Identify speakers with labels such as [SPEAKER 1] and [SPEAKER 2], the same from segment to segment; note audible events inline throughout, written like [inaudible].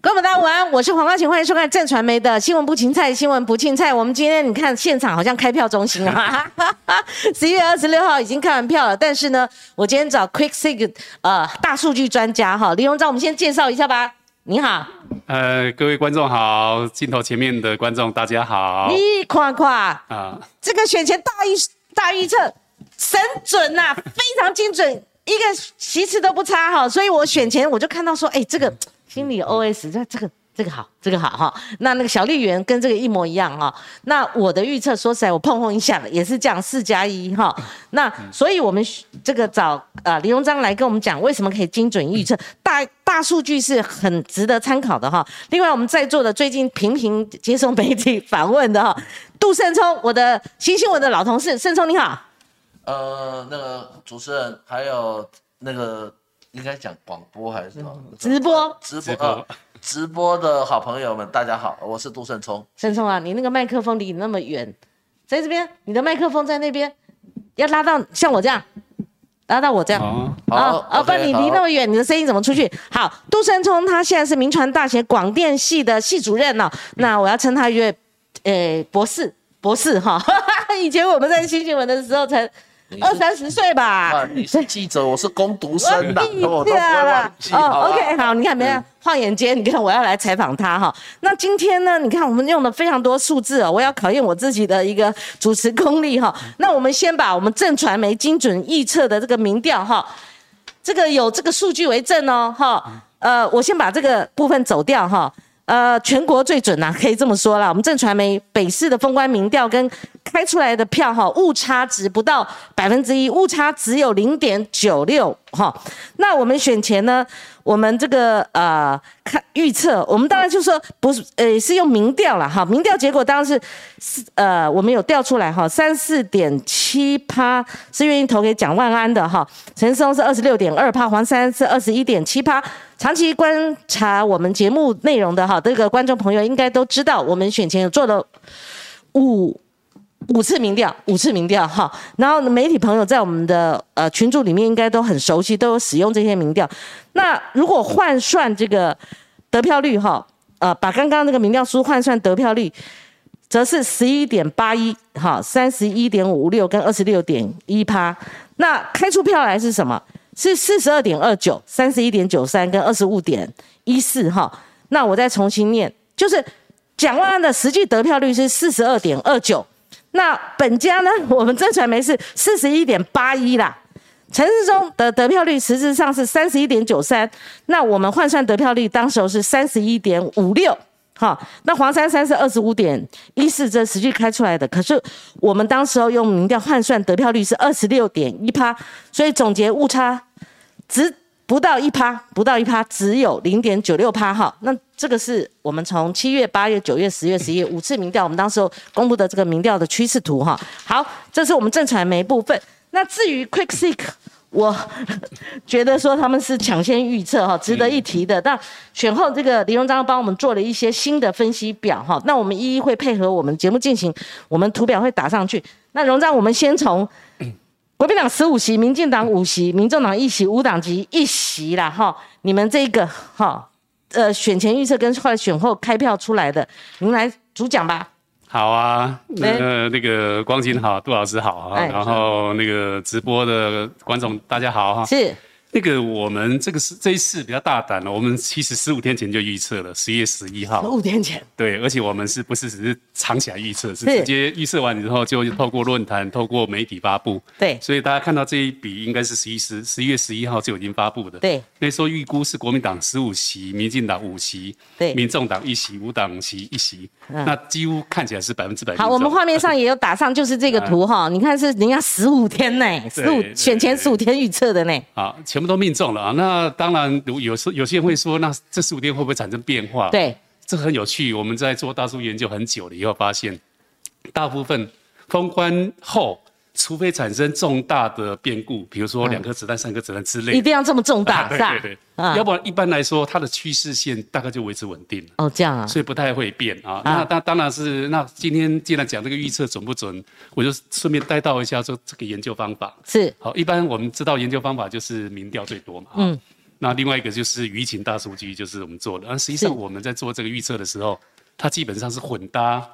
[SPEAKER 1] 各位朋友们大家午安，我是黄光琴，欢迎收看正传媒的新闻不芹菜，新闻不芹菜。我们今天你看现场好像开票中心啊， [laughs] 十一月二十六号已经开完票了，但是呢，我今天找 Quick Sig 呃大数据专家哈李荣章，我们先介绍一下吧。你好，
[SPEAKER 2] 呃，各位观众好，镜头前面的观众大家好
[SPEAKER 1] 你夸夸
[SPEAKER 2] 啊、
[SPEAKER 1] 这个选前大预大预测神准呐、非常精准，一个其次都不差哈。所以我选前我就看到说，哎，这个心里 OS 这这个这个好，这个好哈。那那个小丽媛跟这个一模一样哈。那我的预测说实在，我碰碰一下也是这样四加一哈。那所以我们这个找呃李荣章来跟我们讲为什么可以精准预测大。大数据是很值得参考的哈。另外，我们在座的最近频频接受媒体访问的哈，杜胜聪，我的新新闻的老同事，胜聪你好。
[SPEAKER 3] 呃，那个主持人还有那个应该讲广播还是什么？
[SPEAKER 1] 嗯直播
[SPEAKER 3] 直播
[SPEAKER 2] 直播
[SPEAKER 3] 呃，直播的好朋友们，大家好，我是杜胜聪。
[SPEAKER 1] 沈聪啊，你那个麦克风离你那么远，在这边，你的麦克风在那边，要拉到像我这样，拉到我这样。
[SPEAKER 2] 哦，
[SPEAKER 3] 好
[SPEAKER 1] 啊啊！
[SPEAKER 3] OK，
[SPEAKER 1] 不然你离那
[SPEAKER 3] 好
[SPEAKER 1] 么远，你的声音怎么出去？好，杜胜聪他现在是民传大学广电系的系主任哦，那我要称他一位，呃，博士，博士哈、 [laughs] 以前我们在新新闻的时候才
[SPEAKER 3] 你
[SPEAKER 1] 二
[SPEAKER 3] 是
[SPEAKER 1] 三十岁吧
[SPEAKER 3] 啊，。你是记者，我是工读
[SPEAKER 1] [laughs]
[SPEAKER 3] 生呐，我
[SPEAKER 1] 我
[SPEAKER 3] 都不
[SPEAKER 1] 记
[SPEAKER 3] 会
[SPEAKER 1] 得了
[SPEAKER 3] 忘记，好
[SPEAKER 1] 啊哦
[SPEAKER 3] 吧嗯
[SPEAKER 1] ，OK，好，你看没有？晃眼间，你看我要来采访他哈。那今天呢，你看我们用了非常多数字哦，我要考验我自己的一个主持功力哈。
[SPEAKER 3] 嗯
[SPEAKER 1] 那我们先把我们正传媒精准预测的这个民调哈，这个有这个数据为证哦
[SPEAKER 3] 嗯
[SPEAKER 1] 哈。呃，我先把这个部分走掉哈。呃，全国最准呐、可以这么说啦。我们正传媒北市的封关民调跟开出来的票哈，误差值不到百分之一，误差只有零点九六哈。那我们选前呢，我们这个呃看预测，我们当然就说不是呃是用民调啦哈，民调结果当然是是呃我们有调出来哈，三四点七趴是愿意投给蒋万安的哈，陈松是二十六点二趴，黄珊是二十一点七趴。长期观察我们节目内容的哈，这个观众朋友应该都知道，我们选前有做了五五次民调，五次民调哈。然后媒体朋友在我们的呃群组里面应该都很熟悉，都有使用这些民调。那如果换算这个得票率哈，呃，把刚刚那个民调书换算得票率，则是十一点八一哈，三十一点五六跟二十六点一趴。那开出票来是什么？是四十二点二九、三十一点九三跟二十五点一四哈。那我再重新念，就是蒋万安的实际得票率是四十二点二九，那本家呢， [laughs] 我们真传媒是四十一点八一啦。陈世忠的得票率实质上是三十一点九三，那我们换算得票率当时候是三十一点五六，哈，那黄珊珊是二十五点一四，这实际开出来的，可是我们当时候用民调换算得票率是二十六点一趴，所以总结误差只不到一趴，不到一趴，只有零点九六趴哈。那这个是我们从七月、八月、九月、十月、十一月五次民调，我们当时候公布的这个民调的趋势图哈。好，这是我们正传媒部分。那至于 Quick Seek，我觉得说他们是抢先预测哈，值得一提的。那选后这个李荣章帮我们做了一些新的分析表哈，那我们一一会配合我们节目进行，我们图表会打上去。那荣章，我们先从国民党十五席，民进党五席，民众党一席，无党籍一席啦，哈，你们这个哈，呃，选前预测跟后来选后开票出来的，您来主讲吧。
[SPEAKER 2] 好啊，
[SPEAKER 1] 哎
[SPEAKER 2] 那个那个光景好，杜老师好啊，
[SPEAKER 1] 哎
[SPEAKER 2] 然后那个直播的观众大家好哈、
[SPEAKER 1] 是，
[SPEAKER 2] 那个我们这个是这一次比较大胆了，我们其实十五天前就预测了，十一月十一号，
[SPEAKER 1] 五天前，
[SPEAKER 2] 对，而且我们是不是只是藏起来预测，是
[SPEAKER 1] 是
[SPEAKER 2] 直接预测完之后就透过论坛、透过媒体发布。
[SPEAKER 1] 对
[SPEAKER 2] 所以大家看到这一笔应该是十一十十一月十一号就已经发布的。
[SPEAKER 1] 对，
[SPEAKER 2] 那时候预估是国民党十五席，民进党五席，
[SPEAKER 1] 对嗯
[SPEAKER 2] 民众党一席，无党席一席，那几乎看起来是百分之百命中。
[SPEAKER 1] 好，我们画面上也有打上，就是这
[SPEAKER 2] [laughs]
[SPEAKER 1] 个图哈，你看是人家十五天呢，十五
[SPEAKER 2] 对对
[SPEAKER 1] 选前十五天预测的呢，
[SPEAKER 2] 啊，全部都命中了啊。那当然，如有时有些人会说，那这十五天会不会产生变化？
[SPEAKER 1] 对，
[SPEAKER 2] 这很有趣。我们在做大数研究很久了以后，发现大部分封关后，除非产生重大的变故，比如
[SPEAKER 1] 嗯
[SPEAKER 2] 说两颗子弹、三颗子弹之类
[SPEAKER 1] 一
[SPEAKER 2] 的，
[SPEAKER 1] 定要这么重
[SPEAKER 2] [laughs]
[SPEAKER 1] 大
[SPEAKER 2] 对
[SPEAKER 1] 是吧
[SPEAKER 2] 对？对，
[SPEAKER 1] 啊
[SPEAKER 2] 要不然一般来说，它的趋势线大概就维持稳定了。
[SPEAKER 1] 哦，这样啊，
[SPEAKER 2] 所以不太会变啊。
[SPEAKER 1] 啊
[SPEAKER 2] 那当当然是，那今天既然讲这个预测准不准，我就顺便带到一下说这个研究方法。
[SPEAKER 1] 是
[SPEAKER 2] 好，一般我们知道研究方法就是民调最多嘛。嗯。那另外一个就是舆情大数据，就是我们做的。而实际上
[SPEAKER 1] 是
[SPEAKER 2] 我们在做这个预测的时候，它基本上是混搭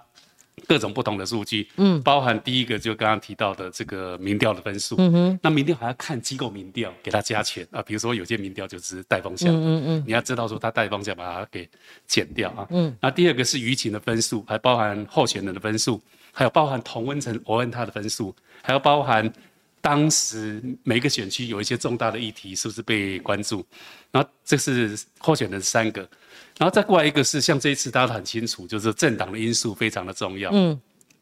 [SPEAKER 2] 各种不同的数据，嗯，包含第一个就刚刚提到的这个民调的分数，嗯哼，那民调还要看机构民调给它加权啊，比如说有些民调就是带风向，嗯嗯，你要知道说它带风向把它给减掉啊，嗯，那第二个是舆情的分数，还包含候选人的分数，还有包含同温层我问他的分数，还要包含。当时每个选区有一些重大的议题，是不是被关注？然后这是候选人三个，然后再过来一个是像这一次大家都很清楚，就是政党的因素非常的重要。嗯，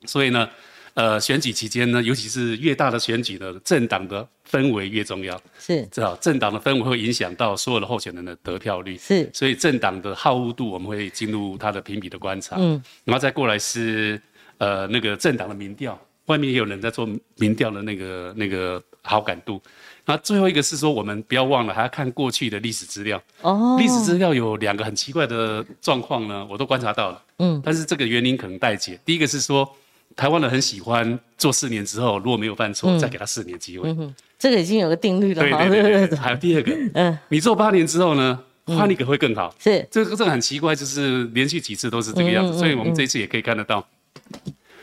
[SPEAKER 2] 所以呢，呃，选举期间呢，尤其是越大的选举呢，政党的氛围越重要。
[SPEAKER 1] 是
[SPEAKER 2] 知道政党的氛围会影响到所有的候选人的得票率，
[SPEAKER 1] 是
[SPEAKER 2] 所以政党的好恶度我们会进入它的评比的观察，嗯，然后再过来是呃那个政党的民调，外面也有人在做民调的那个那个好感度，那最后一个是说我们不要忘了还要看过去的历史资料，
[SPEAKER 1] 哦
[SPEAKER 2] 历史资料有两个很奇怪的状况呢，我都观察到了。嗯，但是这个原因可能待解。第一个是说，台湾人很喜欢做四年之后，如果没有犯错，再给他四年机会。
[SPEAKER 1] 这个已经有个定律了
[SPEAKER 2] 对
[SPEAKER 1] 哈，
[SPEAKER 2] 对对嗯 [laughs] 对
[SPEAKER 1] [laughs]
[SPEAKER 2] 对。还有第二个，嗯，你做八年之后呢，
[SPEAKER 1] 嗯
[SPEAKER 2] 换一个会更好。
[SPEAKER 1] 是
[SPEAKER 2] 这个这个很奇怪，就是连续几次都是这个
[SPEAKER 1] 嗯
[SPEAKER 2] 样子，所以我们这一次也可以看得到。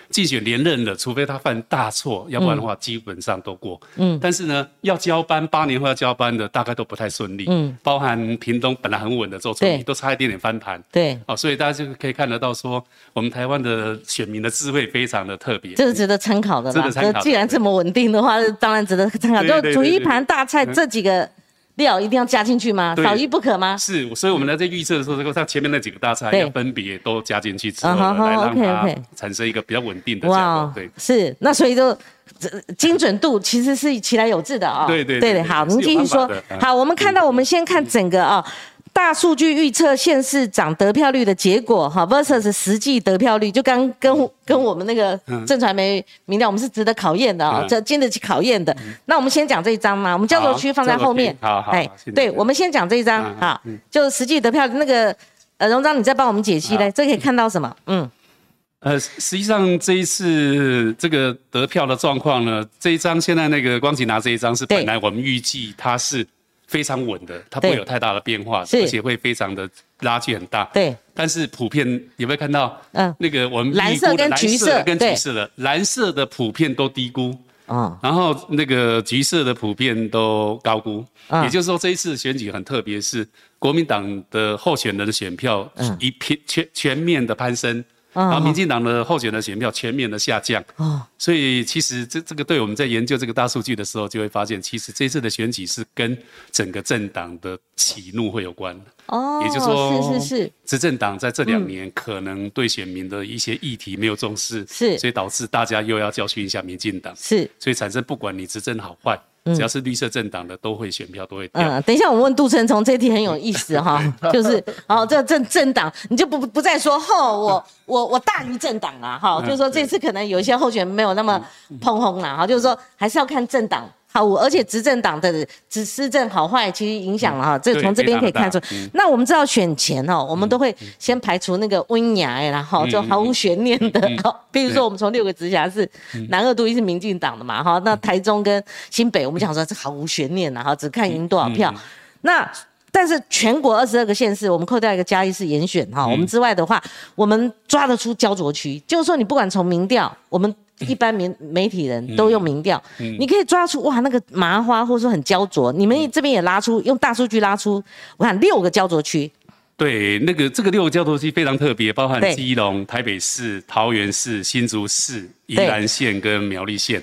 [SPEAKER 2] 竞选连任了，除非他犯大错，要不然的
[SPEAKER 1] 嗯
[SPEAKER 2] 话基本上都过。嗯，但是呢，要交班八年后要交班的，大概都不太顺利。嗯，包含屏东本来很稳的周春
[SPEAKER 1] 对
[SPEAKER 2] 雨，都差一点点翻盘。
[SPEAKER 1] 对，
[SPEAKER 2] 哦，所以大家就可以看得到说，我们台湾的选民的智慧非常的特别。
[SPEAKER 1] 这个值得参考的
[SPEAKER 2] 值
[SPEAKER 1] 啦
[SPEAKER 2] 得。参考的
[SPEAKER 1] 既然这么稳定的话，当然值得参考。
[SPEAKER 2] 对对
[SPEAKER 1] 就
[SPEAKER 2] 对
[SPEAKER 1] 煮一
[SPEAKER 2] 对嗯
[SPEAKER 1] 盘大菜，这几个料一定要加进去吗？
[SPEAKER 2] 对
[SPEAKER 1] 少一不可吗？
[SPEAKER 2] [laughs] 是，所以我们在预测的时候，这个像前面那几个大菜
[SPEAKER 1] 对
[SPEAKER 2] 要分别都加进去之后
[SPEAKER 1] 嗯
[SPEAKER 2] 呢，
[SPEAKER 1] 哼哼
[SPEAKER 2] 来让
[SPEAKER 1] OK，OK
[SPEAKER 2] 它产生一个比较稳定的价格。对，
[SPEAKER 1] 哦是那所以就这呃精准度其实是其来有致的啊、
[SPEAKER 2] 对对
[SPEAKER 1] 对
[SPEAKER 2] 对对
[SPEAKER 1] 好，您
[SPEAKER 2] 是有
[SPEAKER 1] 继续
[SPEAKER 2] 办法
[SPEAKER 1] 说
[SPEAKER 2] 的。嗯
[SPEAKER 1] 好，我们看到，我们先看整个啊、大数据预测县市长得票率的结果哈，versus 实际得票率，就刚
[SPEAKER 2] 嗯
[SPEAKER 1] 跟跟我们那个正传媒民调，我们是值得考验的啊、
[SPEAKER 2] 嗯
[SPEAKER 1] 这经得起考验的。那我们先讲这一张嘛，我们交流
[SPEAKER 2] 好
[SPEAKER 1] 区放在
[SPEAKER 2] 交流
[SPEAKER 1] 后
[SPEAKER 2] 区
[SPEAKER 1] 面。哎
[SPEAKER 2] 好好好谢谢
[SPEAKER 1] 对，我们先讲这一张
[SPEAKER 2] 嗯
[SPEAKER 1] 哈，就实际得票那个呃，荣章你再帮我们解析
[SPEAKER 2] 好
[SPEAKER 1] 嘞，这可以看到什么？嗯，
[SPEAKER 2] 呃，实际上这一次这个得票的状况呢，这一张现在那个光景拿这一张是
[SPEAKER 1] 对
[SPEAKER 2] 本来我们预计它是非常稳的，它不会
[SPEAKER 1] 对
[SPEAKER 2] 有太大的变化，
[SPEAKER 1] 是
[SPEAKER 2] 而且会非常的拉距很大。
[SPEAKER 1] 对，
[SPEAKER 2] 但是普遍有没有看到？
[SPEAKER 1] 嗯
[SPEAKER 2] 嗯，那个我们
[SPEAKER 1] 蓝
[SPEAKER 2] 预
[SPEAKER 1] 色
[SPEAKER 2] 估的
[SPEAKER 1] 跟橘色
[SPEAKER 2] 跟
[SPEAKER 1] 对
[SPEAKER 2] 橘色的，蓝色的普遍都低估。
[SPEAKER 1] 哦，
[SPEAKER 2] 然后那个橘色的普遍都高估，
[SPEAKER 1] 嗯
[SPEAKER 2] 也就是说这一次选举很特别，是国民党的候选人的选票一片全全面的攀升，
[SPEAKER 1] 嗯
[SPEAKER 2] 然后民进党的候选人的选票全面的下降。
[SPEAKER 1] 哦。
[SPEAKER 2] 所以其实这这个对我们在研究这个大数据的时候，就会发现，其实这次的选举是跟整个政党的喜怒会有关。
[SPEAKER 1] 哦，
[SPEAKER 2] 也就是说，
[SPEAKER 1] 是是是，，
[SPEAKER 2] 执政党在这两年可能对选民的一些议题没有重视，
[SPEAKER 1] 是
[SPEAKER 2] 所以导致大家又要教训一下民进党。
[SPEAKER 1] 是，
[SPEAKER 2] 所以产生不管你执政好坏，只要是绿色政党的都会选票都会掉。
[SPEAKER 1] 嗯，等一下，我问杜成聪这一题很有意思哈，
[SPEAKER 2] [laughs]
[SPEAKER 1] 就是哦，这政政党你就不不再说吼、我我我大于政党啦哈，
[SPEAKER 2] 嗯
[SPEAKER 1] 就是说这次可能有一些候选人没有那么碰轰啦哈，就是说还是要看政党。好恶，而且执政党的执施政好坏，其实影响了哈。这
[SPEAKER 2] 对
[SPEAKER 1] 从这边可以看出
[SPEAKER 2] 非常大嗯。
[SPEAKER 1] 那我们知道选前哦，我们都会先排除那个温雅哎，然后就毫无悬念的。哦比如说我们从六个直辖市，南二都一是民进党的嘛哈，那台中跟新北，我们讲说这毫无悬念然后只看赢多少票。那但是全国二十二个县市，我们扣掉一个嘉义市严选
[SPEAKER 2] 嗯
[SPEAKER 1] 哈，我们之外的话，我们抓得出焦灼区，就是说你不管从民调，我们一般民媒体人都用民调，
[SPEAKER 2] 嗯
[SPEAKER 1] 你可以抓出哇那个麻花或者说很焦灼，你们这边也拉出用大数据拉出，我看六个焦灼区，
[SPEAKER 2] 对，那个这个六个交通区非常特别，包含
[SPEAKER 1] 对
[SPEAKER 2] 基隆、台北市、桃园市、新竹市、宜兰县跟苗栗县。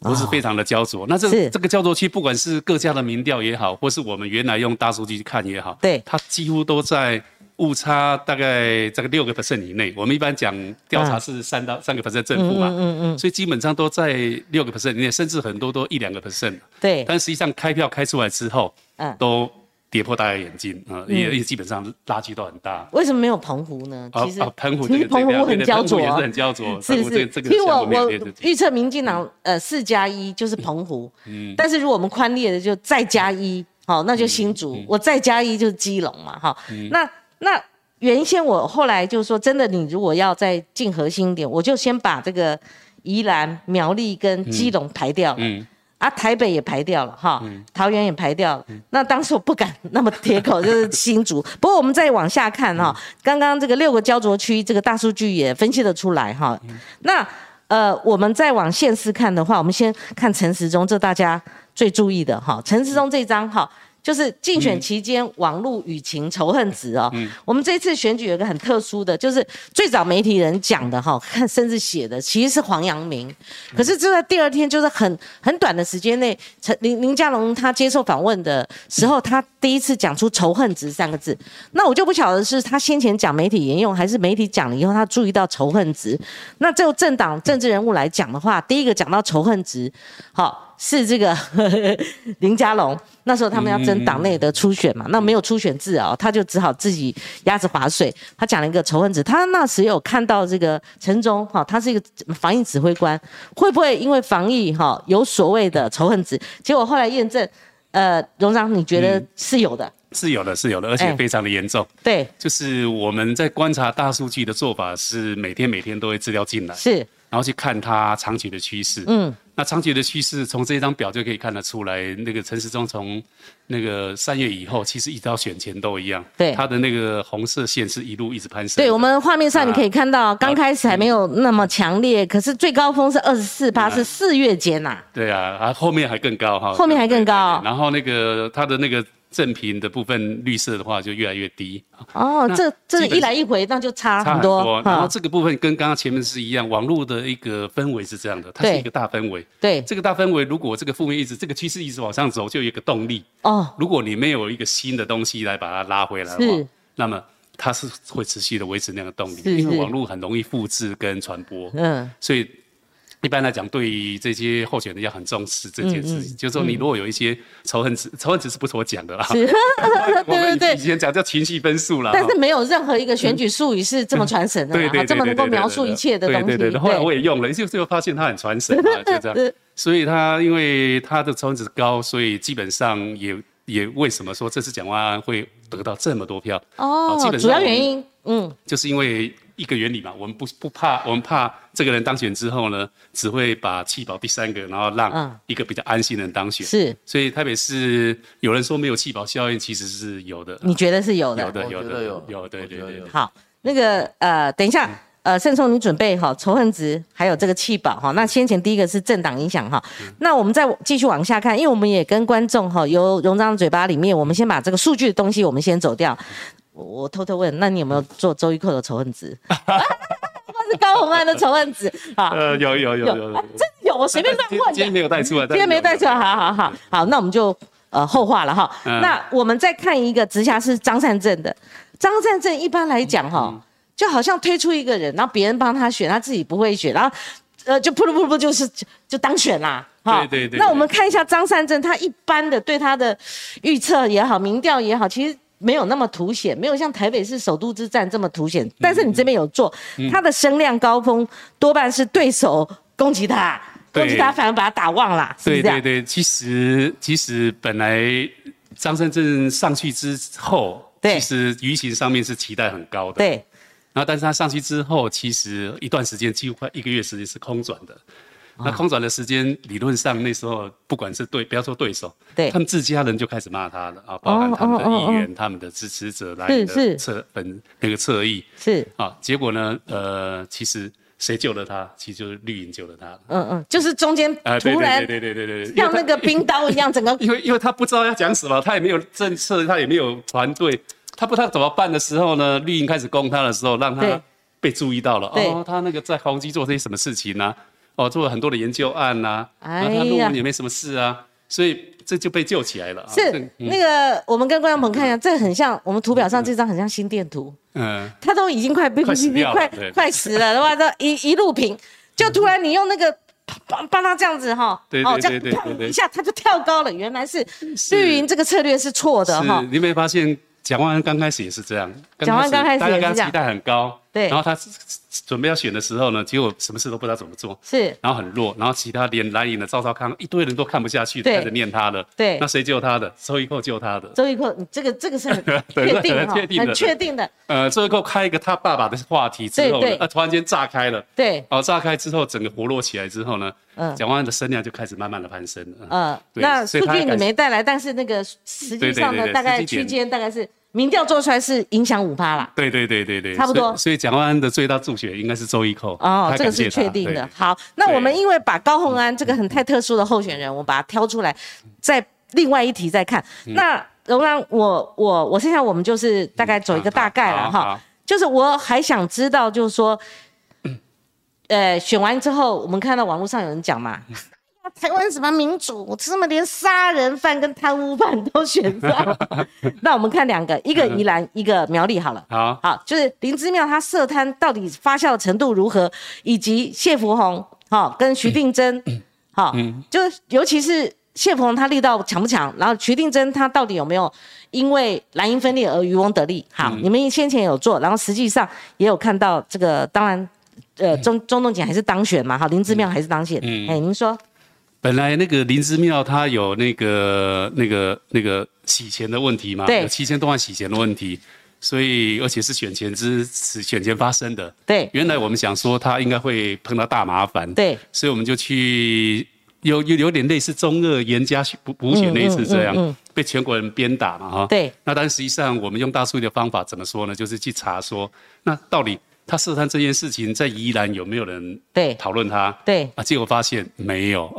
[SPEAKER 2] 都是非常的焦灼。那这
[SPEAKER 1] 哦是
[SPEAKER 2] 这个焦灼区，不管是各家的民调也好，或是我们原来用大数据去看也好，
[SPEAKER 1] 对
[SPEAKER 2] 它几乎都在误差大概这个六个 percent 以内。我们一般讲调
[SPEAKER 1] 嗯
[SPEAKER 2] 查是三到三个 percent 正负嘛，所以基本上都在六个 percent 以内，甚至很多都一两个 percent。
[SPEAKER 1] 对，
[SPEAKER 2] 但实际上开票开出来之后，
[SPEAKER 1] 嗯
[SPEAKER 2] 都跌破大家眼镜啊，呃也也基本上垃圾都很大。啊
[SPEAKER 1] 为什么没有澎湖呢？其实
[SPEAKER 2] 澎湖
[SPEAKER 1] 其
[SPEAKER 2] 这
[SPEAKER 1] 实
[SPEAKER 2] 个
[SPEAKER 1] 澎
[SPEAKER 2] 这个
[SPEAKER 1] 湖很
[SPEAKER 2] 对对
[SPEAKER 1] 焦灼
[SPEAKER 2] 澎湖也
[SPEAKER 1] 啊，
[SPEAKER 2] 是很焦灼，
[SPEAKER 1] [laughs] 是
[SPEAKER 2] 澎湖
[SPEAKER 1] 是
[SPEAKER 2] 哦这，个这个
[SPEAKER 1] 因为我
[SPEAKER 2] 项目没有
[SPEAKER 1] 我
[SPEAKER 2] 列进去
[SPEAKER 1] 预测民进党呃四加一就是澎湖，
[SPEAKER 2] 嗯
[SPEAKER 1] 嗯但是如果我们宽列的就再加一，好，那就新竹，
[SPEAKER 2] 嗯
[SPEAKER 1] 我再加一就是基隆嘛，哈，那那原先我后来就说，真的，你如果要再进核心一点，我就先把这个宜兰、苗栗跟基隆排掉了，
[SPEAKER 2] 嗯，
[SPEAKER 1] 啊，台北也排掉了哈，桃园也排掉了。那当时我不敢那么铁口，就是新竹。不过我们再往下看哈，
[SPEAKER 2] 嗯
[SPEAKER 1] 刚刚这个六个焦灼区，这个大数据也分析得出来
[SPEAKER 2] 嗯
[SPEAKER 1] 哈。那呃，我们再往县市看的话，我们先看陈时中，这大家最注意的哈。陈时中这张哈，就是竞选期间网络舆情仇恨值哦。我们这次选举有一个很特殊的，就是最早媒体人讲的哈，看甚至写的其实是黄阳明，可是就在第二天，就是很很短的时间内，陈林林佳龙他接受访问的时候，他第一次讲出仇恨值三个字。那我就不晓得是他先前讲媒体沿用，还是媒体讲了以后他注意到仇恨值。那就政党政治人物来讲的话，第一个讲到仇恨值，好、是这个 [laughs] 林佳龙。那时候他们要争党内的初选嘛，那没有初选制啊、他就只好自己鸭子划水。他讲了一个仇恨值，他那时有看到这个陈忠哈、他是一个防疫指挥官，会不会因为防疫哈、有所谓的仇恨值？结果后来验证，呃，荣长你觉得是有的，
[SPEAKER 2] 是有的，是有的，而且
[SPEAKER 1] 哎
[SPEAKER 2] 非常的严重。
[SPEAKER 1] 对，
[SPEAKER 2] 就是我们在观察大数据的做法是每天每天都会资料进来，
[SPEAKER 1] 是
[SPEAKER 2] 然后去看它长期的趋势。
[SPEAKER 1] 嗯，
[SPEAKER 2] 那长期的趋势从这张表就可以看得出来，那个陈时中从那个三月以后，其实一直到选前都一样，
[SPEAKER 1] 对
[SPEAKER 2] 它的那个红色线是一路一直攀升的。
[SPEAKER 1] 对，我们画面上你可以看
[SPEAKER 2] 啊
[SPEAKER 1] 到，刚开始还没有那么强烈，可是最高峰是二十四
[SPEAKER 2] 嗯
[SPEAKER 1] 趴，是四月间呐、
[SPEAKER 2] 对啊，啊后面还更高哈，
[SPEAKER 1] 后面还更高
[SPEAKER 2] 对对对然后那个它的那个正频的部分绿色的话就越来越低，
[SPEAKER 1] 哦，
[SPEAKER 2] 那
[SPEAKER 1] 这这
[SPEAKER 2] 基本
[SPEAKER 1] 一来一回，那就差啊
[SPEAKER 2] 差
[SPEAKER 1] 很
[SPEAKER 2] 很
[SPEAKER 1] 多。
[SPEAKER 2] 多。然
[SPEAKER 1] 哈
[SPEAKER 2] 后这个部分跟刚刚前面是一样，网络的一个氛围是这样的，它
[SPEAKER 1] 对
[SPEAKER 2] 是一个大氛围。
[SPEAKER 1] 对，
[SPEAKER 2] 这个大氛围，如果这个负面一直这个趋势一直往上走，就有一个动力。
[SPEAKER 1] 哦，
[SPEAKER 2] 如果你没有一个新的东西来把它拉回来的
[SPEAKER 1] 是
[SPEAKER 2] 话，那么它是会持续的维持那样的动力，
[SPEAKER 1] 是
[SPEAKER 2] 因为
[SPEAKER 1] 是
[SPEAKER 2] 网络很容易复制跟传播。
[SPEAKER 1] 嗯，
[SPEAKER 2] 所以一般来讲，对于这些候选人要很重视这件
[SPEAKER 1] 嗯
[SPEAKER 2] 事情，就是说你如果有一些仇恨值，仇恨值是不是我讲的啦？啊
[SPEAKER 1] 是对对
[SPEAKER 2] [laughs] 我们以啊
[SPEAKER 1] 对。
[SPEAKER 2] 前讲叫情绪分数啦。
[SPEAKER 1] 但是
[SPEAKER 2] 哈
[SPEAKER 1] 没有任何一个选举术语是这么传神的
[SPEAKER 2] 嗯对
[SPEAKER 1] 啦，
[SPEAKER 2] 对
[SPEAKER 1] 哈
[SPEAKER 2] 对，
[SPEAKER 1] 这么能够
[SPEAKER 2] 对对对
[SPEAKER 1] 描述
[SPEAKER 2] 对
[SPEAKER 1] 一切的东西。
[SPEAKER 2] 对对对，后来我也用了，就最后发现它很传神
[SPEAKER 1] [laughs]
[SPEAKER 2] 嘛，就这样。所以它因为它的抽值高，所以基本上也也为什么说这次蒋万安会得到这么多票？
[SPEAKER 1] 哦
[SPEAKER 2] 基本，
[SPEAKER 1] 主
[SPEAKER 2] 上
[SPEAKER 1] 要原
[SPEAKER 2] 我们
[SPEAKER 1] 因，嗯，
[SPEAKER 2] 就是因为一个原理嘛，我们不不怕，我们怕这个人当选之后呢，只会把弃保第三个，然后
[SPEAKER 1] 嗯
[SPEAKER 2] 让一个比较安心的人当选。
[SPEAKER 1] 是，
[SPEAKER 2] 所以台北市有人说没有弃保效应，其实是有的，
[SPEAKER 1] 你觉得是有的？
[SPEAKER 2] 有的，
[SPEAKER 3] 我
[SPEAKER 2] 有
[SPEAKER 3] 觉得
[SPEAKER 2] 的，
[SPEAKER 3] 有
[SPEAKER 2] 有对
[SPEAKER 3] 我觉
[SPEAKER 2] 对
[SPEAKER 3] 得
[SPEAKER 2] 对
[SPEAKER 3] 有。
[SPEAKER 1] 好，那个呃，等一下，呃，盛聪你准备好仇恨值，还有这个气保哈。那先前第一个是政党影响哈，那我们再继续往下看，因为我们也跟观众哈，由荣章嘴巴里面，我们先把这个数据的东西我们先走掉。我我偷偷问，那你有没有做周一蔻的仇恨值？ [laughs] 或是高红安的仇恨值啊？
[SPEAKER 2] 呃，有有有有有
[SPEAKER 1] 啊，真的有，我随便乱
[SPEAKER 2] 今
[SPEAKER 1] 问
[SPEAKER 2] 今
[SPEAKER 1] 的
[SPEAKER 2] 天。没有带出来，
[SPEAKER 1] 今天没带出来，好好好好，那我们就呃后话了哈。
[SPEAKER 2] 嗯
[SPEAKER 1] 那我们再看一个直辖市张善政的，张善政一般来讲哈，
[SPEAKER 2] 嗯
[SPEAKER 1] 就好像推出一个人，然后别人帮他选，他自己不会选，然后呃就噗噜噗噜噗噜就是就就当选啦。哈
[SPEAKER 2] 对对对
[SPEAKER 1] 那我们看一下张善政，他一般的对他的预测也好，民调也好，其实。没有那么凸显，没有像台北市首都之战这么凸
[SPEAKER 2] 嗯
[SPEAKER 1] 显，但是你这边有做，他的声量高峰多半是对手攻击他，攻击
[SPEAKER 2] 对
[SPEAKER 1] 他反而把他打忘了，是不是
[SPEAKER 2] 对
[SPEAKER 1] 啊这样
[SPEAKER 2] 对对，其实其实本来张善政上去之后，
[SPEAKER 1] 对
[SPEAKER 2] 其实舆情上面是期待很高的，
[SPEAKER 1] 对
[SPEAKER 2] 然后，但是他上去之后，其实一段时间，几乎快一个月时间是空转的。
[SPEAKER 1] 啊
[SPEAKER 2] 那空转的时间，理论上那时候不管是对，不要说对手，
[SPEAKER 1] 对
[SPEAKER 2] 他们自家人就开始骂他了啊，包含他们的议员、他们的支持者来
[SPEAKER 1] 是是
[SPEAKER 2] 的侧本那个侧翼
[SPEAKER 1] 是，
[SPEAKER 2] 啊。结果呢，呃，其实谁救了他？其实就是绿营救了他。
[SPEAKER 1] 嗯嗯，就是中间
[SPEAKER 2] 啊，对
[SPEAKER 1] 突然
[SPEAKER 2] 对对对对对对，因
[SPEAKER 1] 像
[SPEAKER 2] 为
[SPEAKER 1] 那
[SPEAKER 2] 他
[SPEAKER 1] 个冰刀一样，整个
[SPEAKER 2] [laughs] 因为因为他不知道要讲什么，他也没有政策，他也没有团队，他不知道怎么办的时候呢，绿营开始攻他的时候，让
[SPEAKER 1] 对
[SPEAKER 2] 他被注意到了。
[SPEAKER 1] 对
[SPEAKER 2] 哦，他那个在宏基做这些什么事情呢、哦，做了很多的研究案呐、
[SPEAKER 1] 哎呀
[SPEAKER 2] 然后他论文也没什么事啊，所以这就被救起来了、啊。这
[SPEAKER 1] 是那个，我们跟观众朋友看一下，这很像我们图表上这张很像心电图，
[SPEAKER 2] 嗯，
[SPEAKER 1] 它都已经快快
[SPEAKER 2] 快死掉了
[SPEAKER 1] 快
[SPEAKER 2] 对
[SPEAKER 1] 快死了的话，都一一路平，就突然你用那个。帮帮他这样子哈，
[SPEAKER 2] 对
[SPEAKER 1] 哦，
[SPEAKER 2] 对
[SPEAKER 1] 这样
[SPEAKER 2] 对对对
[SPEAKER 1] 砰
[SPEAKER 2] 对
[SPEAKER 1] 一下他就跳高了。原来是绿营这个策略是错的哈
[SPEAKER 2] 是，。你有没有发现蒋万安刚开始也是这样？
[SPEAKER 1] 蒋万安刚开始
[SPEAKER 2] 大家
[SPEAKER 1] 也是
[SPEAKER 2] 跟
[SPEAKER 1] 这
[SPEAKER 2] 他
[SPEAKER 1] 样
[SPEAKER 2] 期待很高，
[SPEAKER 1] 对
[SPEAKER 2] 然后他准备要选的时候呢，结果什么事都不知道怎么做，
[SPEAKER 1] 是
[SPEAKER 2] 然后很弱，然后其他连蓝营的赵少康一堆人都看不下去，
[SPEAKER 1] 对
[SPEAKER 2] 开始念他的，
[SPEAKER 1] 对
[SPEAKER 2] 那谁救他的？周一蔻救他的。
[SPEAKER 1] 周玉蔻，你这个这个是很
[SPEAKER 2] 对
[SPEAKER 1] 确定
[SPEAKER 2] 很
[SPEAKER 1] 哈，
[SPEAKER 2] 确定的
[SPEAKER 1] 很确定的，
[SPEAKER 2] 呃，周一蔻开一个他爸爸的话题之
[SPEAKER 1] 对
[SPEAKER 2] 后呢
[SPEAKER 1] 对，
[SPEAKER 2] 呃，突然间炸开了，
[SPEAKER 1] 对，
[SPEAKER 2] 哦，炸开之后整个活络起来之后呢，
[SPEAKER 1] 嗯
[SPEAKER 2] 蒋万安的声量就开始慢慢的攀升了。
[SPEAKER 1] 呃，
[SPEAKER 2] 对
[SPEAKER 1] 那
[SPEAKER 2] 所
[SPEAKER 1] 数
[SPEAKER 2] 以他
[SPEAKER 1] 据你
[SPEAKER 2] 感
[SPEAKER 1] 没带来，但是那个实际上
[SPEAKER 2] 对对对
[SPEAKER 1] 呢，
[SPEAKER 2] 对
[SPEAKER 1] 大概
[SPEAKER 2] 实
[SPEAKER 1] 区
[SPEAKER 2] 际点
[SPEAKER 1] 间大概是民调做出来是影响五趴啦。
[SPEAKER 2] 对对对对对，
[SPEAKER 1] 差不多
[SPEAKER 2] 所以所以蒋万安的最大助学应该是周一蔻
[SPEAKER 1] 哦，
[SPEAKER 2] 他
[SPEAKER 1] 这个
[SPEAKER 2] 感谢
[SPEAKER 1] 是
[SPEAKER 2] 他
[SPEAKER 1] 确定
[SPEAKER 2] 对
[SPEAKER 1] 的。好，那
[SPEAKER 2] 对
[SPEAKER 1] 我们因为把高鸿安这个很太特殊的候选人，我把它挑出来，在另外一题再看。
[SPEAKER 2] 嗯
[SPEAKER 1] 那仍然，我我我剩下我们就是大概走一个大概了
[SPEAKER 2] 好好
[SPEAKER 1] 哈
[SPEAKER 2] 好，
[SPEAKER 1] 就是我还想知道，就是说，呃，选完之后，我们看到网络上有人讲嘛。台湾什么民主？怎么连杀人犯跟贪污犯都选上了？ [laughs] 那我们看两个，一个宜兰，一个苗栗好了。
[SPEAKER 2] 好，
[SPEAKER 1] 好，就是林之妙他涉贪到底发酵的程度如何，以及谢福宏，好、跟徐定珍，好、
[SPEAKER 2] 嗯
[SPEAKER 1] 就是尤其是谢福宏他力道强不强，然后徐定珍他到底有没有因为蓝营分裂而渔翁得利？好，
[SPEAKER 2] 嗯
[SPEAKER 1] 你们先前有做，然后实际上也有看到这个，当然。呃，中中东锦还是当选嘛，好，林之妙还是当选。哎、
[SPEAKER 2] 嗯
[SPEAKER 1] 您说
[SPEAKER 2] 本来那个林之妙他有那个那个那个洗钱的问题嘛，
[SPEAKER 1] 对
[SPEAKER 2] 有七千多万洗钱的问题，所以而且是选前之此选前发生的。
[SPEAKER 1] 对
[SPEAKER 2] 原来我们想说他应该会碰到大麻烦，
[SPEAKER 1] 对，
[SPEAKER 2] 所以我们就去有有有点类似中二严加补补选那一次这样，
[SPEAKER 1] 嗯
[SPEAKER 2] 被全国人鞭打嘛哈。
[SPEAKER 1] 对
[SPEAKER 2] 那但实际上我们用大数据的方法怎么说呢？就是去查说，那到底他涉贪这件事情在宜兰有没有人
[SPEAKER 1] 对
[SPEAKER 2] 讨论他？
[SPEAKER 1] 对
[SPEAKER 2] 啊，结果发现没有。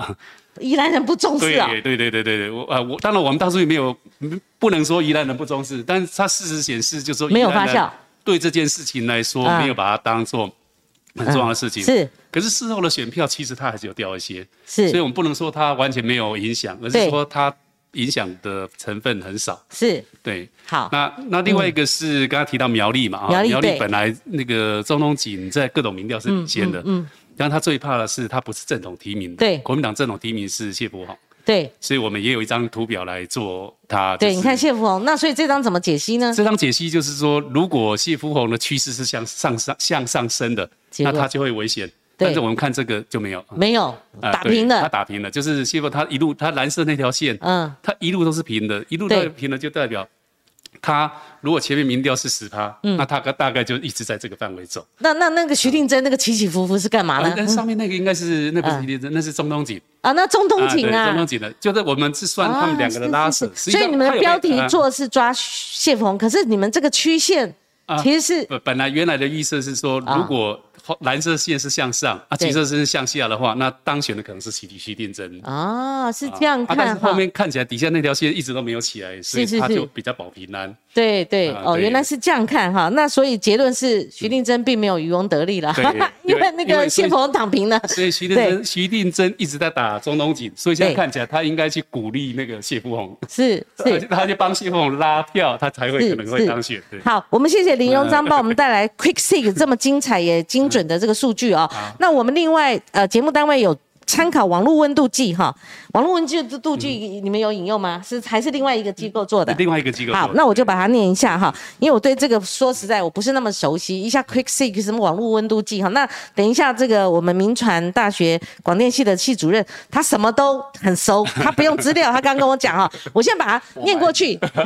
[SPEAKER 1] 宜兰人不重视啊、
[SPEAKER 2] 对对对对对对，我啊我当然我们当初也没有嗯不能说宜兰人不重视，但是他事实显示就是说
[SPEAKER 1] 没有
[SPEAKER 2] 宜兰人
[SPEAKER 1] 发酵，
[SPEAKER 2] 对这件事情来说、
[SPEAKER 1] 啊
[SPEAKER 2] 没有把它当做很重要的事情。
[SPEAKER 1] 嗯是，
[SPEAKER 2] 可是事后的选票其实他还是有掉一些，
[SPEAKER 1] 是
[SPEAKER 2] 所以我们不能说他完全没有影响，而
[SPEAKER 1] 对
[SPEAKER 2] 是说他影响的成分很少。
[SPEAKER 1] 是
[SPEAKER 2] 对，
[SPEAKER 1] 好，嗯
[SPEAKER 2] 那那另外一个是刚刚提到苗栗嘛，啊
[SPEAKER 1] 苗栗
[SPEAKER 2] 苗栗
[SPEAKER 1] 对
[SPEAKER 2] 本来那个中东锦在各种民调是领先的，嗯，但他最怕的是他不是正统提名的，
[SPEAKER 1] 对
[SPEAKER 2] 国民党正统提名是谢伯宏。
[SPEAKER 1] 对
[SPEAKER 2] 所以我们也有一张图表来做它。
[SPEAKER 1] 对，
[SPEAKER 2] 就是
[SPEAKER 1] 你看谢福宏，那所以这张怎么解析呢？
[SPEAKER 2] 这张解析就是说，如果谢福红的趋势是向上上向上升的，
[SPEAKER 1] 结果
[SPEAKER 2] 那它就会危险。
[SPEAKER 1] 对
[SPEAKER 2] 但是我们看这个就没有，
[SPEAKER 1] 没有
[SPEAKER 2] 呃
[SPEAKER 1] 打
[SPEAKER 2] 对
[SPEAKER 1] 平了
[SPEAKER 2] 它，打平了，就是谢福它一路它蓝色那条线，
[SPEAKER 1] 嗯，
[SPEAKER 2] 它一路都是平的，一路
[SPEAKER 1] 对
[SPEAKER 2] 都平的就代表。它如果前面民调是十趴，
[SPEAKER 1] 嗯
[SPEAKER 2] 那它大概就一直在这个范围走。
[SPEAKER 1] 那那那个徐定珍那个起起伏伏是干嘛
[SPEAKER 2] 啊
[SPEAKER 1] 呢？
[SPEAKER 2] 但上面那个应该是那不
[SPEAKER 1] 嗯
[SPEAKER 2] 是地震，那是中东锦。
[SPEAKER 1] 啊，那中东锦
[SPEAKER 2] 对
[SPEAKER 1] 啊，
[SPEAKER 2] 中东锦的，就是我们是算他们两个的拉扯
[SPEAKER 1] 啊。是是是
[SPEAKER 2] 实际
[SPEAKER 1] 所以
[SPEAKER 2] 上
[SPEAKER 1] 你们
[SPEAKER 2] 它有被
[SPEAKER 1] 标题
[SPEAKER 2] 啊
[SPEAKER 1] 做是抓谢鹏，可是你们这个曲线
[SPEAKER 2] 啊
[SPEAKER 1] 其实是
[SPEAKER 2] 本本来原来的预设是说，
[SPEAKER 1] 啊
[SPEAKER 2] 如果红蓝色线是向上，啊，
[SPEAKER 1] 对
[SPEAKER 2] 橘色线是向下的话，那当选的可能是徐徐定真。
[SPEAKER 1] 啊，是这样
[SPEAKER 2] 啊，但
[SPEAKER 1] 看
[SPEAKER 2] 是
[SPEAKER 1] 哈
[SPEAKER 2] 后。面看起来底下那条线一直都没有起来，所以
[SPEAKER 1] 是是
[SPEAKER 2] 它
[SPEAKER 1] 是
[SPEAKER 2] 就比较保平安。
[SPEAKER 1] 对对
[SPEAKER 2] 啊
[SPEAKER 1] 哦，
[SPEAKER 2] 对
[SPEAKER 1] 原来是这样看哈。那所以结论是徐定珍并没有渔翁得利了
[SPEAKER 2] 对，
[SPEAKER 1] [laughs] 因
[SPEAKER 2] 因为
[SPEAKER 1] 为那
[SPEAKER 2] 因
[SPEAKER 1] 个
[SPEAKER 2] 为所
[SPEAKER 1] 谢
[SPEAKER 2] 以
[SPEAKER 1] 鹏躺平了。
[SPEAKER 2] 所以徐定真徐定真一直在打中东锦，所以现在
[SPEAKER 1] 对
[SPEAKER 2] 看起来他应该去鼓励那个谢富红，
[SPEAKER 1] 是是
[SPEAKER 2] [laughs] 他就帮谢富红拉票，他才会
[SPEAKER 1] 是
[SPEAKER 2] 可能会当选。对
[SPEAKER 1] 是。好，我们谢谢林荣章帮我们带
[SPEAKER 2] [laughs]
[SPEAKER 1] 来 Quick Six 这么精彩也精准的这个数据哦。
[SPEAKER 2] 嗯
[SPEAKER 1] 那我们另外呃节目单位有。参考网络温度计哈，网络温度度计你们有引用吗？是还是另外一个机构做的？
[SPEAKER 2] 另外一个机构做的。
[SPEAKER 1] 好，那我就把它念一下哈，因为我对这个说实在我不是那么熟悉。一下 Quick Six 什么网络温度计哈，那等一下这个我们民传大学广电系的系主任，他什么都很熟，他不用资料，他刚跟我讲哈，我先把它念过去， [laughs]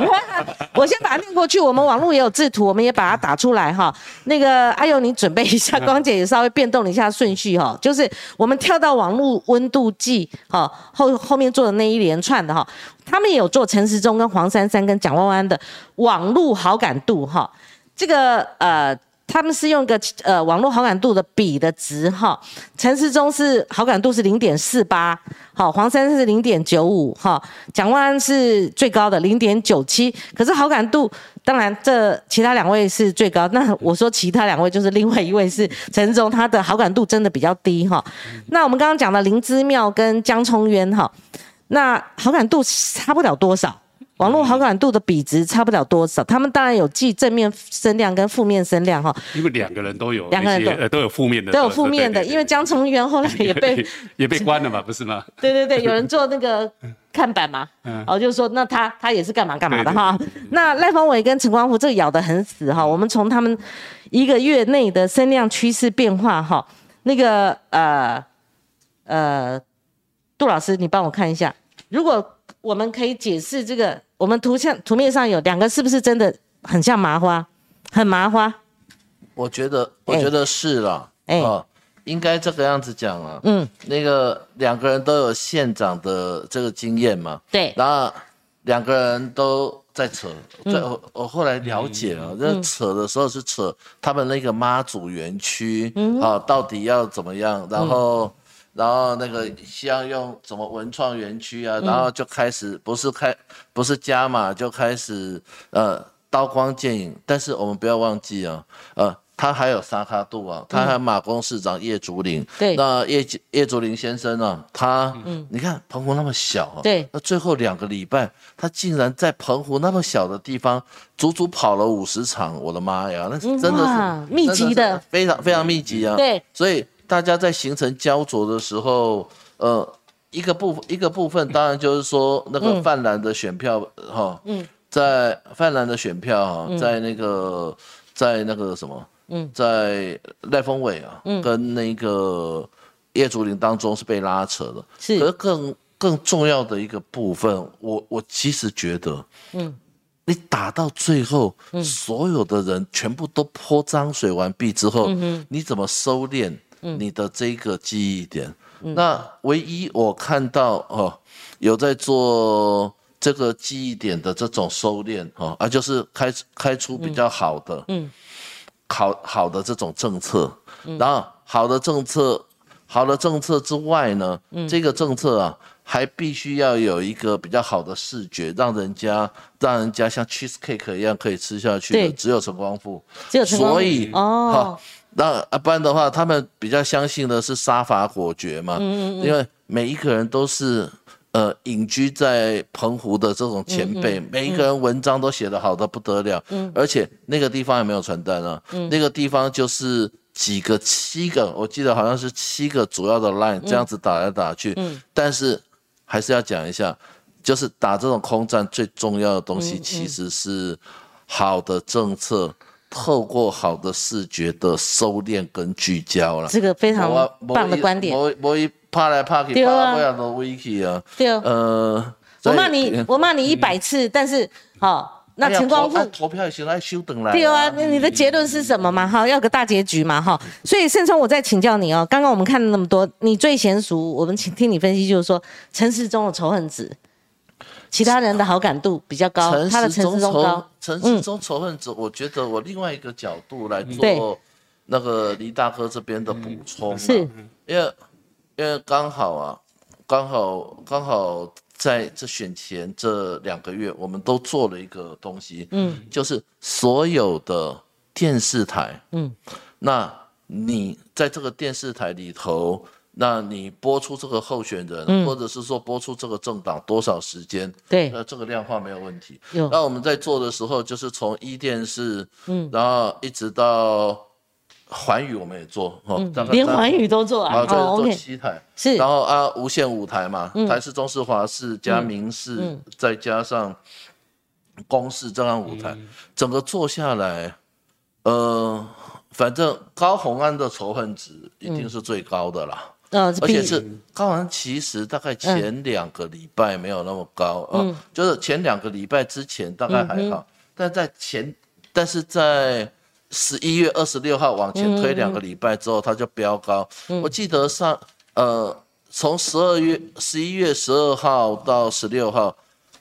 [SPEAKER 1] 我先把它念过去。我们网络也有制图，我们也把它打出来哈。那个哎呦，你准备一下，光姐也稍微变动了一下顺序哈，就是我们跳到网络温度计哈后后面做的那一连串的哈，他们也有做陈时中跟黄珊珊跟蒋万安的网络好感度哈，这个呃。他们是用一个呃网络好感度的比的值哈，陈时中是好感度是零点四八，好，黄珊珊是零点九五哈，蒋万安是最高的零点九七，可是好感度当然这其他两位是最高，那我说其他两位就是另外一位是陈时中，他的好感度真的比较低哈。那我们刚刚讲的林之妙跟江聪渊哈，那好感度差不了多少。网络好感度的比值差不了多少。他们当然有记正面声量跟负面声量哈，
[SPEAKER 2] 因为两个人都有
[SPEAKER 1] 两个人
[SPEAKER 2] 一些
[SPEAKER 1] 都
[SPEAKER 2] 呃都有负面的，
[SPEAKER 1] 都有负面的。因为江崇源后来也被
[SPEAKER 2] 也 [laughs] 也被关了嘛，不是吗？
[SPEAKER 1] 对对对，有人做那个看板嘛，哦，就说那他他也是干嘛干嘛的哈。那赖峰伟跟陈光福这个咬得很死哈，我们从他们一个月内的声量趋势变化哈，那个呃呃，杜老师你帮我看一下，如果我们可以解释这个，我们图像图面上有两个是不是真的很像麻花，很麻花？
[SPEAKER 3] 我觉得，我
[SPEAKER 1] 哎
[SPEAKER 3] 觉得是啦，
[SPEAKER 1] 哎
[SPEAKER 3] 啊，应该这个样子讲啊。
[SPEAKER 1] 嗯，
[SPEAKER 3] 那个两个人都有县长的这个经验嘛，
[SPEAKER 1] 对，
[SPEAKER 3] 然后两个人都在扯，在
[SPEAKER 1] 嗯
[SPEAKER 3] 我我后来了解了，那扯的时候是扯他们那个妈祖园区
[SPEAKER 1] 嗯
[SPEAKER 3] 啊，到底要怎么样，然后。然后那个希望用什么文创园区
[SPEAKER 1] 嗯
[SPEAKER 3] 啊，然后就开始不是开不是加码，就开始呃刀光剑影。但是我们不要忘记啊，呃，他还有沙卡杜啊，他还有马公市长叶竹林，
[SPEAKER 1] 嗯对嗯
[SPEAKER 3] 那叶叶竹林先生啊，他你看澎湖那么小啊，
[SPEAKER 1] 对
[SPEAKER 3] 那最后两个礼拜，他竟然在澎湖那么小的地方，足足跑了五十场，我的妈呀，那是真
[SPEAKER 1] 嗯
[SPEAKER 3] 的
[SPEAKER 1] 哇
[SPEAKER 3] 是
[SPEAKER 1] 密集的
[SPEAKER 3] 真是非常非常密集啊。
[SPEAKER 1] 对，
[SPEAKER 3] 所以大家在形成焦灼的时候，呃，一个部一个部分当然就是说那个泛蓝的选票哈，嗯，在泛蓝的选票哈，在那个在那个什么，嗯，在赖峰伟啊，跟那个叶竹林当中是被拉扯的，
[SPEAKER 1] 是
[SPEAKER 3] 可更更重要的一个部分，我我其实觉得，
[SPEAKER 1] 嗯
[SPEAKER 3] 嗯，你打到最后，所有的人全部都泼脏水完毕之后，你怎么收敛你的这个记忆点？
[SPEAKER 1] 嗯
[SPEAKER 3] 那唯一我看到哦，有在做这个记忆点的这种收敛哦，啊，就是开出开出比较好的，
[SPEAKER 1] 嗯
[SPEAKER 3] 好好的这种政策，然后好的政策，好的政策之外呢，
[SPEAKER 1] 嗯
[SPEAKER 3] 这个政策啊，还必须要有一个比较好的视觉，让人家让人家像 cheesecake 一样可以吃下去
[SPEAKER 1] 对
[SPEAKER 3] 的，只有陈光复，
[SPEAKER 1] 只有陈光
[SPEAKER 3] 所以
[SPEAKER 1] 哦
[SPEAKER 3] 哈，那啊不然的话，他们比较相信的是杀伐果决嘛，因为每一个人都是。呃，隐居在澎湖的这种前辈，每一个人文章都写得好的不得了，而且那个地方也没有传单啊，那个地方就是几个七个，我记得好像是七个主要的 line 这样子打来打去，但是还是要讲一下，就是打这种空战最重要的东西其实是好的政策，透过好的视觉的收敛跟聚焦啊了。
[SPEAKER 1] 这个非常
[SPEAKER 3] 我我
[SPEAKER 1] 棒的观点。
[SPEAKER 3] 我我一怕来怕去，
[SPEAKER 1] 对
[SPEAKER 3] 怕
[SPEAKER 1] 啊
[SPEAKER 3] 到尾都 w i k 啊，
[SPEAKER 1] 对哦
[SPEAKER 3] 呃，
[SPEAKER 1] 我
[SPEAKER 3] 所以嗯
[SPEAKER 1] 骂你，我骂你一百次，但是好、那
[SPEAKER 3] 哎呀
[SPEAKER 1] 陈光
[SPEAKER 3] 投啊嗯
[SPEAKER 1] 复。
[SPEAKER 3] 投票也行，来休等来。
[SPEAKER 1] 对啊，那你的结论是什么嘛？哈，要个大结局嘛，哈。所以盛聪，我再请教你哦。刚刚我们看了那么多，你最娴熟，我们请听你分析，就是说陈时中的仇恨值，其他人的好感度比较高，他的
[SPEAKER 3] 陈时
[SPEAKER 1] 陈时
[SPEAKER 3] 中
[SPEAKER 1] 中
[SPEAKER 3] 仇
[SPEAKER 1] 高，，嗯
[SPEAKER 3] 陈时中仇恨者，我觉得我另外一个角度来
[SPEAKER 1] 对
[SPEAKER 3] 做那个黎大哥这边的补充啊，
[SPEAKER 1] 是
[SPEAKER 3] 因为因为刚好啊，刚好刚好在这选前这两个月，我们都做了一个东西，嗯，就是所有的电视台，
[SPEAKER 1] 嗯，
[SPEAKER 3] 那你在这个电视台里头。那你播出这个候选人，或者是说播出这个政党多少时间？
[SPEAKER 1] 嗯对嗯
[SPEAKER 3] 那这个量化没有问题。
[SPEAKER 1] 有
[SPEAKER 3] 那我们在做的时候，就是从一电视，嗯，然后一直到环宇，我们也做，哦，大概
[SPEAKER 1] 连
[SPEAKER 3] 在
[SPEAKER 1] 环宇都做
[SPEAKER 3] 然
[SPEAKER 1] 啊。
[SPEAKER 3] 后再
[SPEAKER 1] 哦
[SPEAKER 3] 做
[SPEAKER 1] ，OK，
[SPEAKER 3] 七台，
[SPEAKER 1] 是嗯
[SPEAKER 3] 然后啊，无线舞台嘛，台视、中视、华视加民视，再加上公视这样舞台，整个做下来，呃，反正高红安的仇恨值一
[SPEAKER 1] 嗯
[SPEAKER 3] 定是最高的啦。
[SPEAKER 1] 呃，
[SPEAKER 3] 而且
[SPEAKER 1] 比
[SPEAKER 3] 是高昂，其实大概前两个礼拜没有那么高啊、呃就是前两个礼拜之前大概还好，但在前，但是在十一月二十六号往前推两个礼拜之后，它就飙高。我记得上呃，从十二月十一月十二号到十六号，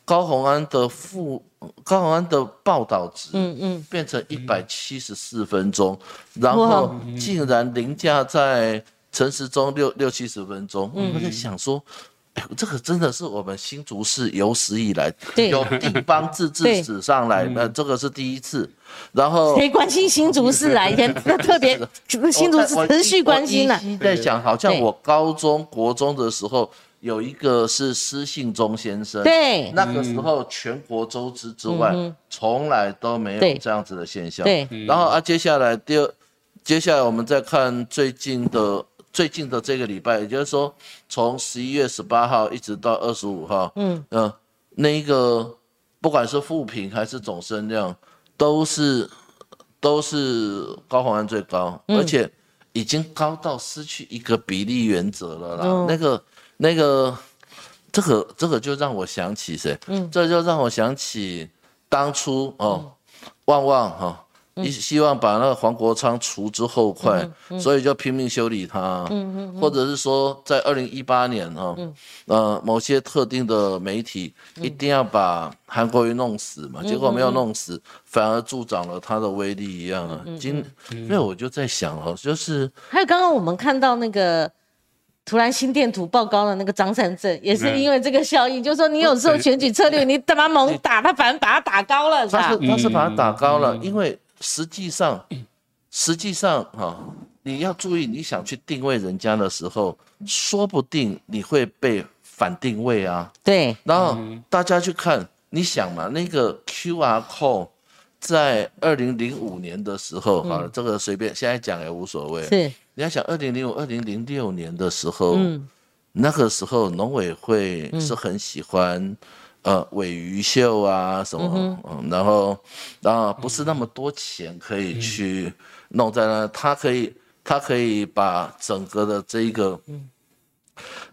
[SPEAKER 3] 高宏安的负高宏安的报道值，嗯嗯，变成一百七十四分钟，然后竟然凌驾在陈时中六六七十分钟，
[SPEAKER 1] 嗯
[SPEAKER 3] 我在想说。哎这个真的是我们新竹市有史以来
[SPEAKER 1] 对
[SPEAKER 3] 有地方自
[SPEAKER 1] 对
[SPEAKER 3] 治史上来，那这个是第一次。然后
[SPEAKER 1] 谁关心新竹市
[SPEAKER 3] [laughs]
[SPEAKER 1] 啊？以前特别新竹市持续关心啊呐、
[SPEAKER 3] 了。我依稀在想，好像我高中国中的时候有一个是施信忠先生，
[SPEAKER 1] 对嗯
[SPEAKER 3] 那个时候全国周知之外，从来都没
[SPEAKER 1] 对
[SPEAKER 3] 有这样子的现象。
[SPEAKER 1] 对，
[SPEAKER 3] 然后啊，接下来第二，接下来我们再看最近的最近的这个礼拜，也就是说从十一月十八号一直到二十五号，嗯呃，那一个不管是负评还是总声量，都是都是高红安最高，而且已经高到失去一个比例原则了啦。那个那个，这个这个就让我想起谁？嗯，这就让我想起当初哦，旺旺哈。哦一希望把那个黄国昌除之后快，所以就拼命修理他，或者是说在二零一八年哈、哦呃，某些特定的媒体一定要把韩国瑜弄死嘛，结果没有弄死，反而助长了他的威力一样啊。今，所以我就在想哦，就是
[SPEAKER 1] 还有刚刚我们看到那个突然心电图报高的那个张善政，也是因为这个效应，就是说你有时候选举策略，你他妈猛打，他反而把他打高了，是啊
[SPEAKER 3] 他
[SPEAKER 1] 吧
[SPEAKER 3] 是？他是把它打高了，因为实际上，实际上哈、你要注意，你想去定位人家的时候，说不定你会被反定位啊。
[SPEAKER 1] 对，
[SPEAKER 3] 然后大家去看，你想嘛，那个 QR code 在二零零五年的时候，好了，这个随便现在讲也无所谓。
[SPEAKER 1] 是嗯
[SPEAKER 3] 你要想二零零五、二零零六年的时候，
[SPEAKER 2] 哦
[SPEAKER 3] 那个时候农委会是很喜欢、
[SPEAKER 1] 嗯
[SPEAKER 3] 呃尾鱼秀啊什么，嗯然后然后不是那么多钱可以去弄在那，他可以他可以把整个的这一个。
[SPEAKER 1] 嗯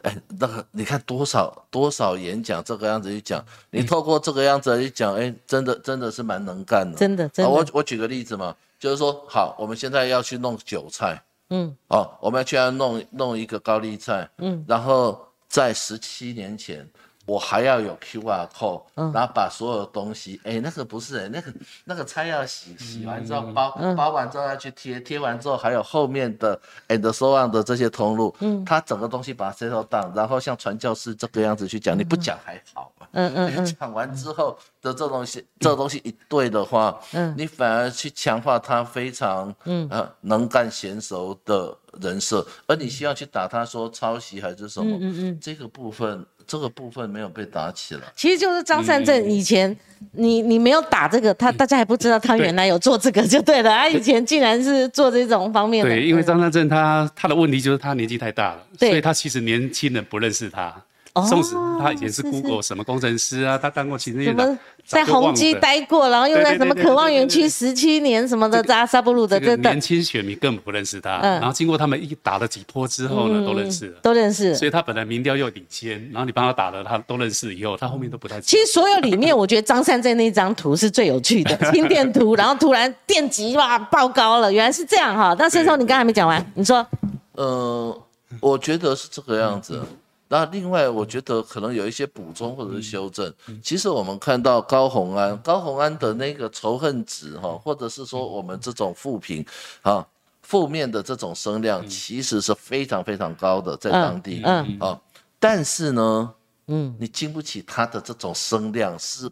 [SPEAKER 3] 哎，那个你看多少多少演讲这个样子一讲，
[SPEAKER 1] 嗯
[SPEAKER 3] 你透过这个样子一讲，哎，真的真的是蛮能干的。
[SPEAKER 1] 真的真的
[SPEAKER 2] 哦
[SPEAKER 3] 啊我我举个例子嘛，就是说，好，我们现在要去弄韭菜，
[SPEAKER 1] 嗯，
[SPEAKER 3] 哦，我们要去要弄弄一个高丽菜，嗯，然后在十七年前。我还要有 QR code，、然后把所有东西，哎，那个不是，那个那个菜要洗，洗完之后包、包完之后要去贴，贴完之后还有后面的 and so on 的这些通路，嗯，它整个东西把它 settle down，然后像传教士这个样子去讲，你不讲还好嘛，
[SPEAKER 1] 嗯嗯
[SPEAKER 3] 你 [laughs] 讲完之后的这东西，这东西一对的话，
[SPEAKER 1] 嗯
[SPEAKER 3] 你反而去强化他非常嗯呃能干娴熟的人设，而你需要去打他说抄袭还是什么，嗯嗯，这个部分这个部分没有被打起来，
[SPEAKER 1] 其实就是张善政以前，你你没有打这个，他大家还不知道他原来有做这个就对了。他以前竟然是做这种方面的，
[SPEAKER 2] 对，因为张善政他他的问题就是他年纪太大了，
[SPEAKER 1] 嗯对
[SPEAKER 2] 所以他其实年轻人不认识他。
[SPEAKER 1] 哦
[SPEAKER 2] 纵使他以前
[SPEAKER 1] 是
[SPEAKER 2] 是
[SPEAKER 1] 是
[SPEAKER 2] Google 什么工程师啊，他当过行政
[SPEAKER 1] 什
[SPEAKER 2] 院
[SPEAKER 1] 么
[SPEAKER 2] 长，
[SPEAKER 1] 在
[SPEAKER 2] 早就忘
[SPEAKER 1] 宏基
[SPEAKER 2] 了
[SPEAKER 1] 待过，然后又在什么渴望园区
[SPEAKER 2] 对对对对对对
[SPEAKER 1] 十七年什么的，扎萨布鲁的
[SPEAKER 2] 这
[SPEAKER 1] 这
[SPEAKER 2] 个
[SPEAKER 1] 的
[SPEAKER 2] 年轻选民根本不认识他，
[SPEAKER 1] 嗯
[SPEAKER 2] 然后经过他们一打了几波之后呢，都认识了。
[SPEAKER 1] 都认识。
[SPEAKER 2] 所以他本来民调又领先，然后你帮他打了，他都认识以后，他后面都不太。
[SPEAKER 1] 其实所有里面，我觉得张善政那张图是最有趣的，
[SPEAKER 3] [laughs]
[SPEAKER 1] 心电图，然后突然电极哇爆高了，原来是这样哈。那申聪，你刚才还没讲完，你说
[SPEAKER 3] 呃，我觉得是这个样子。那另外，我觉得可能有一些补充或者是修正。其实我们看到高红安，高红安的那个仇恨值哈，或者是说我们这种负评啊，负面的这种声量，其实是非常非常高的，在当地
[SPEAKER 1] 嗯
[SPEAKER 3] 啊。但是呢，嗯，你经不起他的这种声量是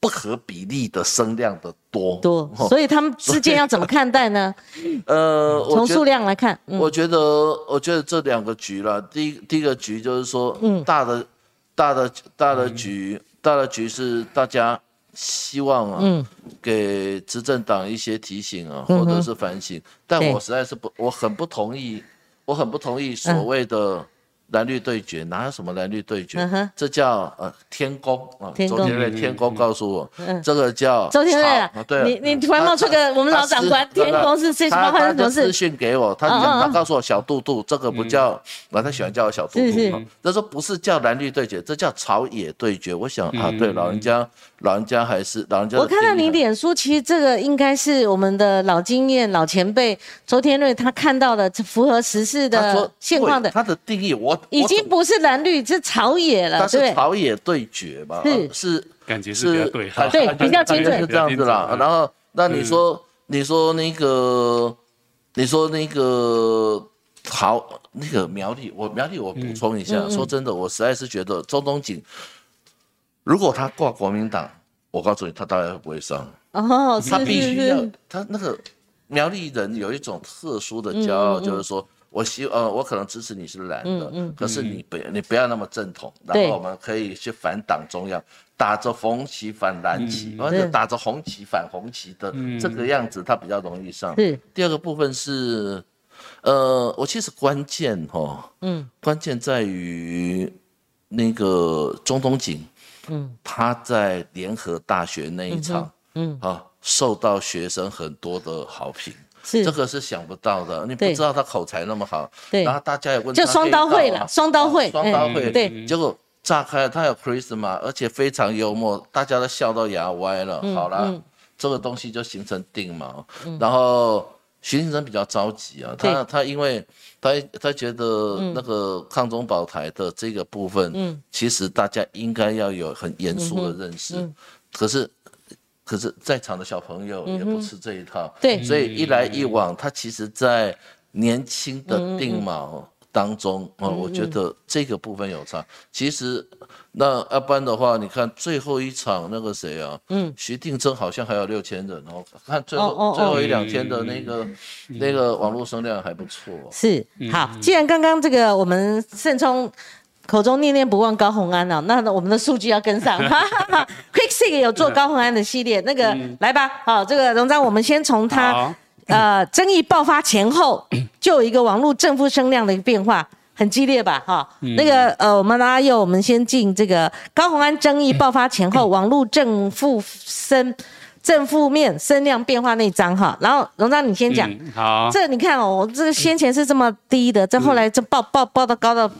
[SPEAKER 3] 不合比例的声量的多
[SPEAKER 1] 多，
[SPEAKER 3] 哦
[SPEAKER 1] 所以他们之间要怎么看待呢？
[SPEAKER 3] 呃， [laughs] 我
[SPEAKER 1] 从
[SPEAKER 3] 觉得
[SPEAKER 1] 数量来看，嗯
[SPEAKER 3] 我觉得，我觉得这两个局了，第一第一个局就是说，
[SPEAKER 1] 嗯
[SPEAKER 3] 大的大的大的局，大的局是大家希望啊，
[SPEAKER 1] 嗯
[SPEAKER 3] 给执政党一些提醒啊，或者是反省。但
[SPEAKER 1] 对
[SPEAKER 3] 我实在是不，我很不同意，我很不同意所谓的蓝绿对决，哪有什么蓝绿对决？
[SPEAKER 1] 嗯哼
[SPEAKER 3] 这叫呃天宫啊，
[SPEAKER 1] 天
[SPEAKER 3] 周
[SPEAKER 1] 宫
[SPEAKER 3] 天瑞天宫告诉我，这个叫
[SPEAKER 1] 周天瑞
[SPEAKER 3] 草
[SPEAKER 1] 啊
[SPEAKER 3] 啊，对了，
[SPEAKER 1] 你你突然冒出个
[SPEAKER 3] 他
[SPEAKER 1] 我们老长官
[SPEAKER 3] 他私
[SPEAKER 1] 天宫是是
[SPEAKER 3] 他
[SPEAKER 1] 发生什么事
[SPEAKER 3] 他就私讯给我，他
[SPEAKER 1] 嗯嗯嗯
[SPEAKER 3] 他告诉我小肚肚，这个不叫，啊，他喜欢叫我小嗯肚
[SPEAKER 1] 是是
[SPEAKER 3] 肚。他说不是叫蓝绿对决，这叫朝野对决。我想啊，对，老人家，老人家还是老人家的
[SPEAKER 1] 我
[SPEAKER 3] 定义
[SPEAKER 1] 看到
[SPEAKER 3] 还。
[SPEAKER 1] 你脸书，其实这个应该是我们的老经验、老前辈周天瑞他看到的符合时事
[SPEAKER 3] 他说
[SPEAKER 1] 的现况的
[SPEAKER 3] 对，他的定义我
[SPEAKER 1] 已经不是蓝绿，是朝野了，
[SPEAKER 3] 他
[SPEAKER 1] 对
[SPEAKER 3] 是
[SPEAKER 1] 不对？
[SPEAKER 3] 朝野对决嘛，
[SPEAKER 1] 是
[SPEAKER 3] 呃是
[SPEAKER 2] 感觉是比较对哈
[SPEAKER 1] 对比较精准
[SPEAKER 3] 感觉是这样子啦。然后那
[SPEAKER 2] 嗯
[SPEAKER 3] 你说你说那个你说那个好那个苗栗，我苗栗我
[SPEAKER 2] 嗯
[SPEAKER 3] 补充一
[SPEAKER 1] 嗯
[SPEAKER 3] 下，说真的，我实在是觉得周东锦如果他挂国民党，我告诉你，他大概不会上。
[SPEAKER 1] 哦，
[SPEAKER 3] 他
[SPEAKER 1] 是
[SPEAKER 3] 必
[SPEAKER 1] 是
[SPEAKER 3] 须要
[SPEAKER 1] 是，嗯
[SPEAKER 3] 他那个苗栗人有一种特殊的骄傲，就是说我希呃，我可能支持你是蓝
[SPEAKER 1] 嗯
[SPEAKER 3] 的，可是你不你不要那么正统，然后我们可以去反党中央，打着红旗反蓝旗，或者打着红旗反红旗的这个样子，它比较容易上
[SPEAKER 1] 是。
[SPEAKER 3] 第二个部分是，呃，我其实关键哦，嗯，关键在于那个中东锦，嗯，他在联合大学那一场，嗯啊，受到学生很多的好评。
[SPEAKER 1] 是
[SPEAKER 3] 这个是想不到的，你不
[SPEAKER 1] 对
[SPEAKER 3] 知道他口才那么好，
[SPEAKER 1] 对
[SPEAKER 3] 然后大家也问
[SPEAKER 1] 就
[SPEAKER 3] 他
[SPEAKER 1] 双
[SPEAKER 3] 这一道
[SPEAKER 1] 刀会
[SPEAKER 3] 啊
[SPEAKER 1] 啦双刀会
[SPEAKER 3] 啊双刀会，
[SPEAKER 1] 嗯对，
[SPEAKER 3] 结果炸开了，他有 charisma，而且非常幽默，大家都笑到牙歪了。
[SPEAKER 1] 嗯
[SPEAKER 3] 好啦，这个东西就形成定锚。然后徐先生比较着急啊，
[SPEAKER 1] 对
[SPEAKER 3] 他他因为他他觉得那个抗中保台的这个部分，
[SPEAKER 1] 嗯
[SPEAKER 3] 其实大家应该要有很严肃的认识，
[SPEAKER 1] 嗯
[SPEAKER 3] 可是。可是，在场的小朋友也不吃这一套，
[SPEAKER 1] 嗯对
[SPEAKER 3] 所以一来一往，他其实，在年轻的定锚当中
[SPEAKER 1] 嗯
[SPEAKER 3] 啊、哦我觉得这个部分有差。其实，那要不然的话，你看最后一场那个谁啊，嗯，徐定真好像还有六千人哦，看最后
[SPEAKER 1] 哦哦哦
[SPEAKER 3] 最后一两天的那个、那个网络声量还不错、
[SPEAKER 1] 是好，既然刚刚这个我们盛聪口中念念不忘高红安啊， [laughs] 那我们的数据要跟上。哈哈哈 Quick Sig 有做高红安的系列，那个、来吧，好，这个荣章，我们先从他
[SPEAKER 2] 好
[SPEAKER 1] 呃争议爆发前后就有一个网络正负声量的一个变化。很激烈吧，哈、那个呃，我们拉右，我们先进这个高红安争议爆发前后，网络正负声正负面声量变化那张哈，然后荣章你先讲，
[SPEAKER 2] 嗯好，
[SPEAKER 1] 这你看哦，我这个先前是这么低的，这后来这爆爆爆到高到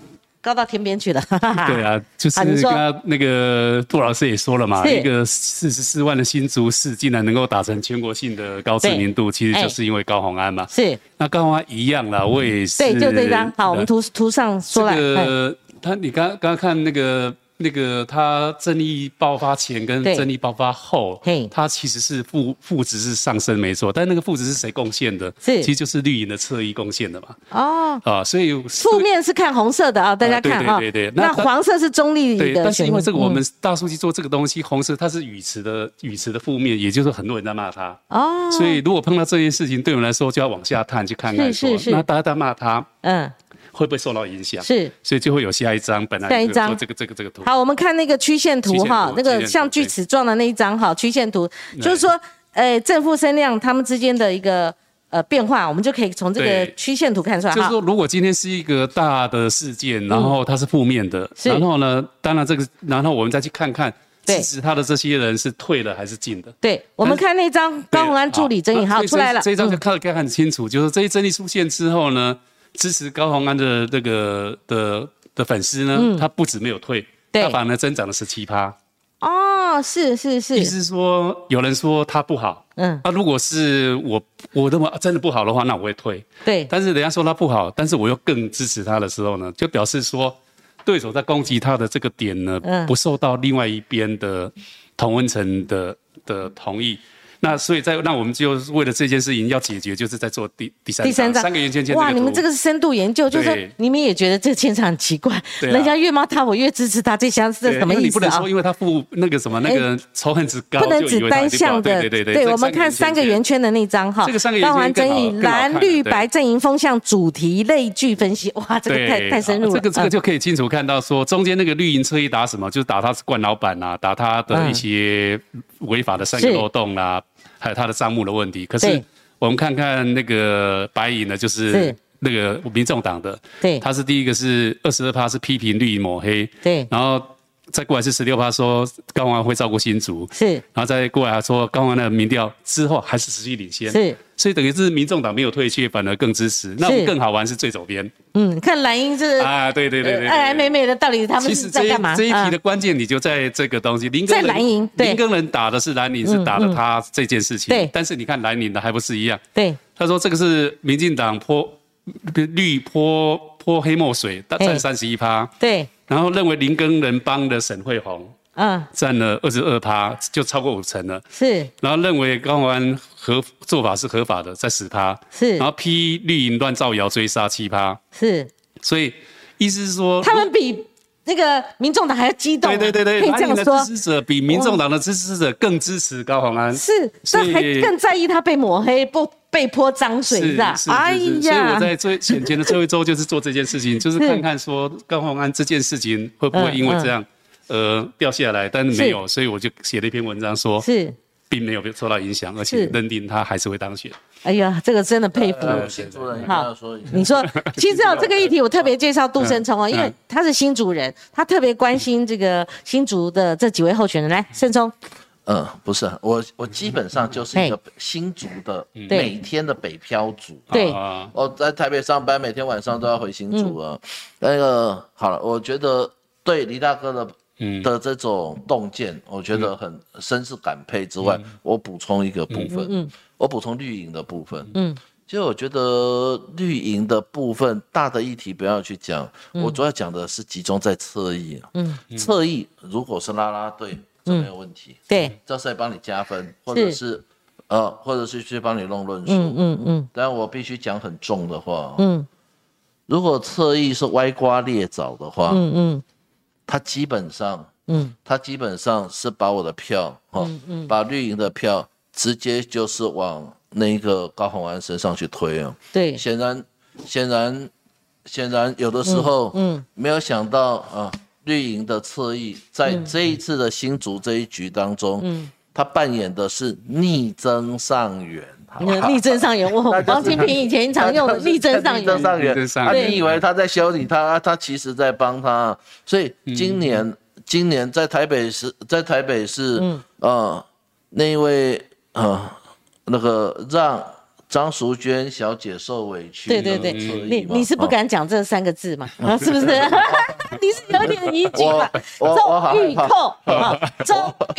[SPEAKER 1] 高到天边去了。哈哈哈
[SPEAKER 2] 对，啊，就是
[SPEAKER 1] 啊你说
[SPEAKER 2] 刚刚那个杜老师也说了嘛，
[SPEAKER 1] 是
[SPEAKER 2] 一个四十四万的新竹市竟然能够打成全国性的高知名度，其实
[SPEAKER 1] 哎
[SPEAKER 2] 就是因为高洪安嘛。
[SPEAKER 1] [laughs] 是，
[SPEAKER 2] 那高洪安一样啦，我也是。
[SPEAKER 1] 对，就这张。好，我们图图上说来，
[SPEAKER 2] 这
[SPEAKER 1] 哎
[SPEAKER 2] 个他，你刚刚刚看那个那个他争议爆发前跟
[SPEAKER 1] 对
[SPEAKER 2] 争议爆发后
[SPEAKER 1] 嘿，
[SPEAKER 2] 他其实是负负值是上升没错，但那个负值是谁贡献的？
[SPEAKER 1] 是
[SPEAKER 2] 其实就是绿营的侧翼贡献的嘛。
[SPEAKER 1] 哦，
[SPEAKER 2] 啊，所以
[SPEAKER 1] 负面是看红色的啊，大家看啊，
[SPEAKER 2] 啊对对对对
[SPEAKER 1] 那
[SPEAKER 2] 那
[SPEAKER 1] 黄色是中立
[SPEAKER 2] 对，
[SPEAKER 1] 的，
[SPEAKER 2] 但是因为这个我
[SPEAKER 1] 嗯
[SPEAKER 2] 们大数据做这个东西，红色它是语词的语词的负面，也就是很多人在骂他。
[SPEAKER 1] 哦，
[SPEAKER 2] 所以如果碰到这件事情，对我们来说就要往下探去看看
[SPEAKER 1] 是
[SPEAKER 2] 说，
[SPEAKER 1] 是是
[SPEAKER 2] 那大家在骂他
[SPEAKER 1] 嗯
[SPEAKER 2] 会不会受到影响？
[SPEAKER 1] 是。
[SPEAKER 2] 所以就会有下一张，本来
[SPEAKER 1] 下一张
[SPEAKER 2] 就有这个这个这个图。
[SPEAKER 1] 好，我们看那个曲线图
[SPEAKER 2] 曲线图
[SPEAKER 1] 哈，那
[SPEAKER 2] 曲线
[SPEAKER 1] 个
[SPEAKER 2] 图
[SPEAKER 1] 像锯齿状的那一张哈，曲线图就是说，呃，正负声量它们之间的一个呃变化，我们就可以从这个
[SPEAKER 2] 对
[SPEAKER 1] 曲线图看出来
[SPEAKER 2] 就是
[SPEAKER 1] 哈。
[SPEAKER 2] 说，如果今天是一个大的事件，然后它是负面的，
[SPEAKER 1] 嗯是
[SPEAKER 2] 然后呢，当然这个，然后我们再去看看，
[SPEAKER 1] 对
[SPEAKER 2] 其实他的这些人是退了还是进的。
[SPEAKER 1] 对，我们
[SPEAKER 2] 但是
[SPEAKER 1] 看那张高鸿安助理
[SPEAKER 2] 对
[SPEAKER 1] 曾颖
[SPEAKER 2] 好
[SPEAKER 1] 浩
[SPEAKER 2] 所以
[SPEAKER 1] 出来了，
[SPEAKER 2] 这一这一
[SPEAKER 1] 嗯
[SPEAKER 2] 张就看得看得很清楚，就是这一争议出现之后呢，支持高鸿安的这个的的粉丝呢，他不止没有退，
[SPEAKER 1] 嗯对
[SPEAKER 2] 他反而增长了十七趴。
[SPEAKER 1] 哦，是是
[SPEAKER 2] 意
[SPEAKER 1] 是，
[SPEAKER 2] 思是说，有人说他不好，啊
[SPEAKER 1] 嗯，
[SPEAKER 2] 那如果是我我认为真的不好的话，那我会退。
[SPEAKER 1] 对，
[SPEAKER 2] 但是人家说他不好，但是我又更支持他的时候呢，就表示说对手在攻击他的这个点呢，
[SPEAKER 1] 嗯
[SPEAKER 2] 不受到另外一边的同温层的的同意。那所以在那我们就为了这件事情要解决，就是在做第第三
[SPEAKER 1] 第三章
[SPEAKER 2] 三个圆圈圈
[SPEAKER 1] 哇，你们这
[SPEAKER 2] 个
[SPEAKER 1] 个是深度研究，就是说
[SPEAKER 2] 对
[SPEAKER 1] 你们也觉得这个现场很奇怪，
[SPEAKER 2] 对啊
[SPEAKER 1] 人家越骂他，我越支持他，这箱是
[SPEAKER 2] 图
[SPEAKER 1] 什么
[SPEAKER 2] 对因为
[SPEAKER 1] 意
[SPEAKER 2] 你不
[SPEAKER 1] 思
[SPEAKER 2] 能
[SPEAKER 1] 啊哎
[SPEAKER 2] 说？因为他负那个什么那个仇恨值高，
[SPEAKER 1] 不能
[SPEAKER 2] 就以
[SPEAKER 1] 只
[SPEAKER 2] 为他
[SPEAKER 1] 单
[SPEAKER 2] 一定不好
[SPEAKER 1] 向的，
[SPEAKER 2] 对对对对。
[SPEAKER 1] 我们看三个圆
[SPEAKER 2] 圈
[SPEAKER 1] 圈的那张哈，
[SPEAKER 2] 这个三个圆
[SPEAKER 1] 高
[SPEAKER 2] 圈
[SPEAKER 1] 鸿安争议
[SPEAKER 2] 更好更好看
[SPEAKER 1] 蓝绿
[SPEAKER 2] 对
[SPEAKER 1] 白阵营风向主题类聚分析，哇，这个
[SPEAKER 2] 对
[SPEAKER 1] 太太深入了，
[SPEAKER 2] 这个这个
[SPEAKER 1] 嗯
[SPEAKER 2] 就可以清楚看到说，中间那个绿营车一打什么，就是打他是惯老板啊，打他的一些违法的三个
[SPEAKER 1] 嗯是
[SPEAKER 2] 漏洞啦、还有他的账目的问题。可是
[SPEAKER 1] 对
[SPEAKER 2] 我们看看那个白银呢，就是是。那个民众党的，
[SPEAKER 1] 对
[SPEAKER 2] 他是第一个是二十二趴是批评绿营抹黑，
[SPEAKER 1] 对
[SPEAKER 2] 然后再过来是十六趴说高安会照顾新竹，
[SPEAKER 1] 是
[SPEAKER 2] 然后再过来说高安的民调之后还是持续领先，
[SPEAKER 1] 是，
[SPEAKER 2] 所以等于是民众党没有退却，反而更支持。那我们
[SPEAKER 1] 是
[SPEAKER 2] 更好玩是最左边，
[SPEAKER 1] 嗯，看蓝鹰这
[SPEAKER 2] 啊，对对对对对，
[SPEAKER 1] 爱爱美美的，到底哎他
[SPEAKER 2] 其
[SPEAKER 1] 们
[SPEAKER 2] 实
[SPEAKER 1] 是
[SPEAKER 2] 这
[SPEAKER 1] 在
[SPEAKER 2] 一
[SPEAKER 1] 干嘛？
[SPEAKER 2] 这一
[SPEAKER 1] 嗯
[SPEAKER 2] 题的关键，你就在这个东西。林根人
[SPEAKER 1] 在蓝营对嗯
[SPEAKER 2] 林根人打的是蓝营，是打了他这件事情。
[SPEAKER 1] 对
[SPEAKER 2] 但是你看蓝营的还不是一样？
[SPEAKER 1] 对
[SPEAKER 2] 他说这个是民进党泼绿泼泼黑墨水，大
[SPEAKER 1] 嘿
[SPEAKER 2] 占三十一趴，
[SPEAKER 1] 对，
[SPEAKER 2] 然后认为林根人帮的沈惠红
[SPEAKER 1] 嗯，
[SPEAKER 2] 占了二十二趴，就超过五成了。
[SPEAKER 1] 是
[SPEAKER 2] 然后认为高虹安合做法是合法的，在十趴。
[SPEAKER 1] 是
[SPEAKER 2] 然后批绿营乱造谣追杀七趴，
[SPEAKER 1] 是，
[SPEAKER 2] 所以意思是说
[SPEAKER 1] [laughs] 他们比那个民众党还要激动啊、
[SPEAKER 2] 对对
[SPEAKER 1] 可
[SPEAKER 2] 对对，
[SPEAKER 1] 以
[SPEAKER 2] 蓝
[SPEAKER 1] 这
[SPEAKER 2] 营
[SPEAKER 1] 样
[SPEAKER 2] 的
[SPEAKER 1] 说哦
[SPEAKER 2] 支，持者比民众党的支持者更支持高鸿安，
[SPEAKER 1] 是，
[SPEAKER 2] 所
[SPEAKER 1] 但还
[SPEAKER 2] 以
[SPEAKER 1] 更在意他被抹黑、不被泼脏水，
[SPEAKER 2] 是
[SPEAKER 1] 是吧
[SPEAKER 2] 是？是
[SPEAKER 1] 哎
[SPEAKER 2] 是所以我
[SPEAKER 1] 呀，
[SPEAKER 2] 在最选前的最后一周就是做这件
[SPEAKER 1] [laughs]
[SPEAKER 2] 事情，就是看看说高鸿安这件事情会不会因为这样、
[SPEAKER 1] 嗯
[SPEAKER 2] 呃掉下来，但是没有，所以我就写了一篇文章说，
[SPEAKER 1] 是，
[SPEAKER 2] 并没有被受到影响，而且认定他还是会当选。
[SPEAKER 1] 哎呀，这个真的佩服。
[SPEAKER 2] 呃
[SPEAKER 3] 来，我们新主任一定要说一下。
[SPEAKER 1] 你说，其实哦，这个议题我特别介绍杜胜
[SPEAKER 2] 嗯
[SPEAKER 1] 聪哦，因为他是新竹人，他特别关心这个新竹的这几位候选人。来，胜
[SPEAKER 2] 啊
[SPEAKER 1] 聪，
[SPEAKER 3] 嗯，不是，我我基本上就是一个新竹的
[SPEAKER 1] 嗯对
[SPEAKER 3] 每天的北漂族。
[SPEAKER 1] 对
[SPEAKER 2] 啊，
[SPEAKER 3] 我哦在台北上班，每天晚上都要回新
[SPEAKER 1] 嗯
[SPEAKER 3] 竹啊。那个好了，我觉得对黎大哥的
[SPEAKER 2] 嗯
[SPEAKER 3] 的这种洞见，我觉得很深是感佩之外，我补充一个部分，我补充绿营的部分，
[SPEAKER 1] 嗯
[SPEAKER 3] 其实我觉得绿营的部分大的议题不要去讲，我主要讲的是集中在侧翼啊，
[SPEAKER 1] 嗯
[SPEAKER 3] 侧翼如果是拉拉队，这没有问题，
[SPEAKER 1] 对，
[SPEAKER 3] 这是来帮你加分，或者是呃，或者是去帮你弄论述，
[SPEAKER 1] 嗯嗯嗯
[SPEAKER 3] 但我必须讲很重的话，
[SPEAKER 1] 嗯
[SPEAKER 3] 如果侧翼是歪瓜裂枣的话，
[SPEAKER 1] 嗯嗯
[SPEAKER 3] 他基本上
[SPEAKER 1] 嗯，
[SPEAKER 3] 他基本上是把我的票，哈、把绿营的票直接就是往那个高虹安身上去推啊。
[SPEAKER 1] 对，
[SPEAKER 3] 显然，显然，显然，有的时候，
[SPEAKER 1] 嗯嗯
[SPEAKER 3] 没有想到啊，绿营的侧翼在这一次的新竹这一局当中，
[SPEAKER 1] 嗯
[SPEAKER 3] 他扮演的是逆增上缘，好不
[SPEAKER 1] 那
[SPEAKER 3] 好
[SPEAKER 1] 力争上游，我王金平以前常
[SPEAKER 3] [laughs]
[SPEAKER 1] 用的力争上
[SPEAKER 3] 力争
[SPEAKER 1] 游，
[SPEAKER 3] 上
[SPEAKER 2] 力争
[SPEAKER 3] 缘，
[SPEAKER 2] 上
[SPEAKER 3] 啊，
[SPEAKER 2] 缘
[SPEAKER 3] 你以为他在修理他，他其实在帮他。啊所以
[SPEAKER 2] 嗯
[SPEAKER 3] 今年，今年在台北市，在台北市，
[SPEAKER 1] 嗯
[SPEAKER 3] 呃，那一位呃，那个让张淑娟小姐受委屈，
[SPEAKER 1] 对对对，
[SPEAKER 3] 有侧
[SPEAKER 1] 你
[SPEAKER 3] 翼嘛
[SPEAKER 1] 你是不。
[SPEAKER 3] 啊
[SPEAKER 1] 敢讲这三个字嘛？啊，是不是？你是有点依据嘛？
[SPEAKER 3] 我我我好
[SPEAKER 1] 周
[SPEAKER 3] 害
[SPEAKER 1] 玉
[SPEAKER 3] 怕
[SPEAKER 1] 蔻，啊周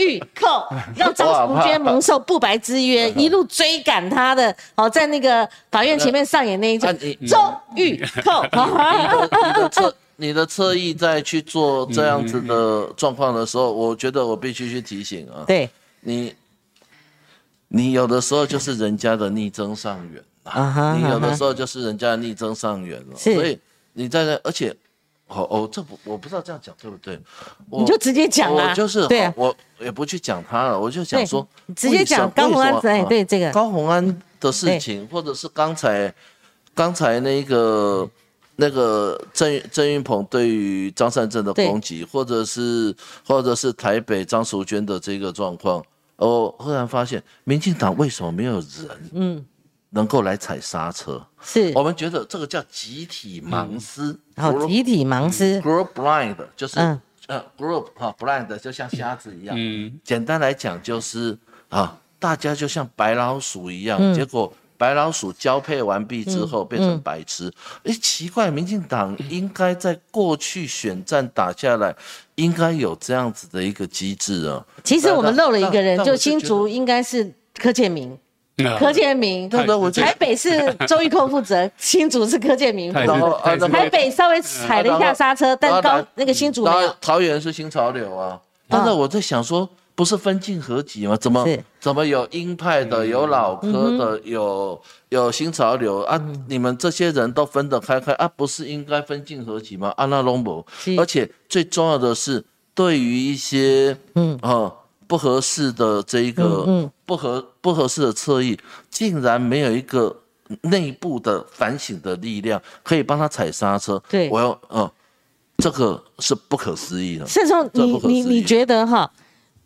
[SPEAKER 1] 玉蔻让张淑娟蒙受不白之冤，一路追赶他的，哦，在那个法院前面上演那一
[SPEAKER 3] 啊
[SPEAKER 1] 场
[SPEAKER 3] 你
[SPEAKER 1] 周玉蔻，
[SPEAKER 3] 哦你的侧你的侧翼在去做这样子
[SPEAKER 2] 嗯
[SPEAKER 3] 的状况的时候，我觉得我必须去提醒啊，
[SPEAKER 1] 对，
[SPEAKER 3] 你你有的时候就是人家的逆增上缘
[SPEAKER 1] 啊哈
[SPEAKER 3] 啊，你有
[SPEAKER 1] 啊哈
[SPEAKER 3] 的时候就是人家的逆增上缘了，
[SPEAKER 1] 是
[SPEAKER 3] 所以你在那，而且，哦哦，这不我不知道这样讲对不对，我
[SPEAKER 1] 你就直接讲啦
[SPEAKER 3] 我就是哦
[SPEAKER 1] 对啊
[SPEAKER 3] 我也不去讲他了，我就
[SPEAKER 1] 对
[SPEAKER 3] 讲说
[SPEAKER 1] 你，直接讲
[SPEAKER 3] 为什么
[SPEAKER 1] 高虹安
[SPEAKER 3] 为什么啊
[SPEAKER 1] 哎对这个
[SPEAKER 3] 高虹安的事情，或者是刚才刚才那个。那个郑郑云鹏对于张善政的
[SPEAKER 1] 对
[SPEAKER 3] 攻击，或者是或者是台北张淑娟的这个状况，我忽然发现，民进党为什么没有人
[SPEAKER 1] 嗯，
[SPEAKER 3] 能够来踩刹车？
[SPEAKER 1] 是
[SPEAKER 3] 我们觉得这个叫集体盲思，
[SPEAKER 1] 好集体盲思，
[SPEAKER 3] group blind 就是、
[SPEAKER 1] 嗯
[SPEAKER 3] 呃 group 哈、blind 就像瞎子一样，
[SPEAKER 2] 嗯，
[SPEAKER 3] 简单来讲就是啊，大家就像白老鼠一样，结果白老鼠交配完毕之后变成白痴。哎、奇怪，民进党应该在过去选战打下来，应该有这样子的一个机制啊。
[SPEAKER 1] 其实我们漏了一个人，
[SPEAKER 3] 但但
[SPEAKER 1] 就
[SPEAKER 3] 我是
[SPEAKER 1] 新
[SPEAKER 3] 觉
[SPEAKER 1] 竹
[SPEAKER 3] 得
[SPEAKER 1] 应该是柯建明，
[SPEAKER 2] 那
[SPEAKER 1] 柯建明，
[SPEAKER 3] 对对，我就
[SPEAKER 1] 台北是周玉蔻负
[SPEAKER 3] [laughs]
[SPEAKER 1] 责，新竹是柯建明负
[SPEAKER 2] 他也
[SPEAKER 1] 责。
[SPEAKER 3] 然后
[SPEAKER 2] 是他也
[SPEAKER 3] 啊
[SPEAKER 2] 是
[SPEAKER 3] 那
[SPEAKER 1] 台北稍微踩了一下刹车，但高那个新竹没
[SPEAKER 3] 嗯啊然
[SPEAKER 1] 有
[SPEAKER 3] 后。桃园是新潮流啊。但是我在想说，不是分进合集吗？怎么
[SPEAKER 1] 是
[SPEAKER 3] 怎么有鹰派的，有老科的，有有新潮流啊？你们这些人都分得开开啊？不是应该分进合集吗？啊，那龙博
[SPEAKER 1] 是，
[SPEAKER 3] 而且最重要的是，对于一些
[SPEAKER 1] 嗯
[SPEAKER 3] 嗯啊不合适的这一个
[SPEAKER 1] 嗯嗯
[SPEAKER 3] 不合不合适的侧翼，竟然没有一个内部的反省的力量，可以帮他踩刹车。
[SPEAKER 1] 对
[SPEAKER 3] 我要嗯。这个是不可思议的。
[SPEAKER 1] 盛聪，
[SPEAKER 3] 这
[SPEAKER 1] 你
[SPEAKER 3] 不可
[SPEAKER 1] 你
[SPEAKER 3] 思议
[SPEAKER 1] 你觉得哈？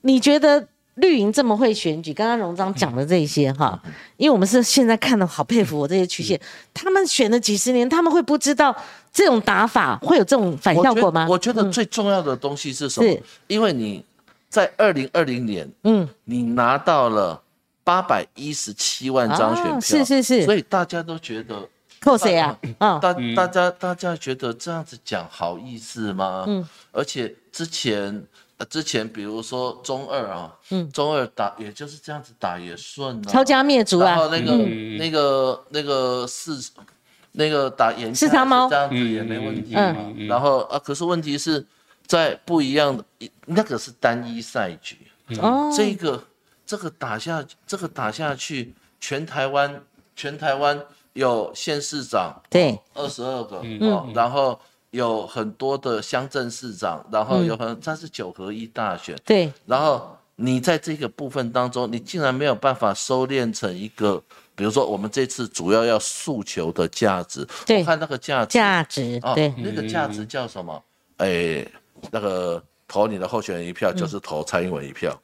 [SPEAKER 1] 你觉得绿营这么会选举？刚刚荣章讲的这些哈，
[SPEAKER 3] 嗯
[SPEAKER 1] 因为我们是现在看的好佩服我这些曲线，他们选了几十年，他们会不知道这种打法会有这种反
[SPEAKER 3] 我
[SPEAKER 1] 效
[SPEAKER 3] 觉
[SPEAKER 1] 果吗？嗯
[SPEAKER 3] 我觉得最重要的东西是什么？
[SPEAKER 1] 是
[SPEAKER 3] 因为你在二零二零年，
[SPEAKER 1] 嗯，
[SPEAKER 3] 你拿到了八百一十七万张选票，
[SPEAKER 1] 啊是是是
[SPEAKER 3] 所以大家都觉得嗯
[SPEAKER 1] 扣谁啊？啊，
[SPEAKER 3] 大大家大家觉得这样子讲好意思吗？嗯，而且之前呃之前比如说中二啊，嗯，中二打也就是这样子打也顺啊，
[SPEAKER 1] 抄家灭族
[SPEAKER 3] 然后
[SPEAKER 1] 啊！
[SPEAKER 3] 那个、那个那个市那个打眼
[SPEAKER 1] 市场猫
[SPEAKER 3] 这样子也没问题
[SPEAKER 1] 嗯
[SPEAKER 3] 嘛。然后啊，可是问题是在不一样的那个是单一赛局，
[SPEAKER 1] 哦，
[SPEAKER 3] 这个这个打下这个打下去，全台湾全台湾有县市长
[SPEAKER 1] 对，
[SPEAKER 3] 二十二个，哦，然后有很多的乡镇市长，然后有很它是九合一大选，
[SPEAKER 1] 对，
[SPEAKER 3] 然后你在这个部分当中，你竟然没有办法收敛成一个，比如说我们这次主要要诉求的价值，
[SPEAKER 1] 对
[SPEAKER 3] 我看那个价值，
[SPEAKER 1] 价值
[SPEAKER 3] 哦，
[SPEAKER 1] 对，
[SPEAKER 3] 那个价值叫什么？哎，那个投你的候选人一票，就是投蔡英文
[SPEAKER 1] [laughs]
[SPEAKER 3] 一票。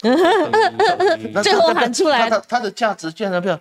[SPEAKER 3] 那
[SPEAKER 1] 嗯最后喊出来
[SPEAKER 3] 他的他的价值居然没有，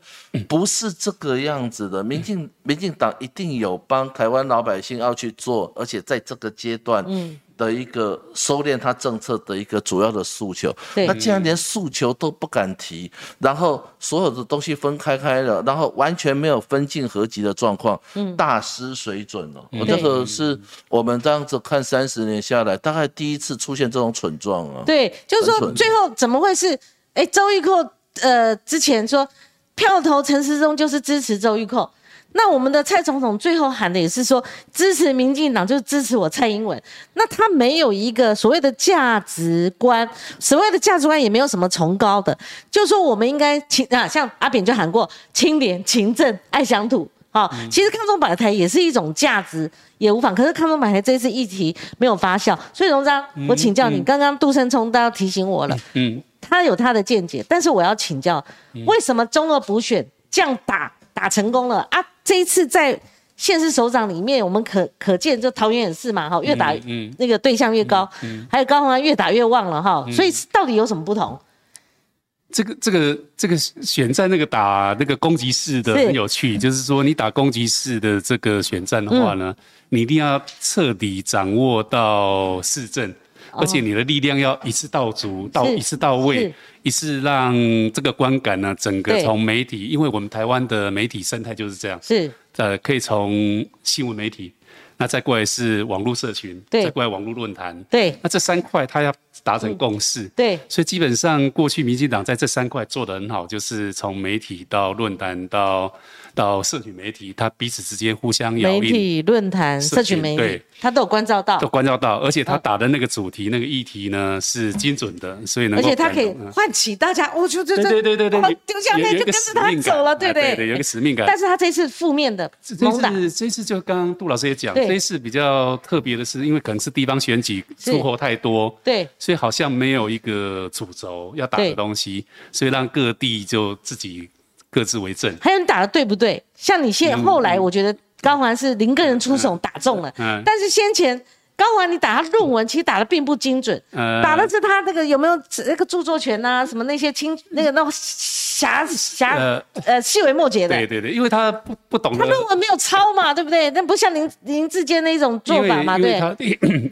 [SPEAKER 3] 不是这个样子的。民
[SPEAKER 1] 嗯
[SPEAKER 3] 进民进党一定有帮台湾老百姓要去做，而且在这个阶段，
[SPEAKER 1] 嗯
[SPEAKER 3] 的一个收敛他政策的一个主要的诉求。
[SPEAKER 1] 对
[SPEAKER 3] 那既然连诉求都不敢提，然后所有的东西分开开了，然后完全没有分进合集的状况，
[SPEAKER 1] 嗯
[SPEAKER 3] 大失水准了。我这个是我们这样子看三十年下来，大概第一次出现这种蠢状啊。
[SPEAKER 1] 对，就是
[SPEAKER 3] 很
[SPEAKER 1] 说
[SPEAKER 3] 蠢
[SPEAKER 1] 最后怎么会是？哎，周玉蔻呃之前说票投陈时中就是支持周玉蔻，那我们的蔡总统最后喊的也是说支持民进党就是支持我蔡英文，那他没有一个所谓的价值观，所谓的价值观也没有什么崇高的，就说我们应该勤啊，像阿扁就喊过清廉、勤政、爱乡土。好、其实抗中保台也是一种价值，也无妨。可是抗中保台这一次议题没有发酵，所以荣章，我请教你，刚刚杜胜聪都要提醒我了，
[SPEAKER 2] 嗯，
[SPEAKER 1] 他有他的见解，但是我要请教，为什么中俄补选这样打打成功了啊？这一次在县市首长里面，我们可可见，就桃园也是嘛，哈，越打、
[SPEAKER 2] 嗯
[SPEAKER 1] 那个对象越高，还有高雄啊越打越旺了哈，所以到底有什么不同？
[SPEAKER 2] 这个这个这个选战那个打那个攻击式的
[SPEAKER 1] 是
[SPEAKER 2] 很有趣，就是说你打攻击式的这个选战的
[SPEAKER 1] 嗯
[SPEAKER 2] 话呢，你一定要彻底掌握到市政，而且你的力量要一次到足，到
[SPEAKER 1] 哦是
[SPEAKER 2] 一次到
[SPEAKER 1] 是
[SPEAKER 2] 位，一次让这个观感呢，整个
[SPEAKER 1] 对
[SPEAKER 2] 从媒体，因为我们台湾的媒体生态就是这样，
[SPEAKER 1] 是
[SPEAKER 2] 呃，可以从新闻媒体，那再过来是网络社群，
[SPEAKER 1] 对
[SPEAKER 2] 再过来网络论坛，
[SPEAKER 1] 对
[SPEAKER 2] 那这三块它要达成共识，
[SPEAKER 1] 对
[SPEAKER 2] 所以基本上过去民进党在这三块做得很好，就是从媒体到论坛到到社群媒体，它彼此之间互相摇
[SPEAKER 1] 媒
[SPEAKER 2] 应。
[SPEAKER 1] 体啊论坛、
[SPEAKER 2] 社
[SPEAKER 1] 社群
[SPEAKER 2] 群
[SPEAKER 1] 媒体
[SPEAKER 2] 对，
[SPEAKER 1] 他都有关照到
[SPEAKER 2] 都，关照到，而且他打的那个主题、那个议题呢是精准的，所以能
[SPEAKER 1] 而
[SPEAKER 2] 够
[SPEAKER 1] 且他
[SPEAKER 2] 感
[SPEAKER 1] 可以
[SPEAKER 2] 动嗯
[SPEAKER 1] 唤起大家，我哦就就
[SPEAKER 2] 对
[SPEAKER 1] 就
[SPEAKER 2] 对对对对
[SPEAKER 1] 哦
[SPEAKER 2] 你
[SPEAKER 1] 丢下
[SPEAKER 2] 有
[SPEAKER 1] 那
[SPEAKER 2] 有一
[SPEAKER 1] 就
[SPEAKER 2] 个
[SPEAKER 1] 跟
[SPEAKER 2] 使
[SPEAKER 1] 着他
[SPEAKER 2] 命感
[SPEAKER 1] 走了，
[SPEAKER 2] 啊
[SPEAKER 1] 对不
[SPEAKER 2] 对对有一个使命感
[SPEAKER 1] 但是他这次负面的
[SPEAKER 2] 这这
[SPEAKER 1] 猛打，
[SPEAKER 2] 次这次就刚刚杜老师也讲，
[SPEAKER 1] 对
[SPEAKER 2] 这一次比较特别的是，因为可能是地方选举
[SPEAKER 1] 是
[SPEAKER 2] 出货太多，
[SPEAKER 1] 对
[SPEAKER 2] 所以好像没有一个主轴要打
[SPEAKER 1] 对
[SPEAKER 2] 的东西，所以让各地就自己各自为政。
[SPEAKER 1] 还有你打的对不对？像你现后来，我觉得高环是零个人出手打中了，
[SPEAKER 2] 嗯
[SPEAKER 1] 但是先前高环你打他论文，其实打的并不精准，
[SPEAKER 2] 呃
[SPEAKER 1] 打的是他那个有没有那个著作权呐、什么那些
[SPEAKER 2] 嗯
[SPEAKER 1] 清那个那种狭狭
[SPEAKER 2] 呃
[SPEAKER 1] 呃细微末节的
[SPEAKER 2] 对。对对，因为他不不懂
[SPEAKER 1] 他
[SPEAKER 2] 得
[SPEAKER 1] 论文没有抄嘛，对不对？但不像林林志坚那一种做
[SPEAKER 2] 因为
[SPEAKER 1] 法嘛，
[SPEAKER 2] 因为
[SPEAKER 1] 对
[SPEAKER 2] 他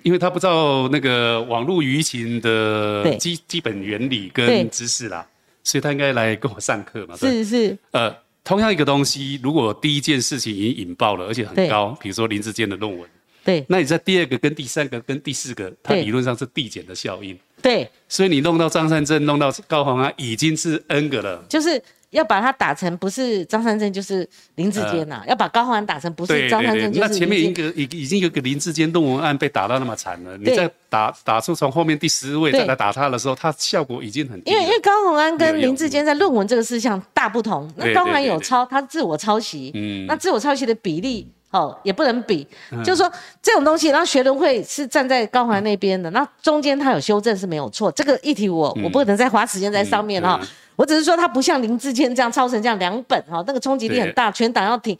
[SPEAKER 2] 因为他 [clears throat] 不知道那个网络舆情的
[SPEAKER 1] 对
[SPEAKER 2] 基基本原理
[SPEAKER 1] 对
[SPEAKER 2] 跟知识啦，所以他应该来跟我上课嘛。
[SPEAKER 1] 是
[SPEAKER 2] 对
[SPEAKER 1] 是，
[SPEAKER 2] 呃，同样一个东西，如果第一件事情已经引爆了，而且很高，比如说林志坚的论文，
[SPEAKER 1] 对
[SPEAKER 2] 那你在第二个、跟第三个、跟第四个，它
[SPEAKER 1] 对
[SPEAKER 2] 理论上是递减的效应，
[SPEAKER 1] 对，
[SPEAKER 2] 所以你弄到张善政、弄到高鸿安，已经是 N 个了。
[SPEAKER 1] 就是要把他打成不是张三正就是林志坚啊呐、要把高环打成不是
[SPEAKER 2] 嗯对
[SPEAKER 1] 张
[SPEAKER 2] 对
[SPEAKER 1] 三
[SPEAKER 2] 对
[SPEAKER 1] 正，就
[SPEAKER 2] 那
[SPEAKER 1] 是
[SPEAKER 2] 前面
[SPEAKER 1] 林
[SPEAKER 2] 一
[SPEAKER 1] 志坚。
[SPEAKER 2] 个已已经有个林志坚论文案被打到那么惨了，你
[SPEAKER 1] 对
[SPEAKER 2] 再打打出从后面第十位
[SPEAKER 1] 对
[SPEAKER 2] 再来打他的时候，他效果已经很低
[SPEAKER 1] 因
[SPEAKER 2] 了。
[SPEAKER 1] 为因为高鸿安跟
[SPEAKER 2] 没有
[SPEAKER 1] 林志坚在论文这个事项大不同，那
[SPEAKER 2] 对
[SPEAKER 1] 高鸿安
[SPEAKER 2] 对对
[SPEAKER 1] 有
[SPEAKER 2] 对
[SPEAKER 1] 抄，他自我抄袭，
[SPEAKER 2] 嗯
[SPEAKER 1] 那自我抄袭的比例哦也不能比，就是说这种东西，然后学伦会是站在高鸿安那边的，那中间他有修正是没有错，这个议题我我不能再花时间在上面
[SPEAKER 2] 嗯
[SPEAKER 1] 哈
[SPEAKER 2] 对啊，
[SPEAKER 1] 我只是说他不像林志坚这样抄成这样两本哦哈，那个冲击力很大，全党要挺。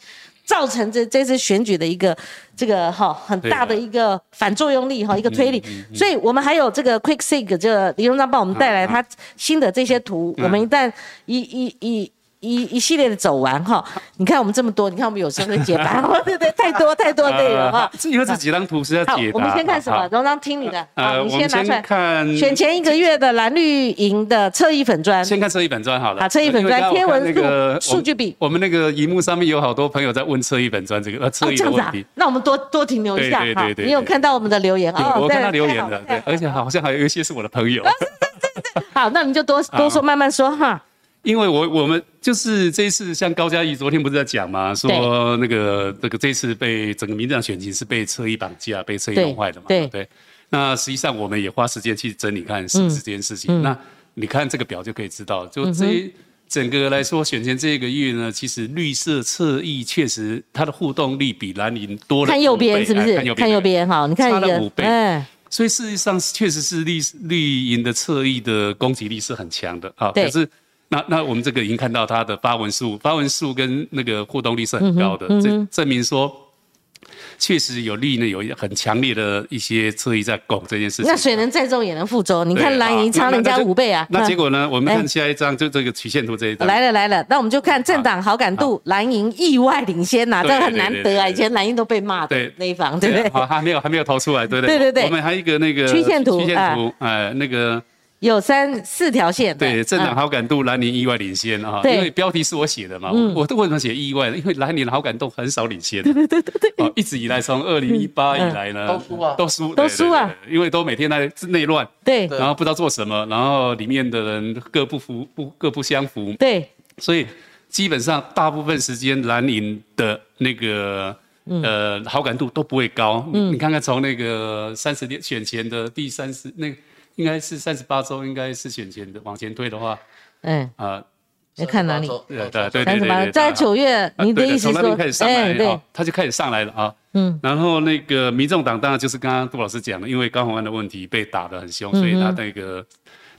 [SPEAKER 1] 造成这这次选举的一个这个哈很大的
[SPEAKER 2] 对啊
[SPEAKER 1] 一个反作用力哈一个推
[SPEAKER 2] 嗯
[SPEAKER 1] 理，所以我们还有这个 Quick Sig 这个李荣章帮我们带来
[SPEAKER 2] 啊啊嗯
[SPEAKER 1] 他新的这些图，我们一旦一一一。一一系列的走完哈，你看我们这么多，你看我们有时候会解
[SPEAKER 2] [laughs]
[SPEAKER 1] 答，对对，太多太多内容哈
[SPEAKER 2] 啊。因为这几张图是要
[SPEAKER 1] 好
[SPEAKER 2] 啊解，答。
[SPEAKER 1] 我们先看什
[SPEAKER 2] 好
[SPEAKER 1] 么？荣章听你的，好，
[SPEAKER 2] 呃
[SPEAKER 1] 你
[SPEAKER 2] 我们
[SPEAKER 1] 拿出来
[SPEAKER 2] 先。看
[SPEAKER 1] 选前一个月的蓝绿营的侧翼粉砖，
[SPEAKER 2] 先看这一本专好了。
[SPEAKER 1] 好这一本专
[SPEAKER 2] 因为刚刚我看那个
[SPEAKER 1] 天文数数据比
[SPEAKER 2] 我们我们那个荧幕上面有好多朋友在问这一本专这个呃
[SPEAKER 1] 哦
[SPEAKER 2] 这一
[SPEAKER 1] 这
[SPEAKER 2] 的
[SPEAKER 1] 样子
[SPEAKER 2] 问
[SPEAKER 1] 啊
[SPEAKER 2] 题。，
[SPEAKER 1] 那我们多多停留一下
[SPEAKER 2] 对对
[SPEAKER 1] 哈
[SPEAKER 2] 对。对
[SPEAKER 1] 你有
[SPEAKER 2] 对
[SPEAKER 1] 看到我们的留言哦？
[SPEAKER 2] 有我
[SPEAKER 1] 对
[SPEAKER 2] 看他留
[SPEAKER 1] 太
[SPEAKER 2] 言
[SPEAKER 1] 好
[SPEAKER 2] 了，
[SPEAKER 1] 太
[SPEAKER 2] 对
[SPEAKER 1] 好，
[SPEAKER 2] 而且好像还有一些是我的朋友。
[SPEAKER 1] 好，那你就
[SPEAKER 2] 啊
[SPEAKER 1] 多多说，慢慢说哈。
[SPEAKER 2] 因为我我们就是这一次，像高嘉瑜昨天不是在讲嘛，说那个这个这次被整个民进党选情是被侧翼绑架、被侧翼弄坏的嘛，
[SPEAKER 1] 对对嗯
[SPEAKER 2] 那实际上我们也花时间去整理看是不是这件事情。那你看这个表就可以知道，就这、整个来说，选前这个月呢，其实绿色侧翼确实它的互动力比蓝营多了五倍。
[SPEAKER 1] 看右边是不
[SPEAKER 2] 哎
[SPEAKER 1] 是
[SPEAKER 2] 看右？边，
[SPEAKER 1] 看右边哈，你看
[SPEAKER 2] 差
[SPEAKER 1] 一
[SPEAKER 2] 了
[SPEAKER 1] 个
[SPEAKER 2] 五，倍。
[SPEAKER 1] 哎，
[SPEAKER 2] 所以事实上，确实是绿绿营的侧翼的攻击力是很强的啊。
[SPEAKER 1] 对
[SPEAKER 2] 可是那那我们这个已经看到它的发文数、发文数跟那个互动力是很高
[SPEAKER 1] 嗯
[SPEAKER 2] 的，这、证明说确实有绿呢有一很强烈的一些侧翼在拱这件事情。
[SPEAKER 1] 那水能载舟也能覆舟，你
[SPEAKER 2] 对
[SPEAKER 1] 看蓝
[SPEAKER 2] 好
[SPEAKER 1] 营差
[SPEAKER 2] 那
[SPEAKER 1] 人家
[SPEAKER 2] 那就
[SPEAKER 1] 五倍啊。嗯
[SPEAKER 2] 那结果呢？我们
[SPEAKER 1] 哎
[SPEAKER 2] 看下一张，就这个曲线图这一张。
[SPEAKER 1] 来了来了，那我们就看政党好感度，蓝营意外领先呐，这
[SPEAKER 2] 对
[SPEAKER 1] 个很难得啊，
[SPEAKER 2] 对对对对
[SPEAKER 1] 以前蓝营都被骂的
[SPEAKER 2] 对啊
[SPEAKER 1] 那一方，对不对？
[SPEAKER 2] 好，还没有还没有投出来，对不对？
[SPEAKER 1] 对对对
[SPEAKER 2] 我们还有一个那个
[SPEAKER 1] 曲线图哎
[SPEAKER 2] 曲线图，呃，那个
[SPEAKER 1] 有三四条线，
[SPEAKER 2] 对政党
[SPEAKER 1] 嗯
[SPEAKER 2] 好感度蓝宁意外领先啊，
[SPEAKER 1] 对嗯
[SPEAKER 2] 因为标题是我写的嘛，我我为什么写意外呢？因为蓝宁的好感度很少
[SPEAKER 1] [laughs]
[SPEAKER 2] 领先，对对对对对，哦，一直以来从二零一八以来呢，
[SPEAKER 3] 嗯都输啊
[SPEAKER 2] 都输，
[SPEAKER 1] 都输啊
[SPEAKER 2] 对，对对对因为都每天在内乱，
[SPEAKER 1] 对
[SPEAKER 3] 对
[SPEAKER 2] 然后不知道做什么，然后里面的人各不服不各不相服，
[SPEAKER 1] 对
[SPEAKER 2] 所以基本上大部分时间蓝营的那个。
[SPEAKER 1] 嗯
[SPEAKER 2] 呃，好感度都不会高。你你看看从那个三十天选前的第三十，那个应该是三十八周，应该是选前的往前推的话，
[SPEAKER 1] 嗯，
[SPEAKER 2] 啊、
[SPEAKER 1] 要看哪里？
[SPEAKER 2] 对对对
[SPEAKER 1] 三
[SPEAKER 2] 对
[SPEAKER 1] 十八，
[SPEAKER 2] 对，
[SPEAKER 1] 在九月，
[SPEAKER 2] 啊
[SPEAKER 1] 你的
[SPEAKER 2] 对
[SPEAKER 1] 意思
[SPEAKER 2] 从那
[SPEAKER 1] 说哎
[SPEAKER 2] 边开始，上来啊、
[SPEAKER 1] 对，
[SPEAKER 2] 他就开始上来了啊。
[SPEAKER 1] 嗯
[SPEAKER 2] 嗯，然后那个民众党当然就是刚刚杜老师讲的，因为高虹安的问题被打得很凶，所以他那个、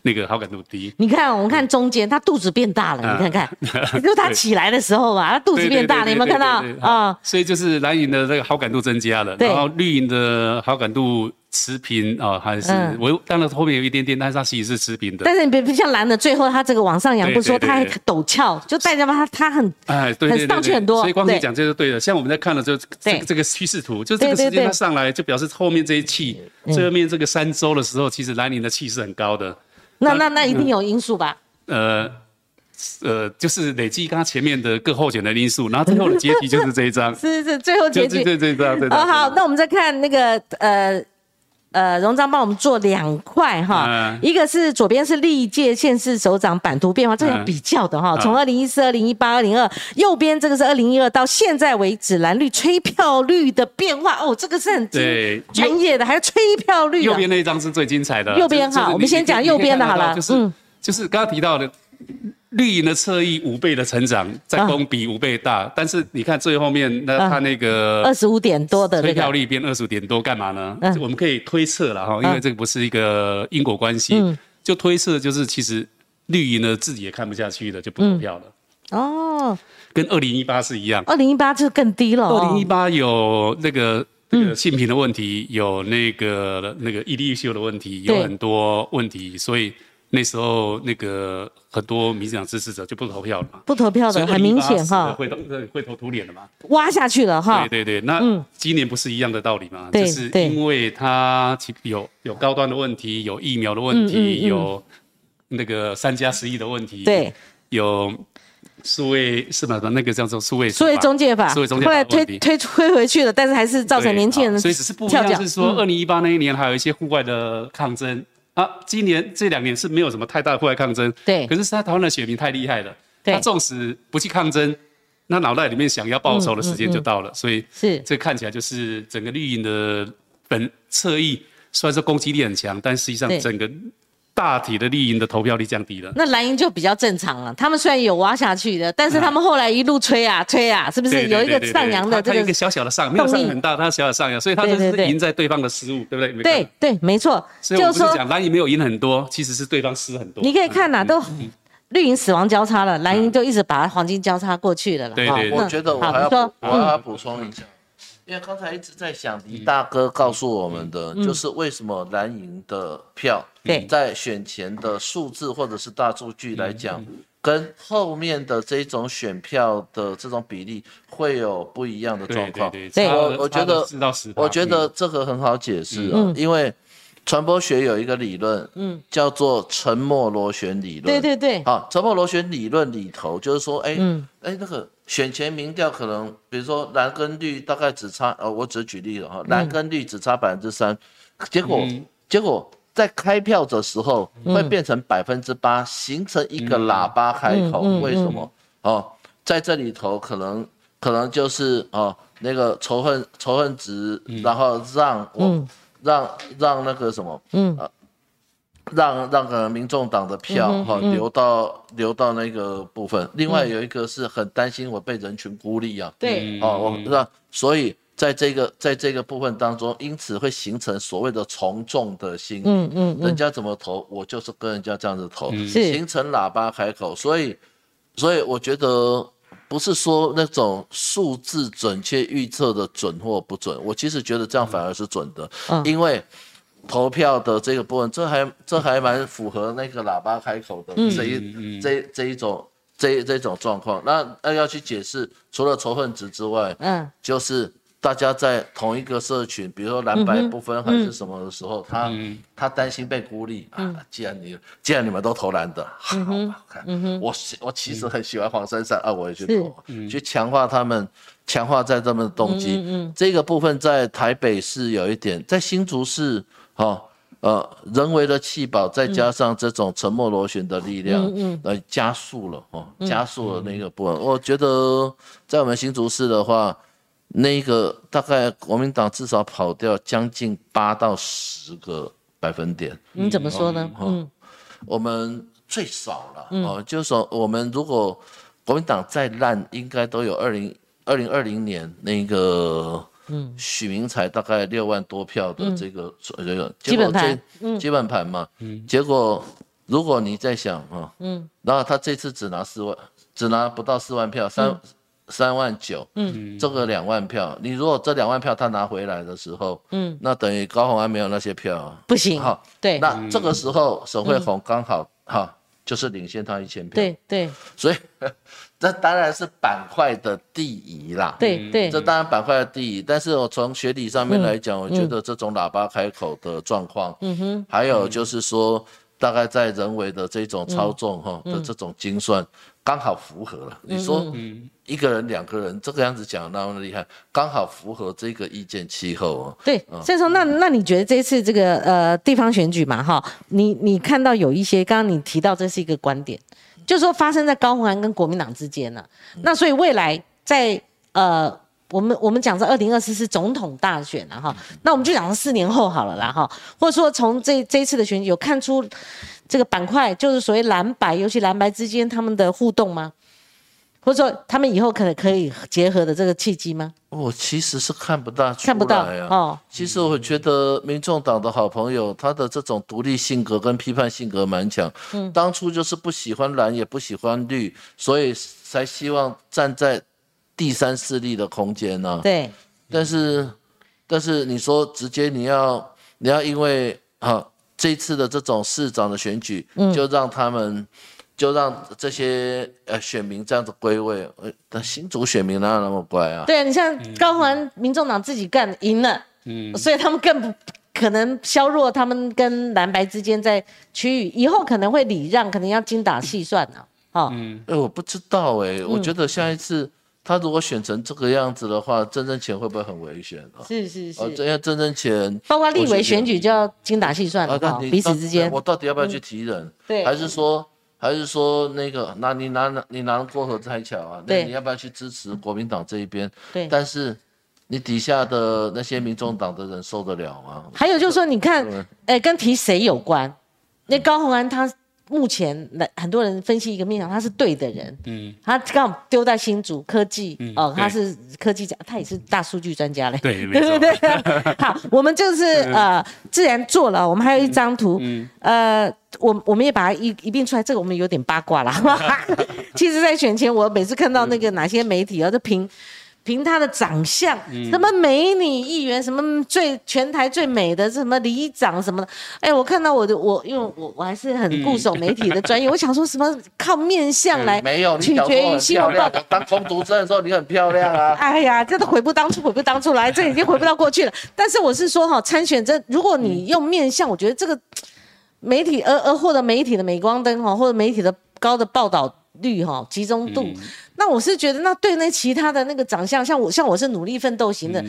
[SPEAKER 2] 那个好感度低。
[SPEAKER 1] 你看，我们看中间，他肚子变大了，你看
[SPEAKER 2] [laughs]
[SPEAKER 1] 看，就他起来的时候啊嘛，他肚子
[SPEAKER 2] 对
[SPEAKER 1] 变大了，
[SPEAKER 2] 啊对
[SPEAKER 1] 有
[SPEAKER 2] 对
[SPEAKER 1] 没有看
[SPEAKER 2] 对
[SPEAKER 1] 到
[SPEAKER 2] 对对
[SPEAKER 1] 啊？
[SPEAKER 2] 所以就是蓝营的这个好感度增加了，
[SPEAKER 1] 对
[SPEAKER 2] 然后绿营的好感度持平啊、还是
[SPEAKER 1] 嗯
[SPEAKER 2] 我当然后面有一点点，但是它其实是持平的。
[SPEAKER 1] 但是你别不像蓝的，最后他这个往上扬，
[SPEAKER 2] 对
[SPEAKER 1] 不说
[SPEAKER 2] 对对
[SPEAKER 1] 他还
[SPEAKER 2] 对
[SPEAKER 1] 陡峭，就代表他他很
[SPEAKER 2] 哎，对
[SPEAKER 1] 很
[SPEAKER 2] 对对
[SPEAKER 1] 上去
[SPEAKER 2] 对
[SPEAKER 1] 很多
[SPEAKER 2] 所以光
[SPEAKER 1] 对
[SPEAKER 2] 你讲这就对了。像我们在看了就
[SPEAKER 1] 对
[SPEAKER 2] 这个这个趋势图，就这
[SPEAKER 1] 对
[SPEAKER 2] 个
[SPEAKER 1] 对
[SPEAKER 2] 时
[SPEAKER 1] 对嗯
[SPEAKER 2] 间它上来，就表示后面这一气，最后面这个三周的时候，其实蓝营的气是很高的。
[SPEAKER 1] 那那那一定有因素吧？，
[SPEAKER 2] 呃呃，就是累积刚刚前面的各候选的因素，然后最后的结局就是这一张
[SPEAKER 1] 是是，最后
[SPEAKER 2] 就
[SPEAKER 1] [laughs] 结
[SPEAKER 2] 这
[SPEAKER 1] 局
[SPEAKER 2] 这这一张，对
[SPEAKER 1] 哦，好，那我们再看那个呃呃，荣章帮我们做两块哈，
[SPEAKER 2] 嗯
[SPEAKER 1] 一个是左边是历届县市首长版图变化，这个要
[SPEAKER 2] 嗯
[SPEAKER 1] 比较的哈，
[SPEAKER 2] 嗯
[SPEAKER 1] 从二零一四、二零一八、二零二，右边这个是二零一二到现在为止蓝绿吹票率的变化哦，这个是很精
[SPEAKER 2] 对
[SPEAKER 1] 专业的，还有吹票率
[SPEAKER 2] 右
[SPEAKER 1] 的
[SPEAKER 2] 边那一张是最精彩的。
[SPEAKER 1] 啊右边
[SPEAKER 2] 就是
[SPEAKER 1] 好
[SPEAKER 2] 你
[SPEAKER 1] 我们先讲右边的好了嗯
[SPEAKER 2] 你可以看得到就是就是刚刚提到的。绿营的侧翼五倍的成长，在
[SPEAKER 1] 啊
[SPEAKER 2] 攻比五倍大，但是你看最后面，那
[SPEAKER 1] 啊
[SPEAKER 2] 它那个
[SPEAKER 1] 二十五点多的
[SPEAKER 2] 推
[SPEAKER 1] 那
[SPEAKER 2] 票
[SPEAKER 1] 个，
[SPEAKER 2] 率变二十五点多，干嘛呢？
[SPEAKER 1] 嗯
[SPEAKER 2] 我们可以推测了哈，因为这个不是一个因果关系，
[SPEAKER 1] 嗯
[SPEAKER 2] 就推测就是其实绿营呢自己也看不下去了，就不投
[SPEAKER 1] 嗯
[SPEAKER 2] 票了，
[SPEAKER 1] 哦，
[SPEAKER 2] 跟二零一八是一样。
[SPEAKER 1] 二零一八就更低了、哦，嗯
[SPEAKER 2] 二零一八有那个那个性平的问题，有那个那个异地秀的问题，
[SPEAKER 1] 对
[SPEAKER 2] 有很多问题，所以那时候那个很多民进党支持者就不投票了嘛。
[SPEAKER 1] 不投票
[SPEAKER 2] 所以
[SPEAKER 1] 的哦很明显
[SPEAKER 2] 2018
[SPEAKER 1] 哈，
[SPEAKER 2] 会投会投土脸了嘛？
[SPEAKER 1] 挖下去了哈，嗯
[SPEAKER 2] 对对对，那今年不是一样的道理吗？
[SPEAKER 1] 对
[SPEAKER 2] 就是
[SPEAKER 1] 对
[SPEAKER 2] 因为它其有有高端的问题，有疫苗的问
[SPEAKER 1] 嗯
[SPEAKER 2] 题，有那个三加十一的问题，
[SPEAKER 1] 对，
[SPEAKER 2] 有数位是吧？那个叫做数位
[SPEAKER 1] 数位
[SPEAKER 2] 法
[SPEAKER 1] 中介法，
[SPEAKER 2] 数位中介
[SPEAKER 1] 后
[SPEAKER 2] 法
[SPEAKER 1] 来
[SPEAKER 2] 的
[SPEAKER 1] 推
[SPEAKER 2] 问题。
[SPEAKER 1] 推推回去了，但是还是造成
[SPEAKER 2] 对
[SPEAKER 1] 年轻人
[SPEAKER 2] 好所以只是不一样，
[SPEAKER 1] 跳脚嗯
[SPEAKER 2] 是说二零一八那一年还有一些户外的抗争啊，今年这两年是没有什么太大的户外抗争，
[SPEAKER 1] 对
[SPEAKER 2] 可是是他台湾的选民太厉害了，
[SPEAKER 1] 对
[SPEAKER 2] 他纵使不去抗争，那脑袋里面想要报仇的时间就到了，所以
[SPEAKER 1] 嗯是
[SPEAKER 2] 这看起来就是整个绿营的本侧翼，虽然说攻击力很强，但实际上
[SPEAKER 1] 对
[SPEAKER 2] 整个大体的绿营的投票率降低了。
[SPEAKER 1] 那蓝营就比较正常了，他们虽然有挖下去的，但是他们后来一路吹啊吹啊，是不
[SPEAKER 2] 啊对
[SPEAKER 1] 是
[SPEAKER 2] 对
[SPEAKER 1] 有一个
[SPEAKER 2] 对对对
[SPEAKER 1] 上扬的
[SPEAKER 2] 它它有
[SPEAKER 1] 这
[SPEAKER 2] 一个
[SPEAKER 1] 个？
[SPEAKER 2] 小小的上，没有上
[SPEAKER 1] 动力
[SPEAKER 2] 很大，它小小的上扬，所以它
[SPEAKER 1] 对
[SPEAKER 2] 就
[SPEAKER 1] 对
[SPEAKER 2] 是
[SPEAKER 1] 对
[SPEAKER 2] 赢在对方的失误，对不对？你们看
[SPEAKER 1] 对对，没错，
[SPEAKER 2] 所以我
[SPEAKER 1] 就
[SPEAKER 2] 不
[SPEAKER 1] 是
[SPEAKER 2] 是
[SPEAKER 1] 说
[SPEAKER 2] 讲蓝嗯营没有赢很多，其实是对方失很多。
[SPEAKER 1] 你可以看呐、都绿营死亡交叉了，蓝营就一直把它黄金交叉过去了啦。
[SPEAKER 2] 对
[SPEAKER 1] 哈
[SPEAKER 2] 对对
[SPEAKER 1] 那
[SPEAKER 3] 我觉得我
[SPEAKER 1] 嗯好，
[SPEAKER 3] 还要
[SPEAKER 1] 你
[SPEAKER 3] 补
[SPEAKER 1] 说，嗯
[SPEAKER 3] 我还要补充一下，因为刚才一直在想黎大哥告诉我们的，就是为什么蓝营的票
[SPEAKER 1] 嗯对
[SPEAKER 3] 在选前的数字或者是大数据来讲，跟后面的这种选票的这种比例会有不一样的状
[SPEAKER 2] 对
[SPEAKER 3] 况
[SPEAKER 2] 对。对，
[SPEAKER 1] 对
[SPEAKER 2] 差了
[SPEAKER 3] 我我觉得
[SPEAKER 2] 差了4到10嗯
[SPEAKER 3] 我觉得这个很好解释啊，因
[SPEAKER 1] 嗯
[SPEAKER 3] 为传播学有一个理论，嗯，叫做沉默螺旋理论。
[SPEAKER 1] 嗯对对对，
[SPEAKER 3] 啊，沉默螺旋理论里头就是说，哎、
[SPEAKER 1] 嗯
[SPEAKER 3] 哎、那个选前民调可能，比如说蓝跟绿大概只差，呃，我只举例了哈，
[SPEAKER 1] 嗯
[SPEAKER 3] 蓝跟绿只差百分之三，结果、结果在开票的时候会
[SPEAKER 1] 嗯
[SPEAKER 3] 变成百分之八，形成一个喇叭开
[SPEAKER 1] 嗯
[SPEAKER 3] 口，为什么？哦，在这里头可能可能就是哦那个仇恨仇恨值，然后让我、让让那个什么，嗯、让让呃民众党的票哈、流到流到那个部分。另外有一个是很担心我被人群孤立啊，
[SPEAKER 2] 嗯
[SPEAKER 1] 对，
[SPEAKER 3] 哦，我那所以在这个在这个部分当中，因此会形成所谓的从众的心理。嗯嗯人家怎么投，我就是跟人家这样子投，
[SPEAKER 1] 是
[SPEAKER 3] 形成喇叭开口。所以，所以我觉得不是说那种数字准确预测的准或不准，我其实觉得这样反而是准的，
[SPEAKER 1] 嗯
[SPEAKER 3] 因为。投票的这个部分，这还这还蛮符合那个喇叭开口的
[SPEAKER 1] 嗯
[SPEAKER 3] 这一、这这一种这这种状况。那那要去解释，除了仇恨值之外，
[SPEAKER 1] 嗯，
[SPEAKER 3] 就是大家在同一个社群，比如说蓝白不分还是什么的时候，他、他担心被孤立、啊。既然你既然你们都投蓝的，好吧，看、我喜我其实很喜欢黄珊珊啊，我也去投，去强化他们。强化在他们的动机，这个部分在台北市有一点，在新竹市，哦，呃，人为的气保，再加上这种沉默螺旋的力量，呃，加速了哦，加速了那个部分。我觉得在我们新竹市的话，那个大概国民党至少跑掉将近八到十个百分点，
[SPEAKER 1] 你怎么说呢？嗯，
[SPEAKER 3] 我们最少了、哦，就是说我们如果国民党再烂，应该都有二零二零二零年那个。嗯，许明才大概六万多票的这个、这个结
[SPEAKER 1] 基本
[SPEAKER 3] 果这
[SPEAKER 1] 盘
[SPEAKER 3] 基嗯本盘嘛，结果如果你在想啊，嗯，然后他这次只拿四万，只拿不到四万票，三、三万九，嗯，这个两万票，你如果这两万票他拿回来的时候，嗯，那等于高虹安没有那些票啊，
[SPEAKER 1] 不行
[SPEAKER 3] 好，，
[SPEAKER 1] 对，
[SPEAKER 3] 那这个时候沈惠宏刚好哈，就是领先他一千票，
[SPEAKER 1] 对对
[SPEAKER 3] 所以 [laughs] 这当然是板块的第一啦，
[SPEAKER 1] 对对
[SPEAKER 3] 嗯
[SPEAKER 1] 嗯
[SPEAKER 3] 这，当然板块的第一，但是我从学理上面来讲，我觉得这种喇叭开口的状况，嗯哼，还有就是说，大概在人为的这种操纵哈、
[SPEAKER 1] 嗯
[SPEAKER 3] 的这种精算，刚好符合了。你说
[SPEAKER 1] 嗯
[SPEAKER 3] 一个人、两个人这个样子讲那么厉害，刚好符合这个意见气候哦。
[SPEAKER 1] 对，所以说那那你觉得这次这个呃地方选举嘛哈，你你看到有一些，刚刚你提到这是一个观点，就是说发生在高虹安跟国民党之间呢、那所以未来在呃。我们我们讲这二零二四是总统大选了、哈，那我们就讲四年后好了啦哈，或者说从这这一次的选举有看出这个板块就是所谓蓝白，尤其蓝白之间他们的互动吗？或者说他们以后可能可以结合的这个契机吗？
[SPEAKER 3] 哦我其实是看不大出来、啊，
[SPEAKER 1] 看不到、哦，
[SPEAKER 3] 其实我觉得民众党的好朋友，他的这种独立性格跟批判性格蛮强。嗯，当初就是不喜欢蓝，也不喜欢绿，所以才希望站在第三势力的空间呢、
[SPEAKER 1] 对，
[SPEAKER 3] 但是，但是你说直接你要你要因为啊这一次的这种市长的选举，就让他们就让这些呃选民这样子归位，呃，但新竹选民哪有那么乖啊？
[SPEAKER 1] 对你像高环民众党自己干赢了，所以他们更不可能削弱他们跟蓝白之间在区域，以后可能会礼让，可能要精打细算啊。哦，
[SPEAKER 3] 哎、我不知道哎、
[SPEAKER 1] 嗯
[SPEAKER 3] 我觉得下一次他如果选成这个样子的话，郑正前会不会很危险啊？
[SPEAKER 1] 是是
[SPEAKER 3] 哦，这
[SPEAKER 1] 是，
[SPEAKER 3] 样郑正前
[SPEAKER 1] 包括立委选举就要精打细算了
[SPEAKER 3] 啊，那
[SPEAKER 1] 哈，
[SPEAKER 3] 你
[SPEAKER 1] 彼此
[SPEAKER 3] 到
[SPEAKER 1] 之间嗯
[SPEAKER 3] 我到底要不要去提人？
[SPEAKER 1] 对
[SPEAKER 3] 还是说还是说那个，那你拿你拿过河拆桥啊？那
[SPEAKER 1] 对
[SPEAKER 3] 你要不要去支持国民党这一边？
[SPEAKER 1] 对。
[SPEAKER 3] 但是你底下的那些民众党的人受得了吗？
[SPEAKER 1] 还有就是说，你看
[SPEAKER 3] 对，
[SPEAKER 1] 哎，跟提谁有关？那高虹安他目前来很多人分析一个面向，他是对的人，嗯，他刚好丢在新竹科技，哦，
[SPEAKER 2] 嗯对
[SPEAKER 1] 他是科技家，他也是大数据专家嘞，[laughs]
[SPEAKER 2] 对没
[SPEAKER 1] 对
[SPEAKER 2] 错嗯
[SPEAKER 1] 对对。好，我们就是呃，自然做了，我们还有一张图，
[SPEAKER 2] 嗯
[SPEAKER 1] 呃，我我们也把它一一并出来，这个我们有点八卦啦。 [laughs] 其实，在选前，我每次看到那个哪些媒体啊，就评。凭她的长相，
[SPEAKER 3] 嗯
[SPEAKER 1] 什么美女议员，什么最全台最美的什么里长什么的，哎，我看到我的我，因为我我还是
[SPEAKER 3] 嗯
[SPEAKER 1] 很固守媒体的专业，我想说什么靠面相来
[SPEAKER 3] 没有，
[SPEAKER 1] 取
[SPEAKER 3] 你小时
[SPEAKER 1] 决
[SPEAKER 3] 候
[SPEAKER 1] 于
[SPEAKER 3] 很
[SPEAKER 1] 新
[SPEAKER 3] 漂
[SPEAKER 1] 闻报
[SPEAKER 3] 亮
[SPEAKER 1] 道
[SPEAKER 3] 啊。，当攻读生的时候你很漂亮啊。
[SPEAKER 1] 哎呀，这都悔不当初，悔不当初来，这已经回不到过去了。但是我是说哈，参选这，如果你用面相，我觉得这个媒体而而获得媒体的镁光灯哈，或者媒体的高的报道率哈，集中度，那我是觉得那对那其他的那个长相，像我像我是努力奋斗型的。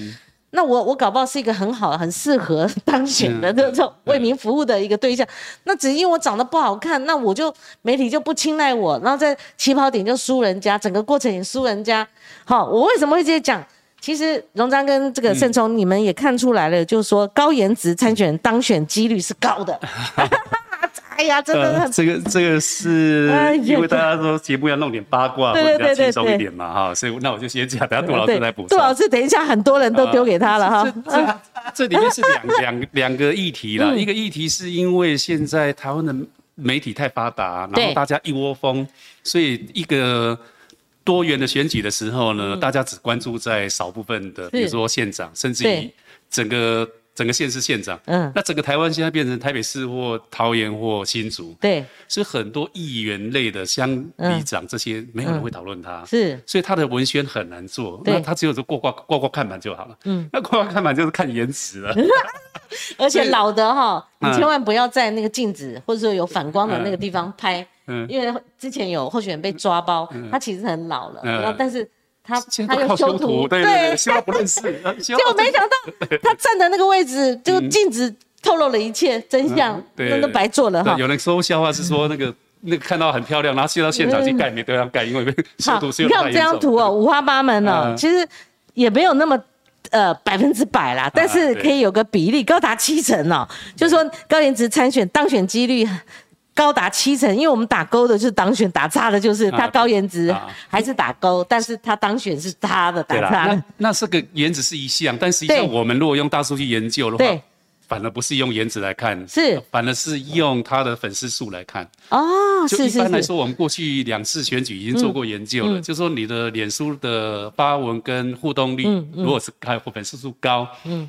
[SPEAKER 1] 那我我搞不好是一个很好、很适合当选的这种为民服务的一个对象。那只因为我长得不好看，那我就媒体就不青睐我，然后在起跑点就输人家，整个过程也输人家。好，我为什么会这样讲？其实荣章跟这个盛聪，你们也看出来了，就是说高颜值参选人当选几率是高的。 [laughs] 哎呀，真的
[SPEAKER 2] 呃
[SPEAKER 1] 很
[SPEAKER 2] 这个这个是
[SPEAKER 1] [laughs] 哎呀
[SPEAKER 2] 因为大家说节目要弄点八卦，
[SPEAKER 1] 对对
[SPEAKER 2] 会比较
[SPEAKER 1] 对对
[SPEAKER 2] 轻松一
[SPEAKER 1] 对
[SPEAKER 2] 点嘛哈，所以那我就先讲， [laughs] 等下杜老
[SPEAKER 1] 对
[SPEAKER 2] 师来补充。
[SPEAKER 1] 杜老师，等一下很多人都丢给他了哈。
[SPEAKER 2] 这 [laughs] 这里面是两两两个议题
[SPEAKER 1] 嗯
[SPEAKER 2] 啦，一个议题是因为现在台湾的媒体太发达，然
[SPEAKER 1] 对
[SPEAKER 2] 后大家一窝蜂，所以一个。多元的选举的时候
[SPEAKER 1] 嗯
[SPEAKER 2] 呢，大家只关注在少部分的，比如说县长，甚至于
[SPEAKER 1] 对
[SPEAKER 2] 整个整个县市县长。
[SPEAKER 1] 嗯
[SPEAKER 2] 嗯，那整个台湾现在变成台北市或桃园或新竹，
[SPEAKER 1] 对，
[SPEAKER 2] 所以很多议员类的乡
[SPEAKER 1] 嗯
[SPEAKER 2] 里长这些，没有人会讨论他。
[SPEAKER 1] 是
[SPEAKER 2] 所以他的文宣很难做，
[SPEAKER 1] 嗯对
[SPEAKER 2] 那他只有就过挂挂挂看板就好了。嗯，那挂挂看板就是看颜值了。
[SPEAKER 1] 而且老的哈，你
[SPEAKER 2] 嗯
[SPEAKER 1] 千万不要在那个镜子或者说有反光的那个地方拍，
[SPEAKER 2] 嗯
[SPEAKER 1] 因为之前有候选人被抓包，他其实很老了，
[SPEAKER 2] 嗯
[SPEAKER 1] 然后但是他
[SPEAKER 2] 现
[SPEAKER 1] 他
[SPEAKER 2] 在都
[SPEAKER 1] 又
[SPEAKER 2] 靠
[SPEAKER 1] 修
[SPEAKER 2] 修
[SPEAKER 1] 图，
[SPEAKER 2] 图，对对对，修到不
[SPEAKER 1] [laughs]
[SPEAKER 2] 认识， [laughs] 修
[SPEAKER 1] 结果没想到他站的那个位置，就镜子透露了一切真相，
[SPEAKER 2] 嗯对
[SPEAKER 1] 那都白做了哈
[SPEAKER 2] 对，。有人说笑话是说那个那个看到很漂亮，然后去到现场去盖，没对上盖，因为被
[SPEAKER 1] 嗯
[SPEAKER 2] 修
[SPEAKER 1] 好，
[SPEAKER 2] 图修
[SPEAKER 1] 你
[SPEAKER 2] 得
[SPEAKER 1] 看我
[SPEAKER 2] 太
[SPEAKER 1] 们这张
[SPEAKER 2] 严
[SPEAKER 1] 图
[SPEAKER 2] 重。
[SPEAKER 1] 哦，五花八门哦，
[SPEAKER 2] 嗯
[SPEAKER 1] 其实也没有那么。呃，百分之百啦，但是
[SPEAKER 2] 啊对
[SPEAKER 1] 可以有个比例，高达七成哦。就是说高颜值参选当选几率高达七成，因为我们打勾的就是当选，打叉的就是他
[SPEAKER 2] 啊
[SPEAKER 1] 高颜值
[SPEAKER 2] 啊
[SPEAKER 1] 还是打勾，但是他当选是他的打
[SPEAKER 2] 对啦，
[SPEAKER 1] 叉的
[SPEAKER 2] 那，那是个颜值是一项，但实际上
[SPEAKER 1] 对
[SPEAKER 2] 我们如果用大数据研究的
[SPEAKER 1] 对
[SPEAKER 2] 话，反而不是用颜值来看，
[SPEAKER 1] 是
[SPEAKER 2] 反而是用他的粉丝数来看。
[SPEAKER 1] 哦，
[SPEAKER 2] 就是一
[SPEAKER 1] 是
[SPEAKER 2] 般来
[SPEAKER 1] 是，嗯
[SPEAKER 2] 说，我们过去两次选举已经做过研究了，就说你的脸书的发文跟互动率，
[SPEAKER 1] 嗯
[SPEAKER 2] 如果是开粉丝数高，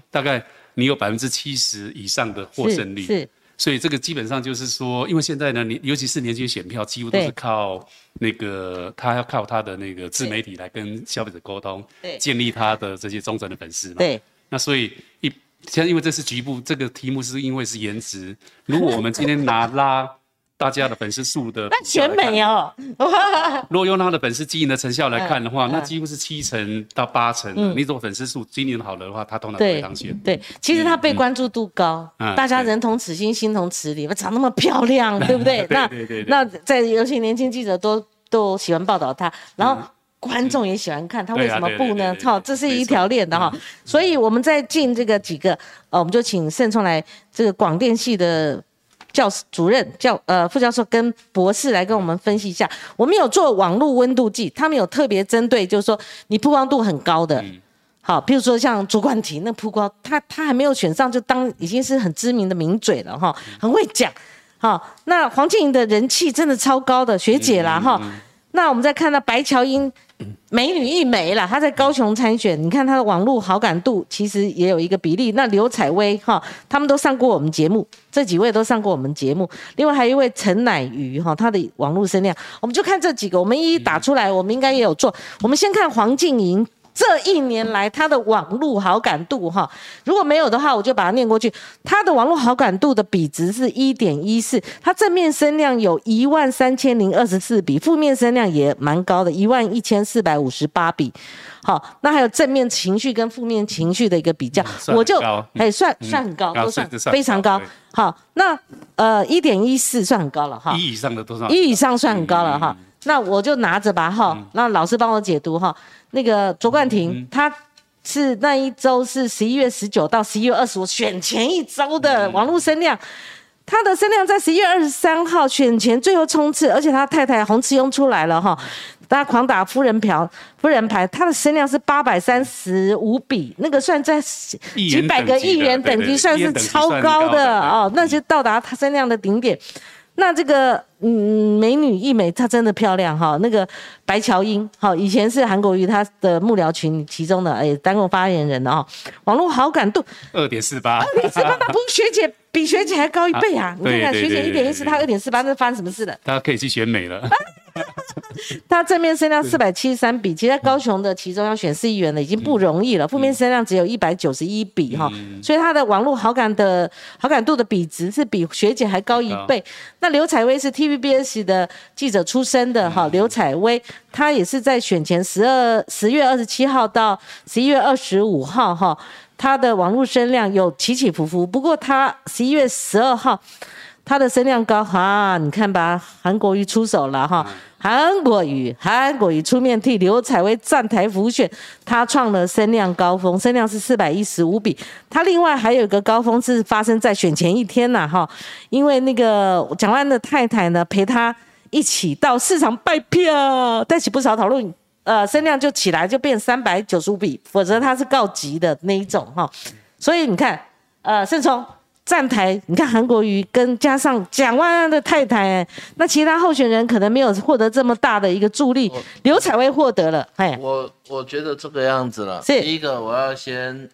[SPEAKER 2] 大概你有百分之七十以上的获胜率。
[SPEAKER 1] 是是
[SPEAKER 2] 所以这个基本上就是说，因为现在呢，你尤其是年轻选票，几乎都
[SPEAKER 1] 对
[SPEAKER 2] 是靠那个他要靠他的那个自媒体来跟消费者沟通
[SPEAKER 1] 对，
[SPEAKER 2] 建立他的这些忠诚的粉丝嘛。
[SPEAKER 1] 对，
[SPEAKER 2] 那所以一现在因为这是局部，这个题目是因为是颜值。如果我们今天拿拉大家的粉丝数
[SPEAKER 1] [laughs]
[SPEAKER 2] 的，
[SPEAKER 1] 那选美
[SPEAKER 2] 啊，
[SPEAKER 1] 哦，
[SPEAKER 2] 如果用他的粉丝经营的成效来看的话，
[SPEAKER 1] 嗯
[SPEAKER 2] 那几乎是七成到八成。你如果粉丝数经营好的话，他通常会
[SPEAKER 1] 对
[SPEAKER 2] 当选。
[SPEAKER 1] 嗯对，其实她被关注度高，
[SPEAKER 2] 嗯
[SPEAKER 1] 大家
[SPEAKER 2] 对
[SPEAKER 1] 人同此心，心同此理，长那么漂亮，对不对？
[SPEAKER 2] [laughs] 对
[SPEAKER 1] 那
[SPEAKER 2] 对对对
[SPEAKER 1] 那在尤其年轻记者都都喜欢报道她，然后。观众也喜欢看，她为什么不
[SPEAKER 2] 嗯对啊对对
[SPEAKER 1] 呢
[SPEAKER 2] 对？对嗯
[SPEAKER 1] 操，这是一条链的哈，所以我们在进这个几个，呃，我们就请盛聪来这个广电系的教主任、教呃副教授跟博士来跟我们分析一下。我们有做网络温度计，他们有特别针对，就是说你曝光度很高的，好，譬如说像朱冠廷那曝光，他他还没有选上就当已经是很知名的名嘴了哈，很会讲。好，那黄静莹的人气真的超高的学姐啦哈。那我们再看到白乔英，美女一枚啦，她在高雄参选，你看她的网络好感度其实也有一个比例。那刘彩薇哈，他们都上过我们节目，这几位都上过我们节目。另外还有一位陈乃瑜哈，她的网络声量，我们就看这几个，我们一一打出来，我们应该也有做。我们先看黄静莹。这一年来，她的网络好感度哈，如果没有的话，我就把它念过去。她的网络好感度的比值是一点一四，她正面声量有一万三千零二十四笔，负面声量也蛮高的，一万一千四百五十八笔。好，那还有正面情绪跟负面情绪的一个比较，
[SPEAKER 2] 算很
[SPEAKER 1] 我就
[SPEAKER 2] 高嗯
[SPEAKER 1] 哎算算很高，
[SPEAKER 2] 高
[SPEAKER 1] 都算
[SPEAKER 2] 算算
[SPEAKER 1] 非常
[SPEAKER 2] 高
[SPEAKER 1] 高
[SPEAKER 2] 对。
[SPEAKER 1] 好，那呃一点一四算很高了哈，
[SPEAKER 2] 一以上的多少？
[SPEAKER 1] 嗯
[SPEAKER 2] 嗯
[SPEAKER 1] 一以上算很高了哈。那我就拿着吧哈，那老师帮我解读哈。那个卓冠
[SPEAKER 2] 嗯
[SPEAKER 1] 廷，他是那一周是十一月十九到十一月二十五选前一周
[SPEAKER 2] 嗯
[SPEAKER 1] 的网络声量。他的声量在十一月二十三号选前最后冲刺，而且他太太洪慈庸出来了哈，大家狂打夫人瓢、夫人牌，他的声量是八百三十五笔，那个算在
[SPEAKER 2] 议
[SPEAKER 1] 几
[SPEAKER 2] 员
[SPEAKER 1] 百个
[SPEAKER 2] 等级的
[SPEAKER 1] 亿元
[SPEAKER 2] 对
[SPEAKER 1] 等
[SPEAKER 2] 对
[SPEAKER 1] 级
[SPEAKER 2] 对
[SPEAKER 1] 算
[SPEAKER 2] 议
[SPEAKER 1] 是
[SPEAKER 2] 员等级
[SPEAKER 1] 超
[SPEAKER 2] 算
[SPEAKER 1] 高
[SPEAKER 2] 高的
[SPEAKER 1] 的
[SPEAKER 2] 对嗯
[SPEAKER 1] 哦，那就到达他声量的顶点。那这个嗯，美女一美，她真的漂亮哈。那个白乔英，好，以前是韩国瑜他的幕僚群其中的，哎也担任发言人的哦。网络好感度，
[SPEAKER 2] 二点四八，
[SPEAKER 1] [laughs] 二点四八，那不是学姐比学姐还高一倍啊！
[SPEAKER 2] 啊
[SPEAKER 1] 你看看
[SPEAKER 2] 对
[SPEAKER 1] 学
[SPEAKER 2] 对
[SPEAKER 1] 姐一
[SPEAKER 2] 对
[SPEAKER 1] 点一
[SPEAKER 2] 对
[SPEAKER 1] 四，
[SPEAKER 2] 对
[SPEAKER 1] 她二点四八，那发生什么事了？
[SPEAKER 2] 大家可以去选
[SPEAKER 1] [laughs]
[SPEAKER 2] 美了。
[SPEAKER 1] 她正面声量四百七十三笔，其实在高雄的其中要选市议员的已经不容易了，负面声量只有一百九十一笔哈，所以她的网络好感的好感度的比值是比学姐还高一倍。那刘彩薇是 TVBS 的记者出身的哈，刘彩薇她也是在选前十二十月二十七号到十一月二十五号哈，她的网络声量有起起伏伏，不过她十一月十二号。他的声量高啊，你看吧，韩国瑜出手了哈，韩国瑜，韩国瑜出面替刘恺威站台辅选，他创了声量高峰，声量是四百一十五比。他另外还有一个高峰是发生在选前一天呐、哈，因为那个蒋万安的太太呢陪他一起到市场拜票，带起不少讨论。呃，声量就起来，就变三百九十五比，否则他是告急的那一种哈。所以你看，呃，盛聪站台，你看韩国瑜跟加上蒋万安的太太、哎那其他候选人可能没有获得这么大的一个助力，
[SPEAKER 3] 哦
[SPEAKER 1] 刘彩薇获得了，哎，
[SPEAKER 3] 我我觉得这个样子了。
[SPEAKER 1] 是
[SPEAKER 3] 第一个，我要先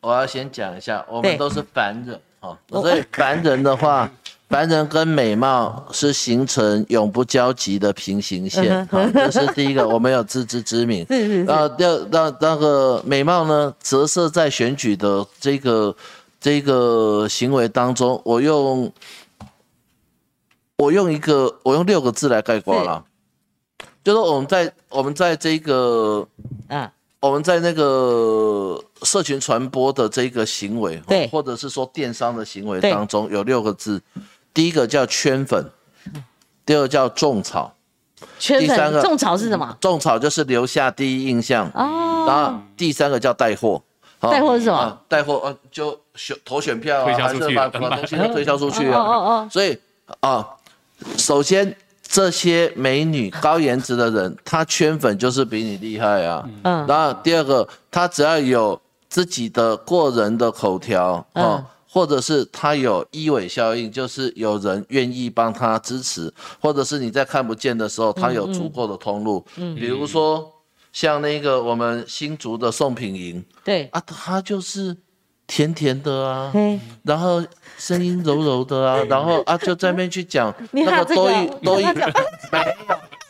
[SPEAKER 3] 我要先讲一下，我
[SPEAKER 1] 对
[SPEAKER 3] 们都是凡人哦，
[SPEAKER 1] 我
[SPEAKER 3] 所以凡人
[SPEAKER 1] [laughs]
[SPEAKER 3] 的话，凡人跟美貌是形成永不交集的平行线
[SPEAKER 1] 嗯。
[SPEAKER 3] 好、这是第一个，我们有自知之明。
[SPEAKER 1] [laughs] 是是是
[SPEAKER 3] 然后第二，那那个美貌呢，折射在选举的这个这个行为当中，我用。我用一个，我用六个字来概括了，就是我们在我们在这个
[SPEAKER 1] 啊，
[SPEAKER 3] 我们在那个社群传播的这个行为，
[SPEAKER 1] 对
[SPEAKER 3] 或者是说电商的行为
[SPEAKER 1] 对
[SPEAKER 3] 当中，有六个字，第一个叫圈粉，第二个叫种草，
[SPEAKER 1] 圈
[SPEAKER 3] 第
[SPEAKER 1] 粉
[SPEAKER 3] 三个
[SPEAKER 1] 种草是什么？
[SPEAKER 3] 种草就是留下第一印象，然
[SPEAKER 1] 哦，
[SPEAKER 3] 后第三个叫带货。好
[SPEAKER 1] 带货是什么
[SPEAKER 3] 啊带货呃，就选投选票
[SPEAKER 2] 推
[SPEAKER 3] 啊，
[SPEAKER 2] 销
[SPEAKER 3] 还
[SPEAKER 2] 出
[SPEAKER 3] 是
[SPEAKER 2] 去
[SPEAKER 3] 把
[SPEAKER 2] 的
[SPEAKER 3] 把东西
[SPEAKER 1] [laughs]
[SPEAKER 3] 都推销出去啊。
[SPEAKER 1] 哦哦哦
[SPEAKER 3] 所以啊，首先这些美女高颜值的人，她圈粉就是比你厉害啊。
[SPEAKER 1] 嗯
[SPEAKER 3] 然后第二个，她只要有自己的过人的口条啊。
[SPEAKER 1] 嗯
[SPEAKER 3] 或者是她有一尾效应，就是有人愿意帮她支持，或者是你在看不见的时候，她有足够的通路。
[SPEAKER 1] 嗯
[SPEAKER 3] 比如说像那个我们新竹的宋品莹
[SPEAKER 1] 对，
[SPEAKER 3] 啊，她就是甜甜的啊，
[SPEAKER 1] 嘿，
[SPEAKER 3] 然后声音柔柔的啊，然后啊就在那边去讲
[SPEAKER 1] [laughs] 你还
[SPEAKER 3] 那
[SPEAKER 1] 有这
[SPEAKER 3] 个多益
[SPEAKER 1] 个
[SPEAKER 3] 多
[SPEAKER 1] 你
[SPEAKER 3] 益
[SPEAKER 1] 还有
[SPEAKER 3] [laughs] 没有，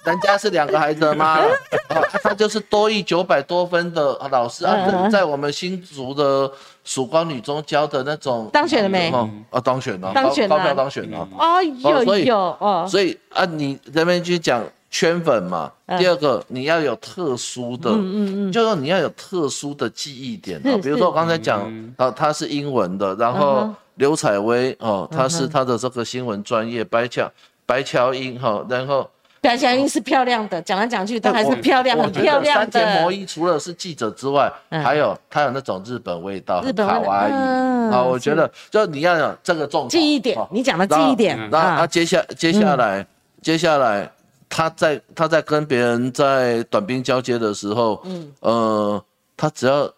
[SPEAKER 3] 人家是两个孩子
[SPEAKER 1] [laughs]
[SPEAKER 3] 的妈了，啊，她就是多益九百多分的老师
[SPEAKER 1] 嗯嗯
[SPEAKER 3] 啊，
[SPEAKER 1] 嗯
[SPEAKER 3] 在我们新竹的曙光女中教的那种
[SPEAKER 1] 当选了没
[SPEAKER 3] 哦啊，当选了，
[SPEAKER 1] 当选
[SPEAKER 3] 高
[SPEAKER 1] 了
[SPEAKER 3] 高票当选了。
[SPEAKER 1] 哦
[SPEAKER 3] 哦
[SPEAKER 1] 有
[SPEAKER 3] 所以
[SPEAKER 1] 有哦，
[SPEAKER 3] 所以啊，你那边去讲圈粉嘛。
[SPEAKER 1] 嗯
[SPEAKER 3] 第二个，你要有特殊的，嗯嗯嗯，就是说你要有特殊的记忆点啊
[SPEAKER 1] 是。
[SPEAKER 3] 比如说我刚才讲
[SPEAKER 2] 嗯，
[SPEAKER 3] 啊，他是英文的，然
[SPEAKER 1] 嗯
[SPEAKER 3] 后
[SPEAKER 1] 哼
[SPEAKER 3] 刘采薇哦，他
[SPEAKER 1] 嗯
[SPEAKER 3] 是
[SPEAKER 1] 哼
[SPEAKER 3] 他的这个新闻专业白乔白乔英哈，然后
[SPEAKER 1] 表情音是漂亮的，讲来讲去都还是
[SPEAKER 3] 我
[SPEAKER 1] 漂亮，
[SPEAKER 3] 我
[SPEAKER 1] 很
[SPEAKER 3] 觉得
[SPEAKER 1] 漂亮
[SPEAKER 3] 三田
[SPEAKER 1] 的
[SPEAKER 3] 魔。衣除了是记者之外，
[SPEAKER 1] 嗯
[SPEAKER 3] 还有他有那种日本味道，
[SPEAKER 1] 日本味
[SPEAKER 3] 卡
[SPEAKER 1] 道
[SPEAKER 3] 哇伊
[SPEAKER 1] 嗯
[SPEAKER 3] 啊，我觉得就你要有这个重
[SPEAKER 1] 记忆点
[SPEAKER 3] 哦，
[SPEAKER 1] 你讲的记
[SPEAKER 3] 然后
[SPEAKER 1] 忆点
[SPEAKER 2] 嗯
[SPEAKER 3] 那他
[SPEAKER 1] 啊，嗯
[SPEAKER 3] 接下接下来、接下来，他在他在跟别人在短兵交接的时候，嗯，呃，他只要。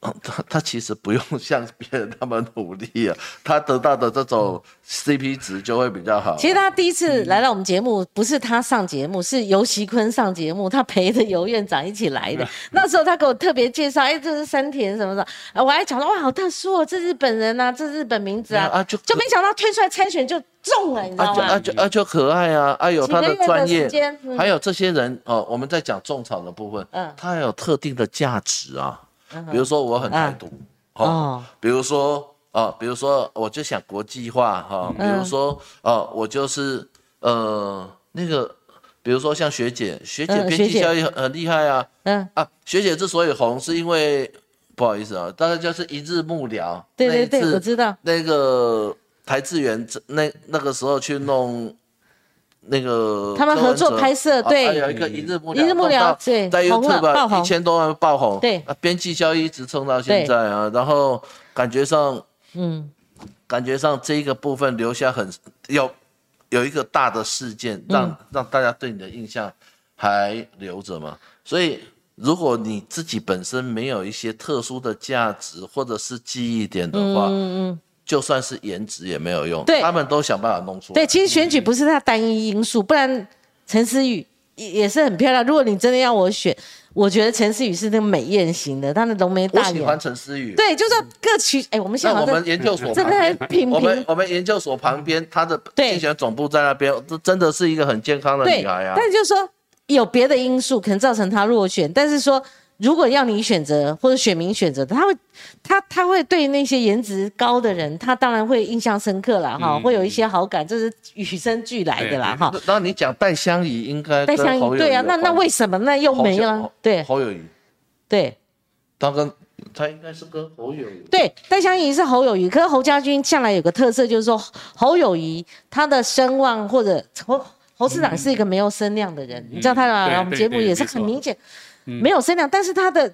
[SPEAKER 3] 呃他他其实不用像别人那么努力啊，他得到的这种 CP 值就会比较好。
[SPEAKER 1] 嗯其实他第一次来到我们节目，不是他上节目，是尤习坤上节目，他陪着尤院长一起来
[SPEAKER 3] 嗯
[SPEAKER 1] 的。那时候他给我特别介绍，哎，这是山田什么的，啊我还讲说哇，好特殊哦，这日本人呐，这日本名字啊
[SPEAKER 3] 没有，啊就
[SPEAKER 1] 就没想到推出来参选就中了，你知
[SPEAKER 3] 啊
[SPEAKER 1] 道
[SPEAKER 3] 就
[SPEAKER 1] 吗
[SPEAKER 3] 啊？就啊就可爱啊，啊有
[SPEAKER 1] 几个
[SPEAKER 3] 他
[SPEAKER 1] 月
[SPEAKER 3] 的
[SPEAKER 1] 的
[SPEAKER 3] 专
[SPEAKER 1] 时
[SPEAKER 3] 业
[SPEAKER 1] 间，嗯
[SPEAKER 3] 还有这些人哦，我们在讲种草的部分，
[SPEAKER 1] 嗯
[SPEAKER 3] 他还有特定的价值啊，比如说我很台独，
[SPEAKER 1] 哦
[SPEAKER 3] 哦，比如说哦，比如说我就想国际化哈，
[SPEAKER 1] 嗯
[SPEAKER 3] 比如说哦，我就是呃那个，比如说像学姐，学姐
[SPEAKER 1] 嗯
[SPEAKER 3] 编
[SPEAKER 1] 学
[SPEAKER 3] 辑
[SPEAKER 1] 姐
[SPEAKER 3] 效益很很厉害啊，
[SPEAKER 1] 嗯，
[SPEAKER 3] 啊，学姐之所以红，是因为不好意思啊，大概就是一日幕僚。
[SPEAKER 1] 对对对
[SPEAKER 3] 那一次
[SPEAKER 1] 我知道
[SPEAKER 3] 那个台志远这那那个时候去弄。那个
[SPEAKER 1] 他们合作
[SPEAKER 3] 柯文哲
[SPEAKER 1] 拍摄
[SPEAKER 3] 啊
[SPEAKER 1] 对
[SPEAKER 3] 啊有一个一日幕僚，
[SPEAKER 1] 一日幕僚
[SPEAKER 3] 弄到
[SPEAKER 1] 对
[SPEAKER 3] 在
[SPEAKER 1] 红了爆
[SPEAKER 3] YouTube 啊
[SPEAKER 1] 红
[SPEAKER 3] 一千多万爆红，
[SPEAKER 1] 对
[SPEAKER 3] 啊，边际效益一直冲到现在啊，然后感觉上
[SPEAKER 1] 嗯，
[SPEAKER 3] 感觉上这一个部分留下很有有一个大的事件，让、
[SPEAKER 1] 嗯
[SPEAKER 3] 让大家对你的印象还留着嘛。所以，如果你自己本身没有一些特殊的价值或者是记忆点的话，
[SPEAKER 1] 嗯
[SPEAKER 3] 就算是颜值也没有用，
[SPEAKER 1] 对
[SPEAKER 3] 他们都想办法弄出来。
[SPEAKER 1] 对，其实选举不是他单一因素，不然陈思雨也也是很漂亮。如果你真的要我选，我觉得陈思雨是那个美艳型的，她的浓眉
[SPEAKER 3] 我
[SPEAKER 1] 大
[SPEAKER 3] 喜
[SPEAKER 1] 眼
[SPEAKER 3] 欢。陈思雨。
[SPEAKER 1] 对，就是各取哎，我们现在
[SPEAKER 3] 那
[SPEAKER 1] 好
[SPEAKER 3] 我
[SPEAKER 1] 像
[SPEAKER 3] 们研究所
[SPEAKER 1] 真
[SPEAKER 3] 旁
[SPEAKER 1] 的还
[SPEAKER 3] 边， [laughs]
[SPEAKER 1] 平
[SPEAKER 3] 我们
[SPEAKER 1] 平。嗯
[SPEAKER 3] 我们研究所旁边，他的
[SPEAKER 1] 对
[SPEAKER 3] 竞选总部在那边，这真的是一个很健康的
[SPEAKER 1] 对，
[SPEAKER 3] 女孩啊。
[SPEAKER 1] 但就是说有别的因素可能造成他落选，但是说如果要你选择或者选民选择，他会他他会对那些颜值高的人，他当然会印象深刻啦，
[SPEAKER 3] 嗯
[SPEAKER 1] 哈、会有一些好感，这是与生俱来的啦哈。
[SPEAKER 3] 那然后你讲戴香怡应该
[SPEAKER 1] 戴
[SPEAKER 3] 跟
[SPEAKER 1] 相
[SPEAKER 3] 侯
[SPEAKER 1] 宜
[SPEAKER 3] 友
[SPEAKER 1] 对啊，
[SPEAKER 3] 宜有
[SPEAKER 1] 那那
[SPEAKER 3] 关
[SPEAKER 1] 为什么那又
[SPEAKER 3] 侯
[SPEAKER 1] 没
[SPEAKER 3] 友
[SPEAKER 1] 了？对
[SPEAKER 3] 侯友谊，
[SPEAKER 1] 对，
[SPEAKER 3] 他跟他应该是跟侯友宜
[SPEAKER 1] 对，戴相仪是侯友谊，可是侯家军向来有个特色，就是说侯友谊他的声望或者侯侯市长是一个没有声量的人，你知道他来来我们
[SPEAKER 2] 嗯对
[SPEAKER 1] 节目
[SPEAKER 2] 对
[SPEAKER 1] 也是很
[SPEAKER 2] 没错嗯
[SPEAKER 1] 明显没有声量，但是他的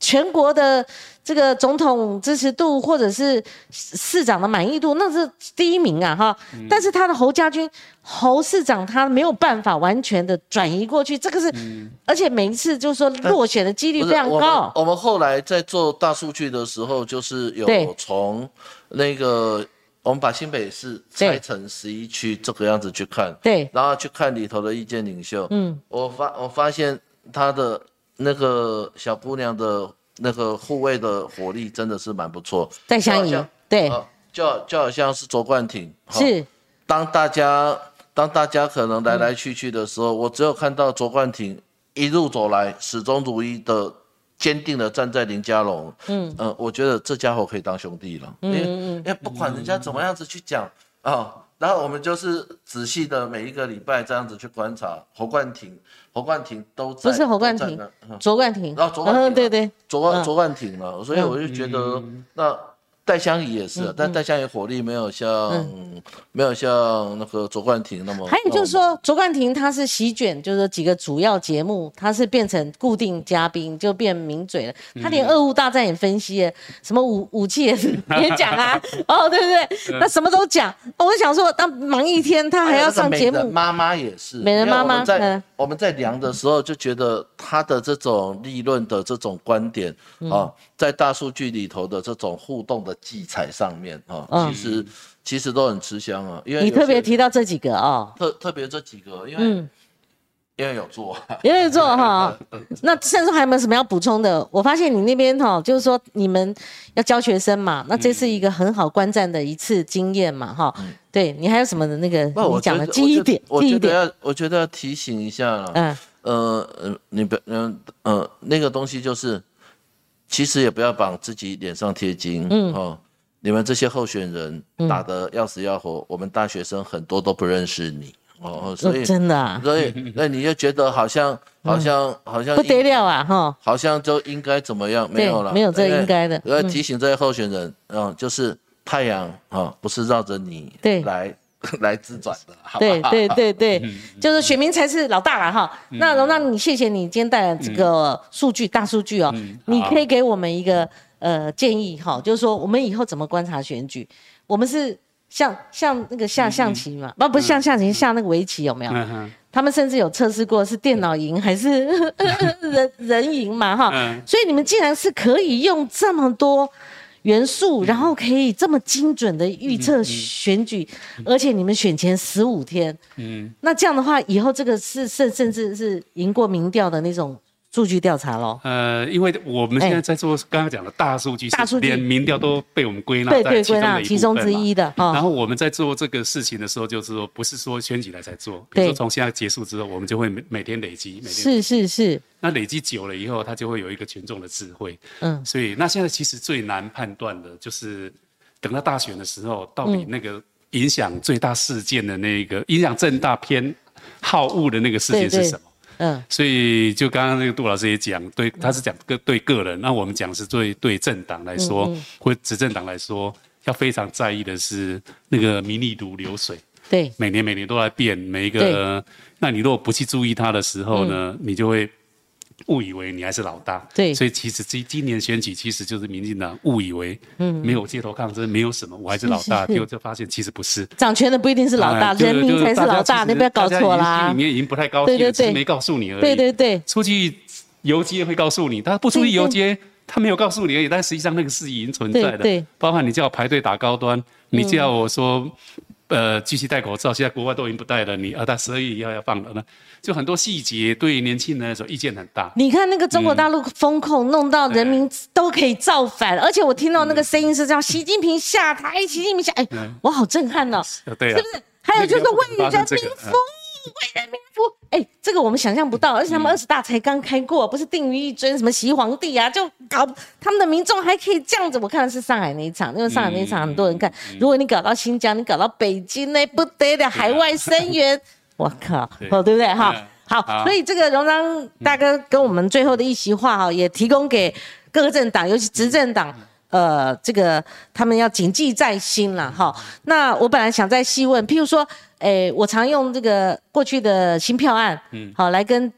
[SPEAKER 1] 全国的这个总统支持度或者是市市长的满意度，那是第一名啊哈。
[SPEAKER 2] 嗯
[SPEAKER 1] 但是他的侯家军侯市长他没有办法完全的转移过去，这个是，
[SPEAKER 2] 嗯
[SPEAKER 1] 而且每一次就是说落选的几率
[SPEAKER 3] 呃不
[SPEAKER 1] 非
[SPEAKER 3] 是
[SPEAKER 1] 常
[SPEAKER 3] 我们
[SPEAKER 1] 高。
[SPEAKER 3] 我们后来在做大数据的时候，就是
[SPEAKER 1] 对
[SPEAKER 3] 有从那个我们把新北市
[SPEAKER 1] 对
[SPEAKER 3] 拆成十一区这个样子去看，
[SPEAKER 1] 对
[SPEAKER 3] 然后去看里头的意见领袖。
[SPEAKER 1] 嗯，
[SPEAKER 3] 我发我发现他的那个小姑娘的那个护卫的火力真的是蛮不错。
[SPEAKER 1] 戴相
[SPEAKER 3] 就
[SPEAKER 1] 仪
[SPEAKER 3] 好像，
[SPEAKER 1] 对，
[SPEAKER 3] 呃就好就好像是卓冠廷，哈
[SPEAKER 1] 是。
[SPEAKER 3] 当大家当大家可能来来去去的时候，我只有看到卓冠廷一路走来始终如一的。坚定的站在林家龙，嗯，呃，我觉得这家伙可以当兄弟了，
[SPEAKER 1] 嗯
[SPEAKER 3] 因为因为不管人家怎么样子去讲啊、然后我们就是仔细的每一个礼拜这样子去观察侯冠廷，侯冠廷都在
[SPEAKER 1] 不是侯冠
[SPEAKER 3] 都在
[SPEAKER 1] 廷
[SPEAKER 3] 那嗯
[SPEAKER 1] 卓冠廷，
[SPEAKER 3] 啊卓冠廷啊
[SPEAKER 1] 嗯对对，
[SPEAKER 3] 昨
[SPEAKER 1] 嗯
[SPEAKER 3] 晚昨晚停了，所以我就觉得那戴香怡也
[SPEAKER 1] 嗯
[SPEAKER 3] 是啊，但戴香怡火力没有像没有像那个卓冠廷那么。
[SPEAKER 1] 还有就是
[SPEAKER 3] 哦那么，
[SPEAKER 1] 说，卓冠廷他是席卷，就是说几个主要节目，他是变成固定嘉宾，就变名嘴了。
[SPEAKER 3] 嗯
[SPEAKER 1] 他连俄乌大战也分析了，什么武武器也也讲
[SPEAKER 3] [laughs]
[SPEAKER 1] 啊，哦，对不
[SPEAKER 3] 嗯
[SPEAKER 1] 对？那什么都讲。哦我想说，当忙一天，他还要上节
[SPEAKER 3] 哎还有那个美人
[SPEAKER 1] 目，
[SPEAKER 3] 妈妈也是，
[SPEAKER 1] 美人妈妈
[SPEAKER 3] 因为我们在
[SPEAKER 1] 嗯
[SPEAKER 3] 我们在量的时候就觉得他的这种利润的这种观点
[SPEAKER 1] 嗯
[SPEAKER 3] 啊，在大数据里头的这种互动的技巧上面啊，
[SPEAKER 1] 嗯
[SPEAKER 3] 其实其实都很吃香啊，因为
[SPEAKER 1] 你
[SPEAKER 3] 有些
[SPEAKER 1] 特别提到这几个哦，
[SPEAKER 3] 特特别这几个，因为
[SPEAKER 1] 嗯，
[SPEAKER 3] 因为有做。 [laughs]
[SPEAKER 1] 有点做哈。
[SPEAKER 3] 嗯
[SPEAKER 1] 那甚至还有没有什么要补充的？我发现你那边哈，就是说你们要教学生嘛，那这是一个很好观战的一次经验嘛哈。对你还有什么的那个
[SPEAKER 3] 嗯不， [laughs] 我
[SPEAKER 1] 你讲
[SPEAKER 3] 觉
[SPEAKER 1] 的
[SPEAKER 3] 得
[SPEAKER 1] 记忆点，
[SPEAKER 3] 我
[SPEAKER 1] 记
[SPEAKER 3] 觉
[SPEAKER 1] 忆
[SPEAKER 3] 得啊
[SPEAKER 1] 点，
[SPEAKER 3] 要，我觉得要提醒一下了。
[SPEAKER 1] 嗯，
[SPEAKER 3] 呃呃，你不，嗯呃，那个东西就是，其实也不要往自己脸上贴金。嗯哦，你们这些候选人
[SPEAKER 1] 嗯
[SPEAKER 3] 打得要死要活，我们大学生很多都不认识你。哦，所以
[SPEAKER 1] 哦、真的、啊、
[SPEAKER 3] 所
[SPEAKER 1] [laughs]
[SPEAKER 3] 以那你就觉得好像好像、好像
[SPEAKER 1] 不得了啊哈。
[SPEAKER 3] 好像就应该怎么样？没有了，
[SPEAKER 1] 没有这应该的嗯
[SPEAKER 3] 我要提醒这些候选人，嗯，就是太阳啊，不是绕着你
[SPEAKER 1] 对
[SPEAKER 3] 来 [laughs] 来自转的，好吧
[SPEAKER 1] 对对对对，就是选民才是老大了哈。那龙让你谢谢你今天带来这个数据大数据哦
[SPEAKER 2] 嗯，
[SPEAKER 1] 你
[SPEAKER 2] 好
[SPEAKER 1] 可以给我们一个呃建议哈，就是说我们以后怎么观察选举？我们是像像那个下象棋嘛，不不是像象棋下那个围棋有没有？
[SPEAKER 2] 嗯哼，
[SPEAKER 1] 他们甚至有测试过是电脑赢还
[SPEAKER 2] [laughs]
[SPEAKER 1] 是人人赢嘛哈，
[SPEAKER 2] 嗯
[SPEAKER 1] 所以你们竟然是可以用这么多元
[SPEAKER 2] 嗯
[SPEAKER 1] 素，然后可以这么精准的预测选举，而且你们选前十五天，
[SPEAKER 2] 嗯，
[SPEAKER 1] 那这样的话，以后这个是甚甚至是赢过民调的那种数据调查喽。
[SPEAKER 2] 呃，因为我们现
[SPEAKER 1] 哎
[SPEAKER 2] 在在做刚刚讲的大数据，
[SPEAKER 1] 大数据
[SPEAKER 2] 连民调都被我们归纳
[SPEAKER 1] 对
[SPEAKER 2] 在
[SPEAKER 1] 对，归
[SPEAKER 2] 其中的
[SPEAKER 1] 纳
[SPEAKER 2] 一
[SPEAKER 1] 其中
[SPEAKER 2] 部
[SPEAKER 1] 之
[SPEAKER 2] 分嘛
[SPEAKER 1] 一的哦
[SPEAKER 2] 然
[SPEAKER 1] 哈，
[SPEAKER 2] 后我们在做这个事情的时候，就是说不是说选举来才做，比
[SPEAKER 1] 对
[SPEAKER 2] 如说从现在结束之后，我们就会每每天累积，每天
[SPEAKER 1] 是是是，
[SPEAKER 2] 那累积久了以后，它就会有一个群众的智慧。
[SPEAKER 1] 嗯
[SPEAKER 2] 所以那现在其实最难判断的就是等到大选的时候，到底那个影响最大事件的那个、影响正大偏好恶的那个事
[SPEAKER 1] 对
[SPEAKER 2] 情
[SPEAKER 1] 对
[SPEAKER 2] 是什么？
[SPEAKER 1] 嗯，
[SPEAKER 2] 所以就刚刚那个杜老师也讲，对，他是讲个对个人，那我们讲是对对政党来说，
[SPEAKER 1] 嗯
[SPEAKER 2] 或执政党来说，要非常在意的是那个民意如流水，
[SPEAKER 1] 对，
[SPEAKER 2] 每年每年都在变，每一
[SPEAKER 1] 对嗯
[SPEAKER 2] 个，那你如果不去注意它的时候呢，你就会。误以为你还是老大，
[SPEAKER 1] 对
[SPEAKER 2] 所以其实今今年选举其实就是民进党误以为，没有街头抗争，没有什么，我还是老大，
[SPEAKER 1] 嗯是是是
[SPEAKER 2] 结果就发现其实不是，
[SPEAKER 1] 掌权的不一定是老大，
[SPEAKER 2] 啊就
[SPEAKER 1] 人民
[SPEAKER 2] 就
[SPEAKER 1] 才是
[SPEAKER 2] 大家
[SPEAKER 1] 老大，
[SPEAKER 2] 其实
[SPEAKER 1] 你不要搞
[SPEAKER 2] 大家已经
[SPEAKER 1] 错啦
[SPEAKER 2] 心里。面已经不太高兴了，
[SPEAKER 1] 对对
[SPEAKER 2] 只
[SPEAKER 1] 对
[SPEAKER 2] 是没告诉你而已。
[SPEAKER 1] 对对对，
[SPEAKER 2] 出去游街会告诉你，他不出去
[SPEAKER 1] 对对
[SPEAKER 2] 游街，他没有告诉你而已，但实际上那个是已经存在的。
[SPEAKER 1] 对对
[SPEAKER 2] 包含你叫我排队打高端，你叫我说。呃，继续戴口罩，现在国外都已经不戴了。你啊，他十二月一号要放了呢，就很多细节对年轻人来说意见很大。
[SPEAKER 1] 你看那个中国大陆风控弄到人民都可以造反，而且我听到那个声音是这样：习近平下台，习近平下，哎
[SPEAKER 2] 嗯，
[SPEAKER 1] 我好震撼哦，是
[SPEAKER 2] 呃对啊，
[SPEAKER 1] 不是？还有就是为人民
[SPEAKER 2] 那个嗯要
[SPEAKER 1] 服务，为人民服务，哎，这个我们想象不到，而且
[SPEAKER 2] 嗯
[SPEAKER 1] 他们二十大才刚开过，不是定于一尊什么习皇帝啊，就搞他们的民众还可以这样子。我看的是上海那一
[SPEAKER 2] 嗯
[SPEAKER 1] 场，因为上海那一场很多人看，如果你搞到新疆，你搞到北京那不得了，海外声援，我靠，
[SPEAKER 2] [laughs] 对
[SPEAKER 1] 哦，对不对哈
[SPEAKER 2] 嗯？
[SPEAKER 1] 好，
[SPEAKER 2] 好
[SPEAKER 1] 所以这个荣章大哥跟我们最后的一席话哈，也提供给各个政党，尤其执政
[SPEAKER 2] 嗯
[SPEAKER 1] 党。呃，这个他们要谨记在心了哈。那我本来想再细问，譬如说，诶，我常用这个过去的新票案，嗯，好来跟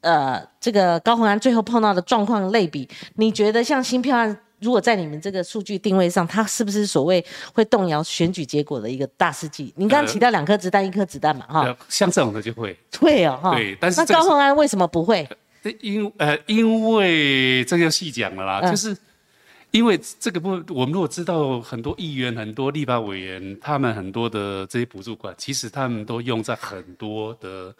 [SPEAKER 1] 呃这个高鸿安最后碰到的状况类比。你觉得像新票案，如果在你们这个数据定位上，它是不是所谓会动摇选举结果的一个大事迹？你刚刚
[SPEAKER 2] 呃
[SPEAKER 1] 提到两颗子弹，一颗子弹嘛，哈，
[SPEAKER 2] 呃像这种的就会，
[SPEAKER 1] 会哦，哈。
[SPEAKER 2] 对但是
[SPEAKER 1] 那
[SPEAKER 2] 这个
[SPEAKER 1] 高
[SPEAKER 2] 是
[SPEAKER 1] 鸿安为什么不会？
[SPEAKER 2] 这因呃，因为这个要细讲了啦，
[SPEAKER 1] 嗯
[SPEAKER 2] 就是因为这个部分，我们如果知道很多议员、很多立法委员，他们很多的这些补助款，其实他们都用在很多的，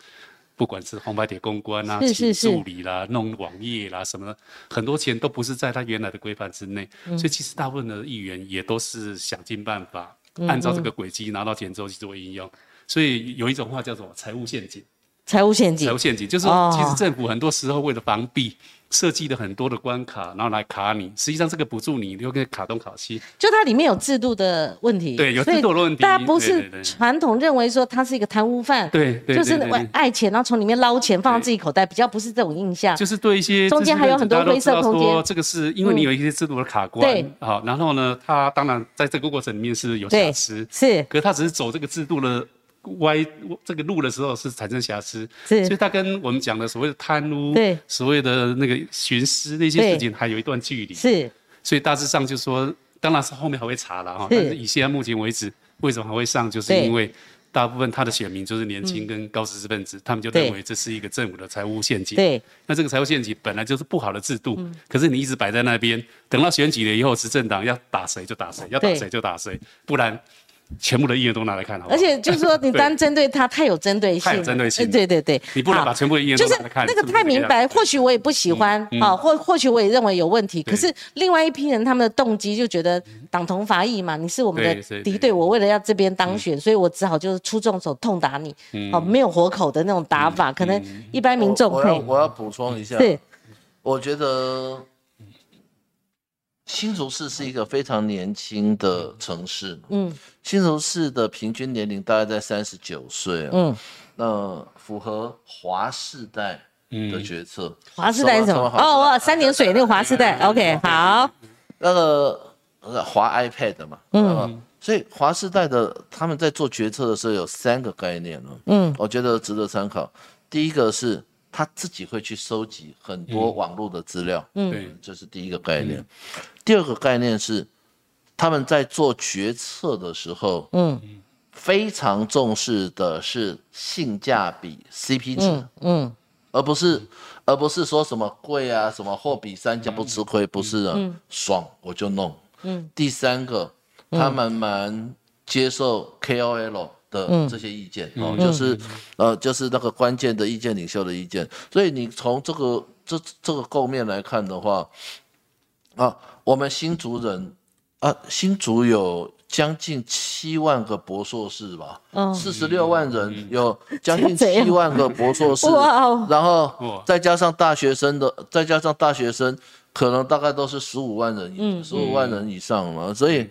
[SPEAKER 2] 不管是红白铁公关啊、
[SPEAKER 1] 是是
[SPEAKER 2] 请
[SPEAKER 1] 是
[SPEAKER 2] 助理啦、弄网页啦什么的，很多钱都不是在他原来的规范之内，
[SPEAKER 1] 嗯
[SPEAKER 2] 所以其实大部分的议员也都是想尽办法，
[SPEAKER 1] 嗯
[SPEAKER 2] 按照这个轨迹拿到钱之后去做应用。所以有一种话叫做财务陷阱，
[SPEAKER 1] 财务陷阱
[SPEAKER 2] 财务，陷阱，就是
[SPEAKER 1] 哦
[SPEAKER 2] 其实政府很多时候为了防弊，设计了很多的关卡，然后来卡你。实际上这个补助你，又跟卡东卡西。
[SPEAKER 1] 就它里面有制度的问题，
[SPEAKER 2] 对有
[SPEAKER 1] 所以
[SPEAKER 2] 制度的问题
[SPEAKER 1] 大家不
[SPEAKER 2] 对
[SPEAKER 1] 是
[SPEAKER 2] 对对
[SPEAKER 1] 传统认为说他是一个贪污犯，
[SPEAKER 2] 对对对
[SPEAKER 1] 就是
[SPEAKER 2] 对对
[SPEAKER 1] 爱爱钱，然后从里面捞钱放到自己口袋，比较不是这种印象。
[SPEAKER 2] 就是对一些
[SPEAKER 1] 中间还有很多
[SPEAKER 2] 知识分子
[SPEAKER 1] 灰色空间嗯
[SPEAKER 2] 大家都知道说这个是因为你有一些制度的卡
[SPEAKER 1] 对
[SPEAKER 2] 关，好，然后呢，它当然在这个过程里面是有瑕
[SPEAKER 1] 对
[SPEAKER 2] 疵，
[SPEAKER 1] 是
[SPEAKER 2] 可是他只是走这个制度的歪这个路的时候是产生瑕疵，
[SPEAKER 1] 是
[SPEAKER 2] 所以他跟我们讲的所谓的贪污，
[SPEAKER 1] 对
[SPEAKER 2] 所谓的那个徇私那些
[SPEAKER 1] 对
[SPEAKER 2] 事情还有一段距离，
[SPEAKER 1] 是
[SPEAKER 2] 所以大致上就说，当然是后面还会查了哈。
[SPEAKER 1] 是
[SPEAKER 2] 但是以现在目前为止，为什么还会上，就是
[SPEAKER 1] 对
[SPEAKER 2] 因为大部分他的选民就是年轻跟高知识分子，他们就
[SPEAKER 1] 对
[SPEAKER 2] 认为这是一个政府的财务陷阱。
[SPEAKER 1] 对，嗯
[SPEAKER 2] 那这个财务陷阱本来就是不好的制度，可是你一直摆在那边，等到选举了以后，执政党要打谁就打谁，要打
[SPEAKER 1] 对
[SPEAKER 2] 谁就打谁，不然全部的议员都拿来看好不好
[SPEAKER 1] 而且就是说，
[SPEAKER 2] [laughs]
[SPEAKER 1] 你
[SPEAKER 2] 对
[SPEAKER 1] 单针对他，太有针对性了，
[SPEAKER 2] 太有针对性
[SPEAKER 1] 呃对对对，
[SPEAKER 2] 你不能
[SPEAKER 1] 好
[SPEAKER 2] 把全部的意见
[SPEAKER 1] 就
[SPEAKER 2] 都
[SPEAKER 1] 是
[SPEAKER 2] 拿来看
[SPEAKER 1] 那个
[SPEAKER 2] 是不是
[SPEAKER 1] 太
[SPEAKER 2] 这个
[SPEAKER 1] 明
[SPEAKER 2] 样
[SPEAKER 1] 白，
[SPEAKER 2] 子嗯
[SPEAKER 1] 或许我也不喜欢啊，或或许我也认为有问题。可
[SPEAKER 2] 对
[SPEAKER 1] 是另外一批人他们的动机就觉得党同伐异嘛，你是我们
[SPEAKER 2] 对
[SPEAKER 1] 的
[SPEAKER 2] 对嗯
[SPEAKER 1] 敌
[SPEAKER 2] 对
[SPEAKER 1] 对，我为了要这边当选，所以我只好就是出重手痛打你，哦，
[SPEAKER 2] 嗯
[SPEAKER 1] 没有活口的那种打法，可能一般民众
[SPEAKER 3] 我我要
[SPEAKER 1] 会
[SPEAKER 3] 我要补充一下，
[SPEAKER 1] 是
[SPEAKER 3] 我觉得新竹市是一个非常年轻的城市，
[SPEAKER 1] 嗯
[SPEAKER 3] 新竹市的平均年龄大概在三十九岁，嗯，
[SPEAKER 1] 嗯，
[SPEAKER 3] 那符合华世代的决策。
[SPEAKER 1] 嗯华世代是什么？
[SPEAKER 3] 华世代
[SPEAKER 1] 哦哦，三点水那个华世代，OK，好，
[SPEAKER 3] 那个呃华 iPad 嘛，嗯，所以华世代的他们在做决策的时候有三个概念哦，
[SPEAKER 1] 嗯，
[SPEAKER 3] 我觉得值得参考。第一个是他自己会去收集很多网络的资料，
[SPEAKER 1] 嗯
[SPEAKER 2] 对
[SPEAKER 3] 这是第一个概念。第二个概念是他们在做决策的时候，
[SPEAKER 1] 嗯
[SPEAKER 3] 非常重视的是性价比 CP 值，
[SPEAKER 1] 嗯
[SPEAKER 3] 而不是而不是说什么贵啊，什么货比三家不吃亏，不是的，
[SPEAKER 1] 嗯
[SPEAKER 3] 爽我就弄。嗯，第三个，
[SPEAKER 1] 嗯
[SPEAKER 3] 他们蛮接受 KOL
[SPEAKER 1] 嗯
[SPEAKER 3] 的这些意见、哦，就是呃，就是那个关键的意见领袖的意见，所以你从这个这这个构面来看的话，啊，我们新竹人啊，新竹有将近七万个博硕士吧，
[SPEAKER 1] 嗯
[SPEAKER 3] 四十六万人，有将近
[SPEAKER 1] 这样
[SPEAKER 3] 七万个博硕
[SPEAKER 1] [laughs]
[SPEAKER 3] 士，
[SPEAKER 1] 哇哦
[SPEAKER 3] 然后
[SPEAKER 2] 哇
[SPEAKER 3] 再加上大学生的，再加上大学生，可能大概都是十五万
[SPEAKER 1] 嗯
[SPEAKER 3] 人，十五万人以上了，所以，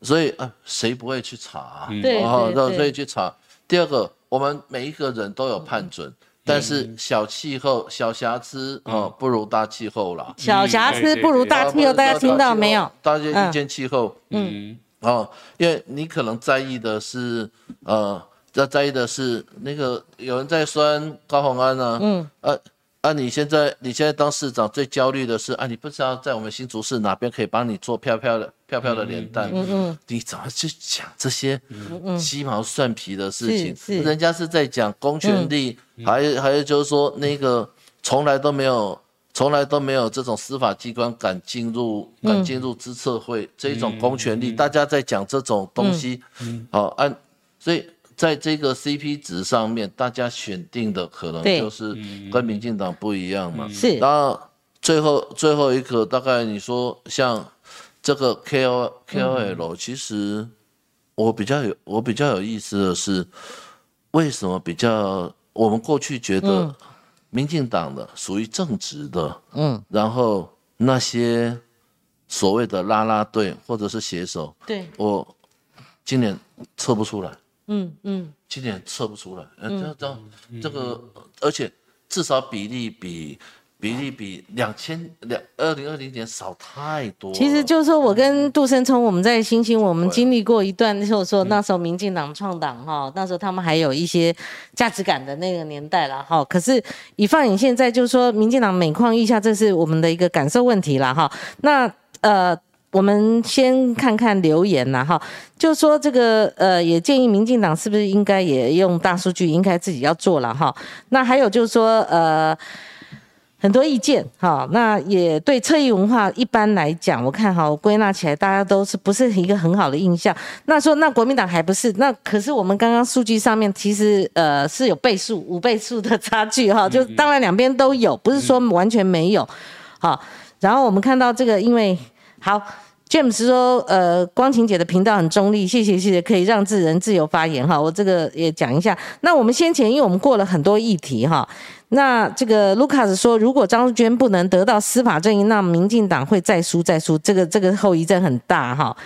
[SPEAKER 3] 所以啊，谁不会去查啊？
[SPEAKER 1] 对
[SPEAKER 3] 然后
[SPEAKER 1] 对
[SPEAKER 3] 那
[SPEAKER 1] 对
[SPEAKER 3] 所以去查。第二个，我们每一个人都有判准，但是小气候、小瑕疵啊，不如大气候啦。
[SPEAKER 1] 小瑕疵不如大气候，大家听到没有？
[SPEAKER 3] 大家遇见气候，
[SPEAKER 2] 嗯，
[SPEAKER 3] 哦，因为你可能在意的是，呃，在在意的是那个有人在酸高鸿安呢、啊，嗯，啊啊，你现在你现在当市长最焦虑的是啊，你不知道在我们新竹市哪边可以帮你做漂漂的漂漂的脸蛋，嗯嗯，你怎么去讲这些鸡毛蒜皮的事情？
[SPEAKER 1] 嗯是嗯是
[SPEAKER 3] 人家是在讲公权力，还有还有就是说那个从来都没有。从来都没有这种司法机关敢进入、敢进入资策会这种公权力，大家在讲这种东西，哦，按所以在这个 CP 值上面，大家选定的可能
[SPEAKER 1] 对
[SPEAKER 3] 就是跟民进党不一样嘛。
[SPEAKER 1] 是
[SPEAKER 3] 然后最后最后一个，大概你说像这个 KO
[SPEAKER 1] 嗯
[SPEAKER 3] KOL，、其实我比较有我比较有意思的是，为什么比较我们过去觉得民进党的属于正直的，
[SPEAKER 1] 嗯，
[SPEAKER 3] 然后那些所谓的啦啦队或者是写手，
[SPEAKER 1] 对，
[SPEAKER 3] 我今年测不出来，
[SPEAKER 1] 嗯嗯，
[SPEAKER 3] 今年测不出来，呃，这这这个，而且至少比例比比例比两千两二零二零年少太多了。
[SPEAKER 1] 其实就是说我跟杜生聪，我们在新兴，我们经历过一段，就是说那时候民进党创党哈，那时候他们还有一些价值感的那个年代了哈。可是以放眼现在，就是说民进党每况愈下，这是我们的一个感受问题了哈。那呃。我们先看看留言呐，哈，就说这个呃，也建议民进党是不是应该也用大数据，应该自己要做了哈。那还有就是说呃，很多意见哈，那也对侧翼文化一般来讲，我看哈，我归纳起来大家都是不是一个很好的印象。那说那国民党还不是，那可是我们刚刚数据上面其实呃是有倍数五倍数的差距哈，就当然两边都有，不是说完全没有，好。然后我们看到这个，因为好。James 说，呃，光晴姐的频道很中立，谢谢谢谢，可以让自人自由发言哈。我这个也讲一下。那我们先前因为我们过了很多议题哈，那这个 Lucas 说，如果张淑娟不能得到司法正义，那民进党会再输再输，这个这个后遗症很大哈。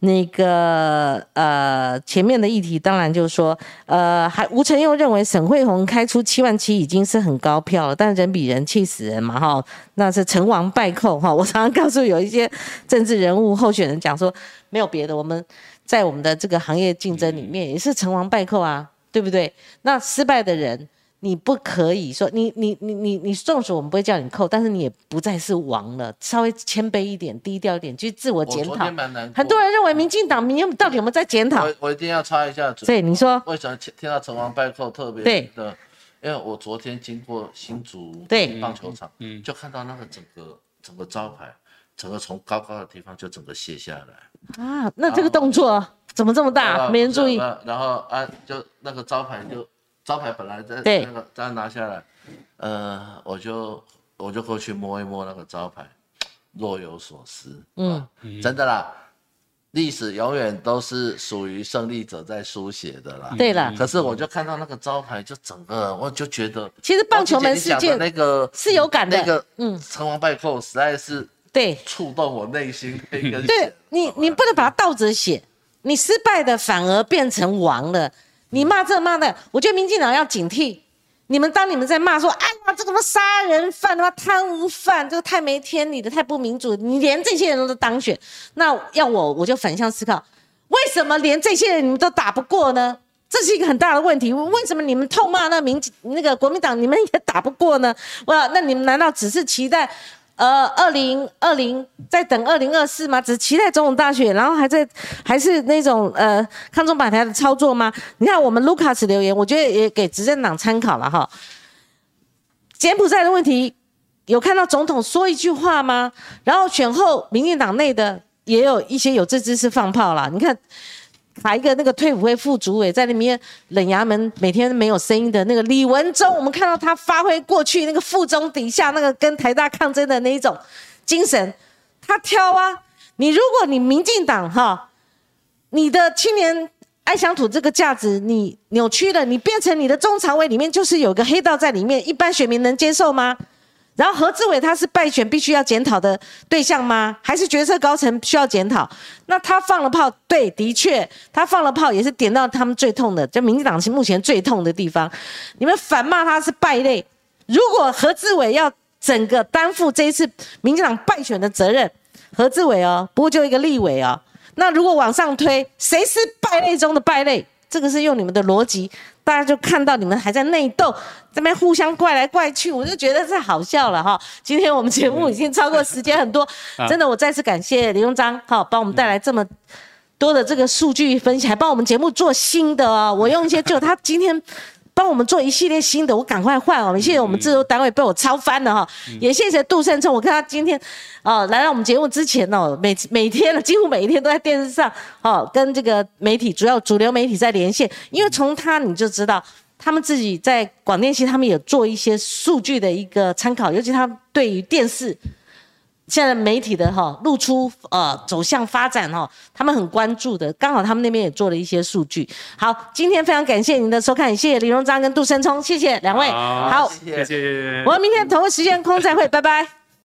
[SPEAKER 1] 那个呃，前面的议题当然就是说，呃，还吴承佑认为沈惠虹开出七万七已经是很高票了，但人比人气死人嘛哈，那是成王败寇哈。我常常告诉有一些政治人物候选人讲说，没有别的，我们在我们的这个行业竞争里面也是成王败寇啊，对不对？那失败的人。你不可以说你你你你你纵使我们不会叫你扣，但是你也不再是王了，稍微谦卑一点，低调一点，去自我检
[SPEAKER 3] 我昨
[SPEAKER 1] 讨
[SPEAKER 3] 天。蛮难过，
[SPEAKER 1] 很多人认为民进党民进到底有没有在检讨？
[SPEAKER 3] 我我一定要插一下嘴。
[SPEAKER 1] 所以你说
[SPEAKER 3] 为什么听到“成王败寇”特别
[SPEAKER 1] 对
[SPEAKER 3] 的？因为我昨天经过新竹
[SPEAKER 1] 对
[SPEAKER 3] 棒球场，
[SPEAKER 2] 嗯嗯
[SPEAKER 3] 就看到那个整个整个招牌，整个从高高的地方就整个卸下来，
[SPEAKER 1] 啊，那这个动作怎么这么
[SPEAKER 3] 然
[SPEAKER 1] 大？
[SPEAKER 3] 后
[SPEAKER 1] 没人注意。
[SPEAKER 3] 然后然后啊，就那个招牌就招牌本来在
[SPEAKER 1] 对
[SPEAKER 3] 那个再拿下来，呃，我就我就过去摸一摸那个招牌，若有所思，
[SPEAKER 1] 嗯
[SPEAKER 3] 嗯，真的啦。历史永远都是属于胜利者在书写的啦。
[SPEAKER 1] 嗯对了，
[SPEAKER 3] 可是我就看到那个招牌，就整个我就觉得
[SPEAKER 1] 其实棒球门事
[SPEAKER 3] 王姐
[SPEAKER 1] 件
[SPEAKER 3] 你讲的那个
[SPEAKER 1] 是有感的
[SPEAKER 3] 那个
[SPEAKER 1] 嗯
[SPEAKER 3] 嗯，成王败寇实在是
[SPEAKER 1] 对
[SPEAKER 3] 触动我内心的一根
[SPEAKER 1] 对
[SPEAKER 3] 弦。，
[SPEAKER 1] 你你不能把它倒着写，你失败的反而变成王了。你骂这骂那，我觉得民进党要警惕。你们当你们在骂说，哎呀，这个什么杀人犯，他妈贪污犯，这个太没天理的，太不民主，你连这些人都当选，那要我我就反向思考，为什么连这些人你们都打不过呢？这是一个很大的问题。为什么你们痛骂那民那个国民党，你们也打不过呢？哇，那你们难道只是期待？呃，二零二零在等二零二四吗？只期待总统大选，然后还在还是那种呃抗中保台的操作吗？你看我们 Lucas 留言，我觉得也给执政党参考了哈。柬埔寨的问题有看到总统说一句话吗？然后选后，民进党内的也有一些有志之士放炮啦。你看，把一个那个退伍会副主委在里面冷衙门，每天没有声音的那个李文忠，我们看到他发挥过去那个附中底下那个跟台大抗争的那一种精神，他挑啊。你如果你民进党哈，你的青年爱乡土这个价值你扭曲了，你变成你的中常委里面就是有个黑道在里面，一般选民能接受吗？然后何志伟他是败选必须要检讨的对象吗？还是决策高层需要检讨？那他放了炮，对，的确他放了炮，也是点到他们最痛的，就民进党是目前最痛的地方。你们反骂他是败类，如果何志伟要整个担负这一次民进党败选的责任，何志伟哦，不过就一个立委哦。那如果往上推，谁是败类中的败类？这个是用你们的逻辑，大家就看到你们还在内斗，这边互相怪来怪去，我就觉得这好笑了哈。今天我们节目已经超过时间很多，真的，我再次感谢林荣章哈，帮我们带来这么多的这个数据分析，还帮我们节目做新的哦。我用一些就他今天。帮我们做一系列新的，我赶快换哦！谢谢我们制作单位被我抄翻了哈、也谢谢杜胜聪，我看他今天哦来到我们节目之前哦，每每天呢几乎每一天都在电视上哦跟这个媒体主要主流媒体在连线，因为从他你就知道他们自己在广电系他们有做一些数据的一个参考，尤其他对于电视现在媒体的哈、露出呃走向发展哈、他们很关注的，刚好他们那边也做了一些数据。好，今天非常感谢您的收看，也谢谢李荣章跟杜生聪，谢谢两位。
[SPEAKER 2] 好
[SPEAKER 1] 好，
[SPEAKER 3] 谢谢
[SPEAKER 2] 啊谢谢。
[SPEAKER 1] 我们明天同一时间空再会，拜拜。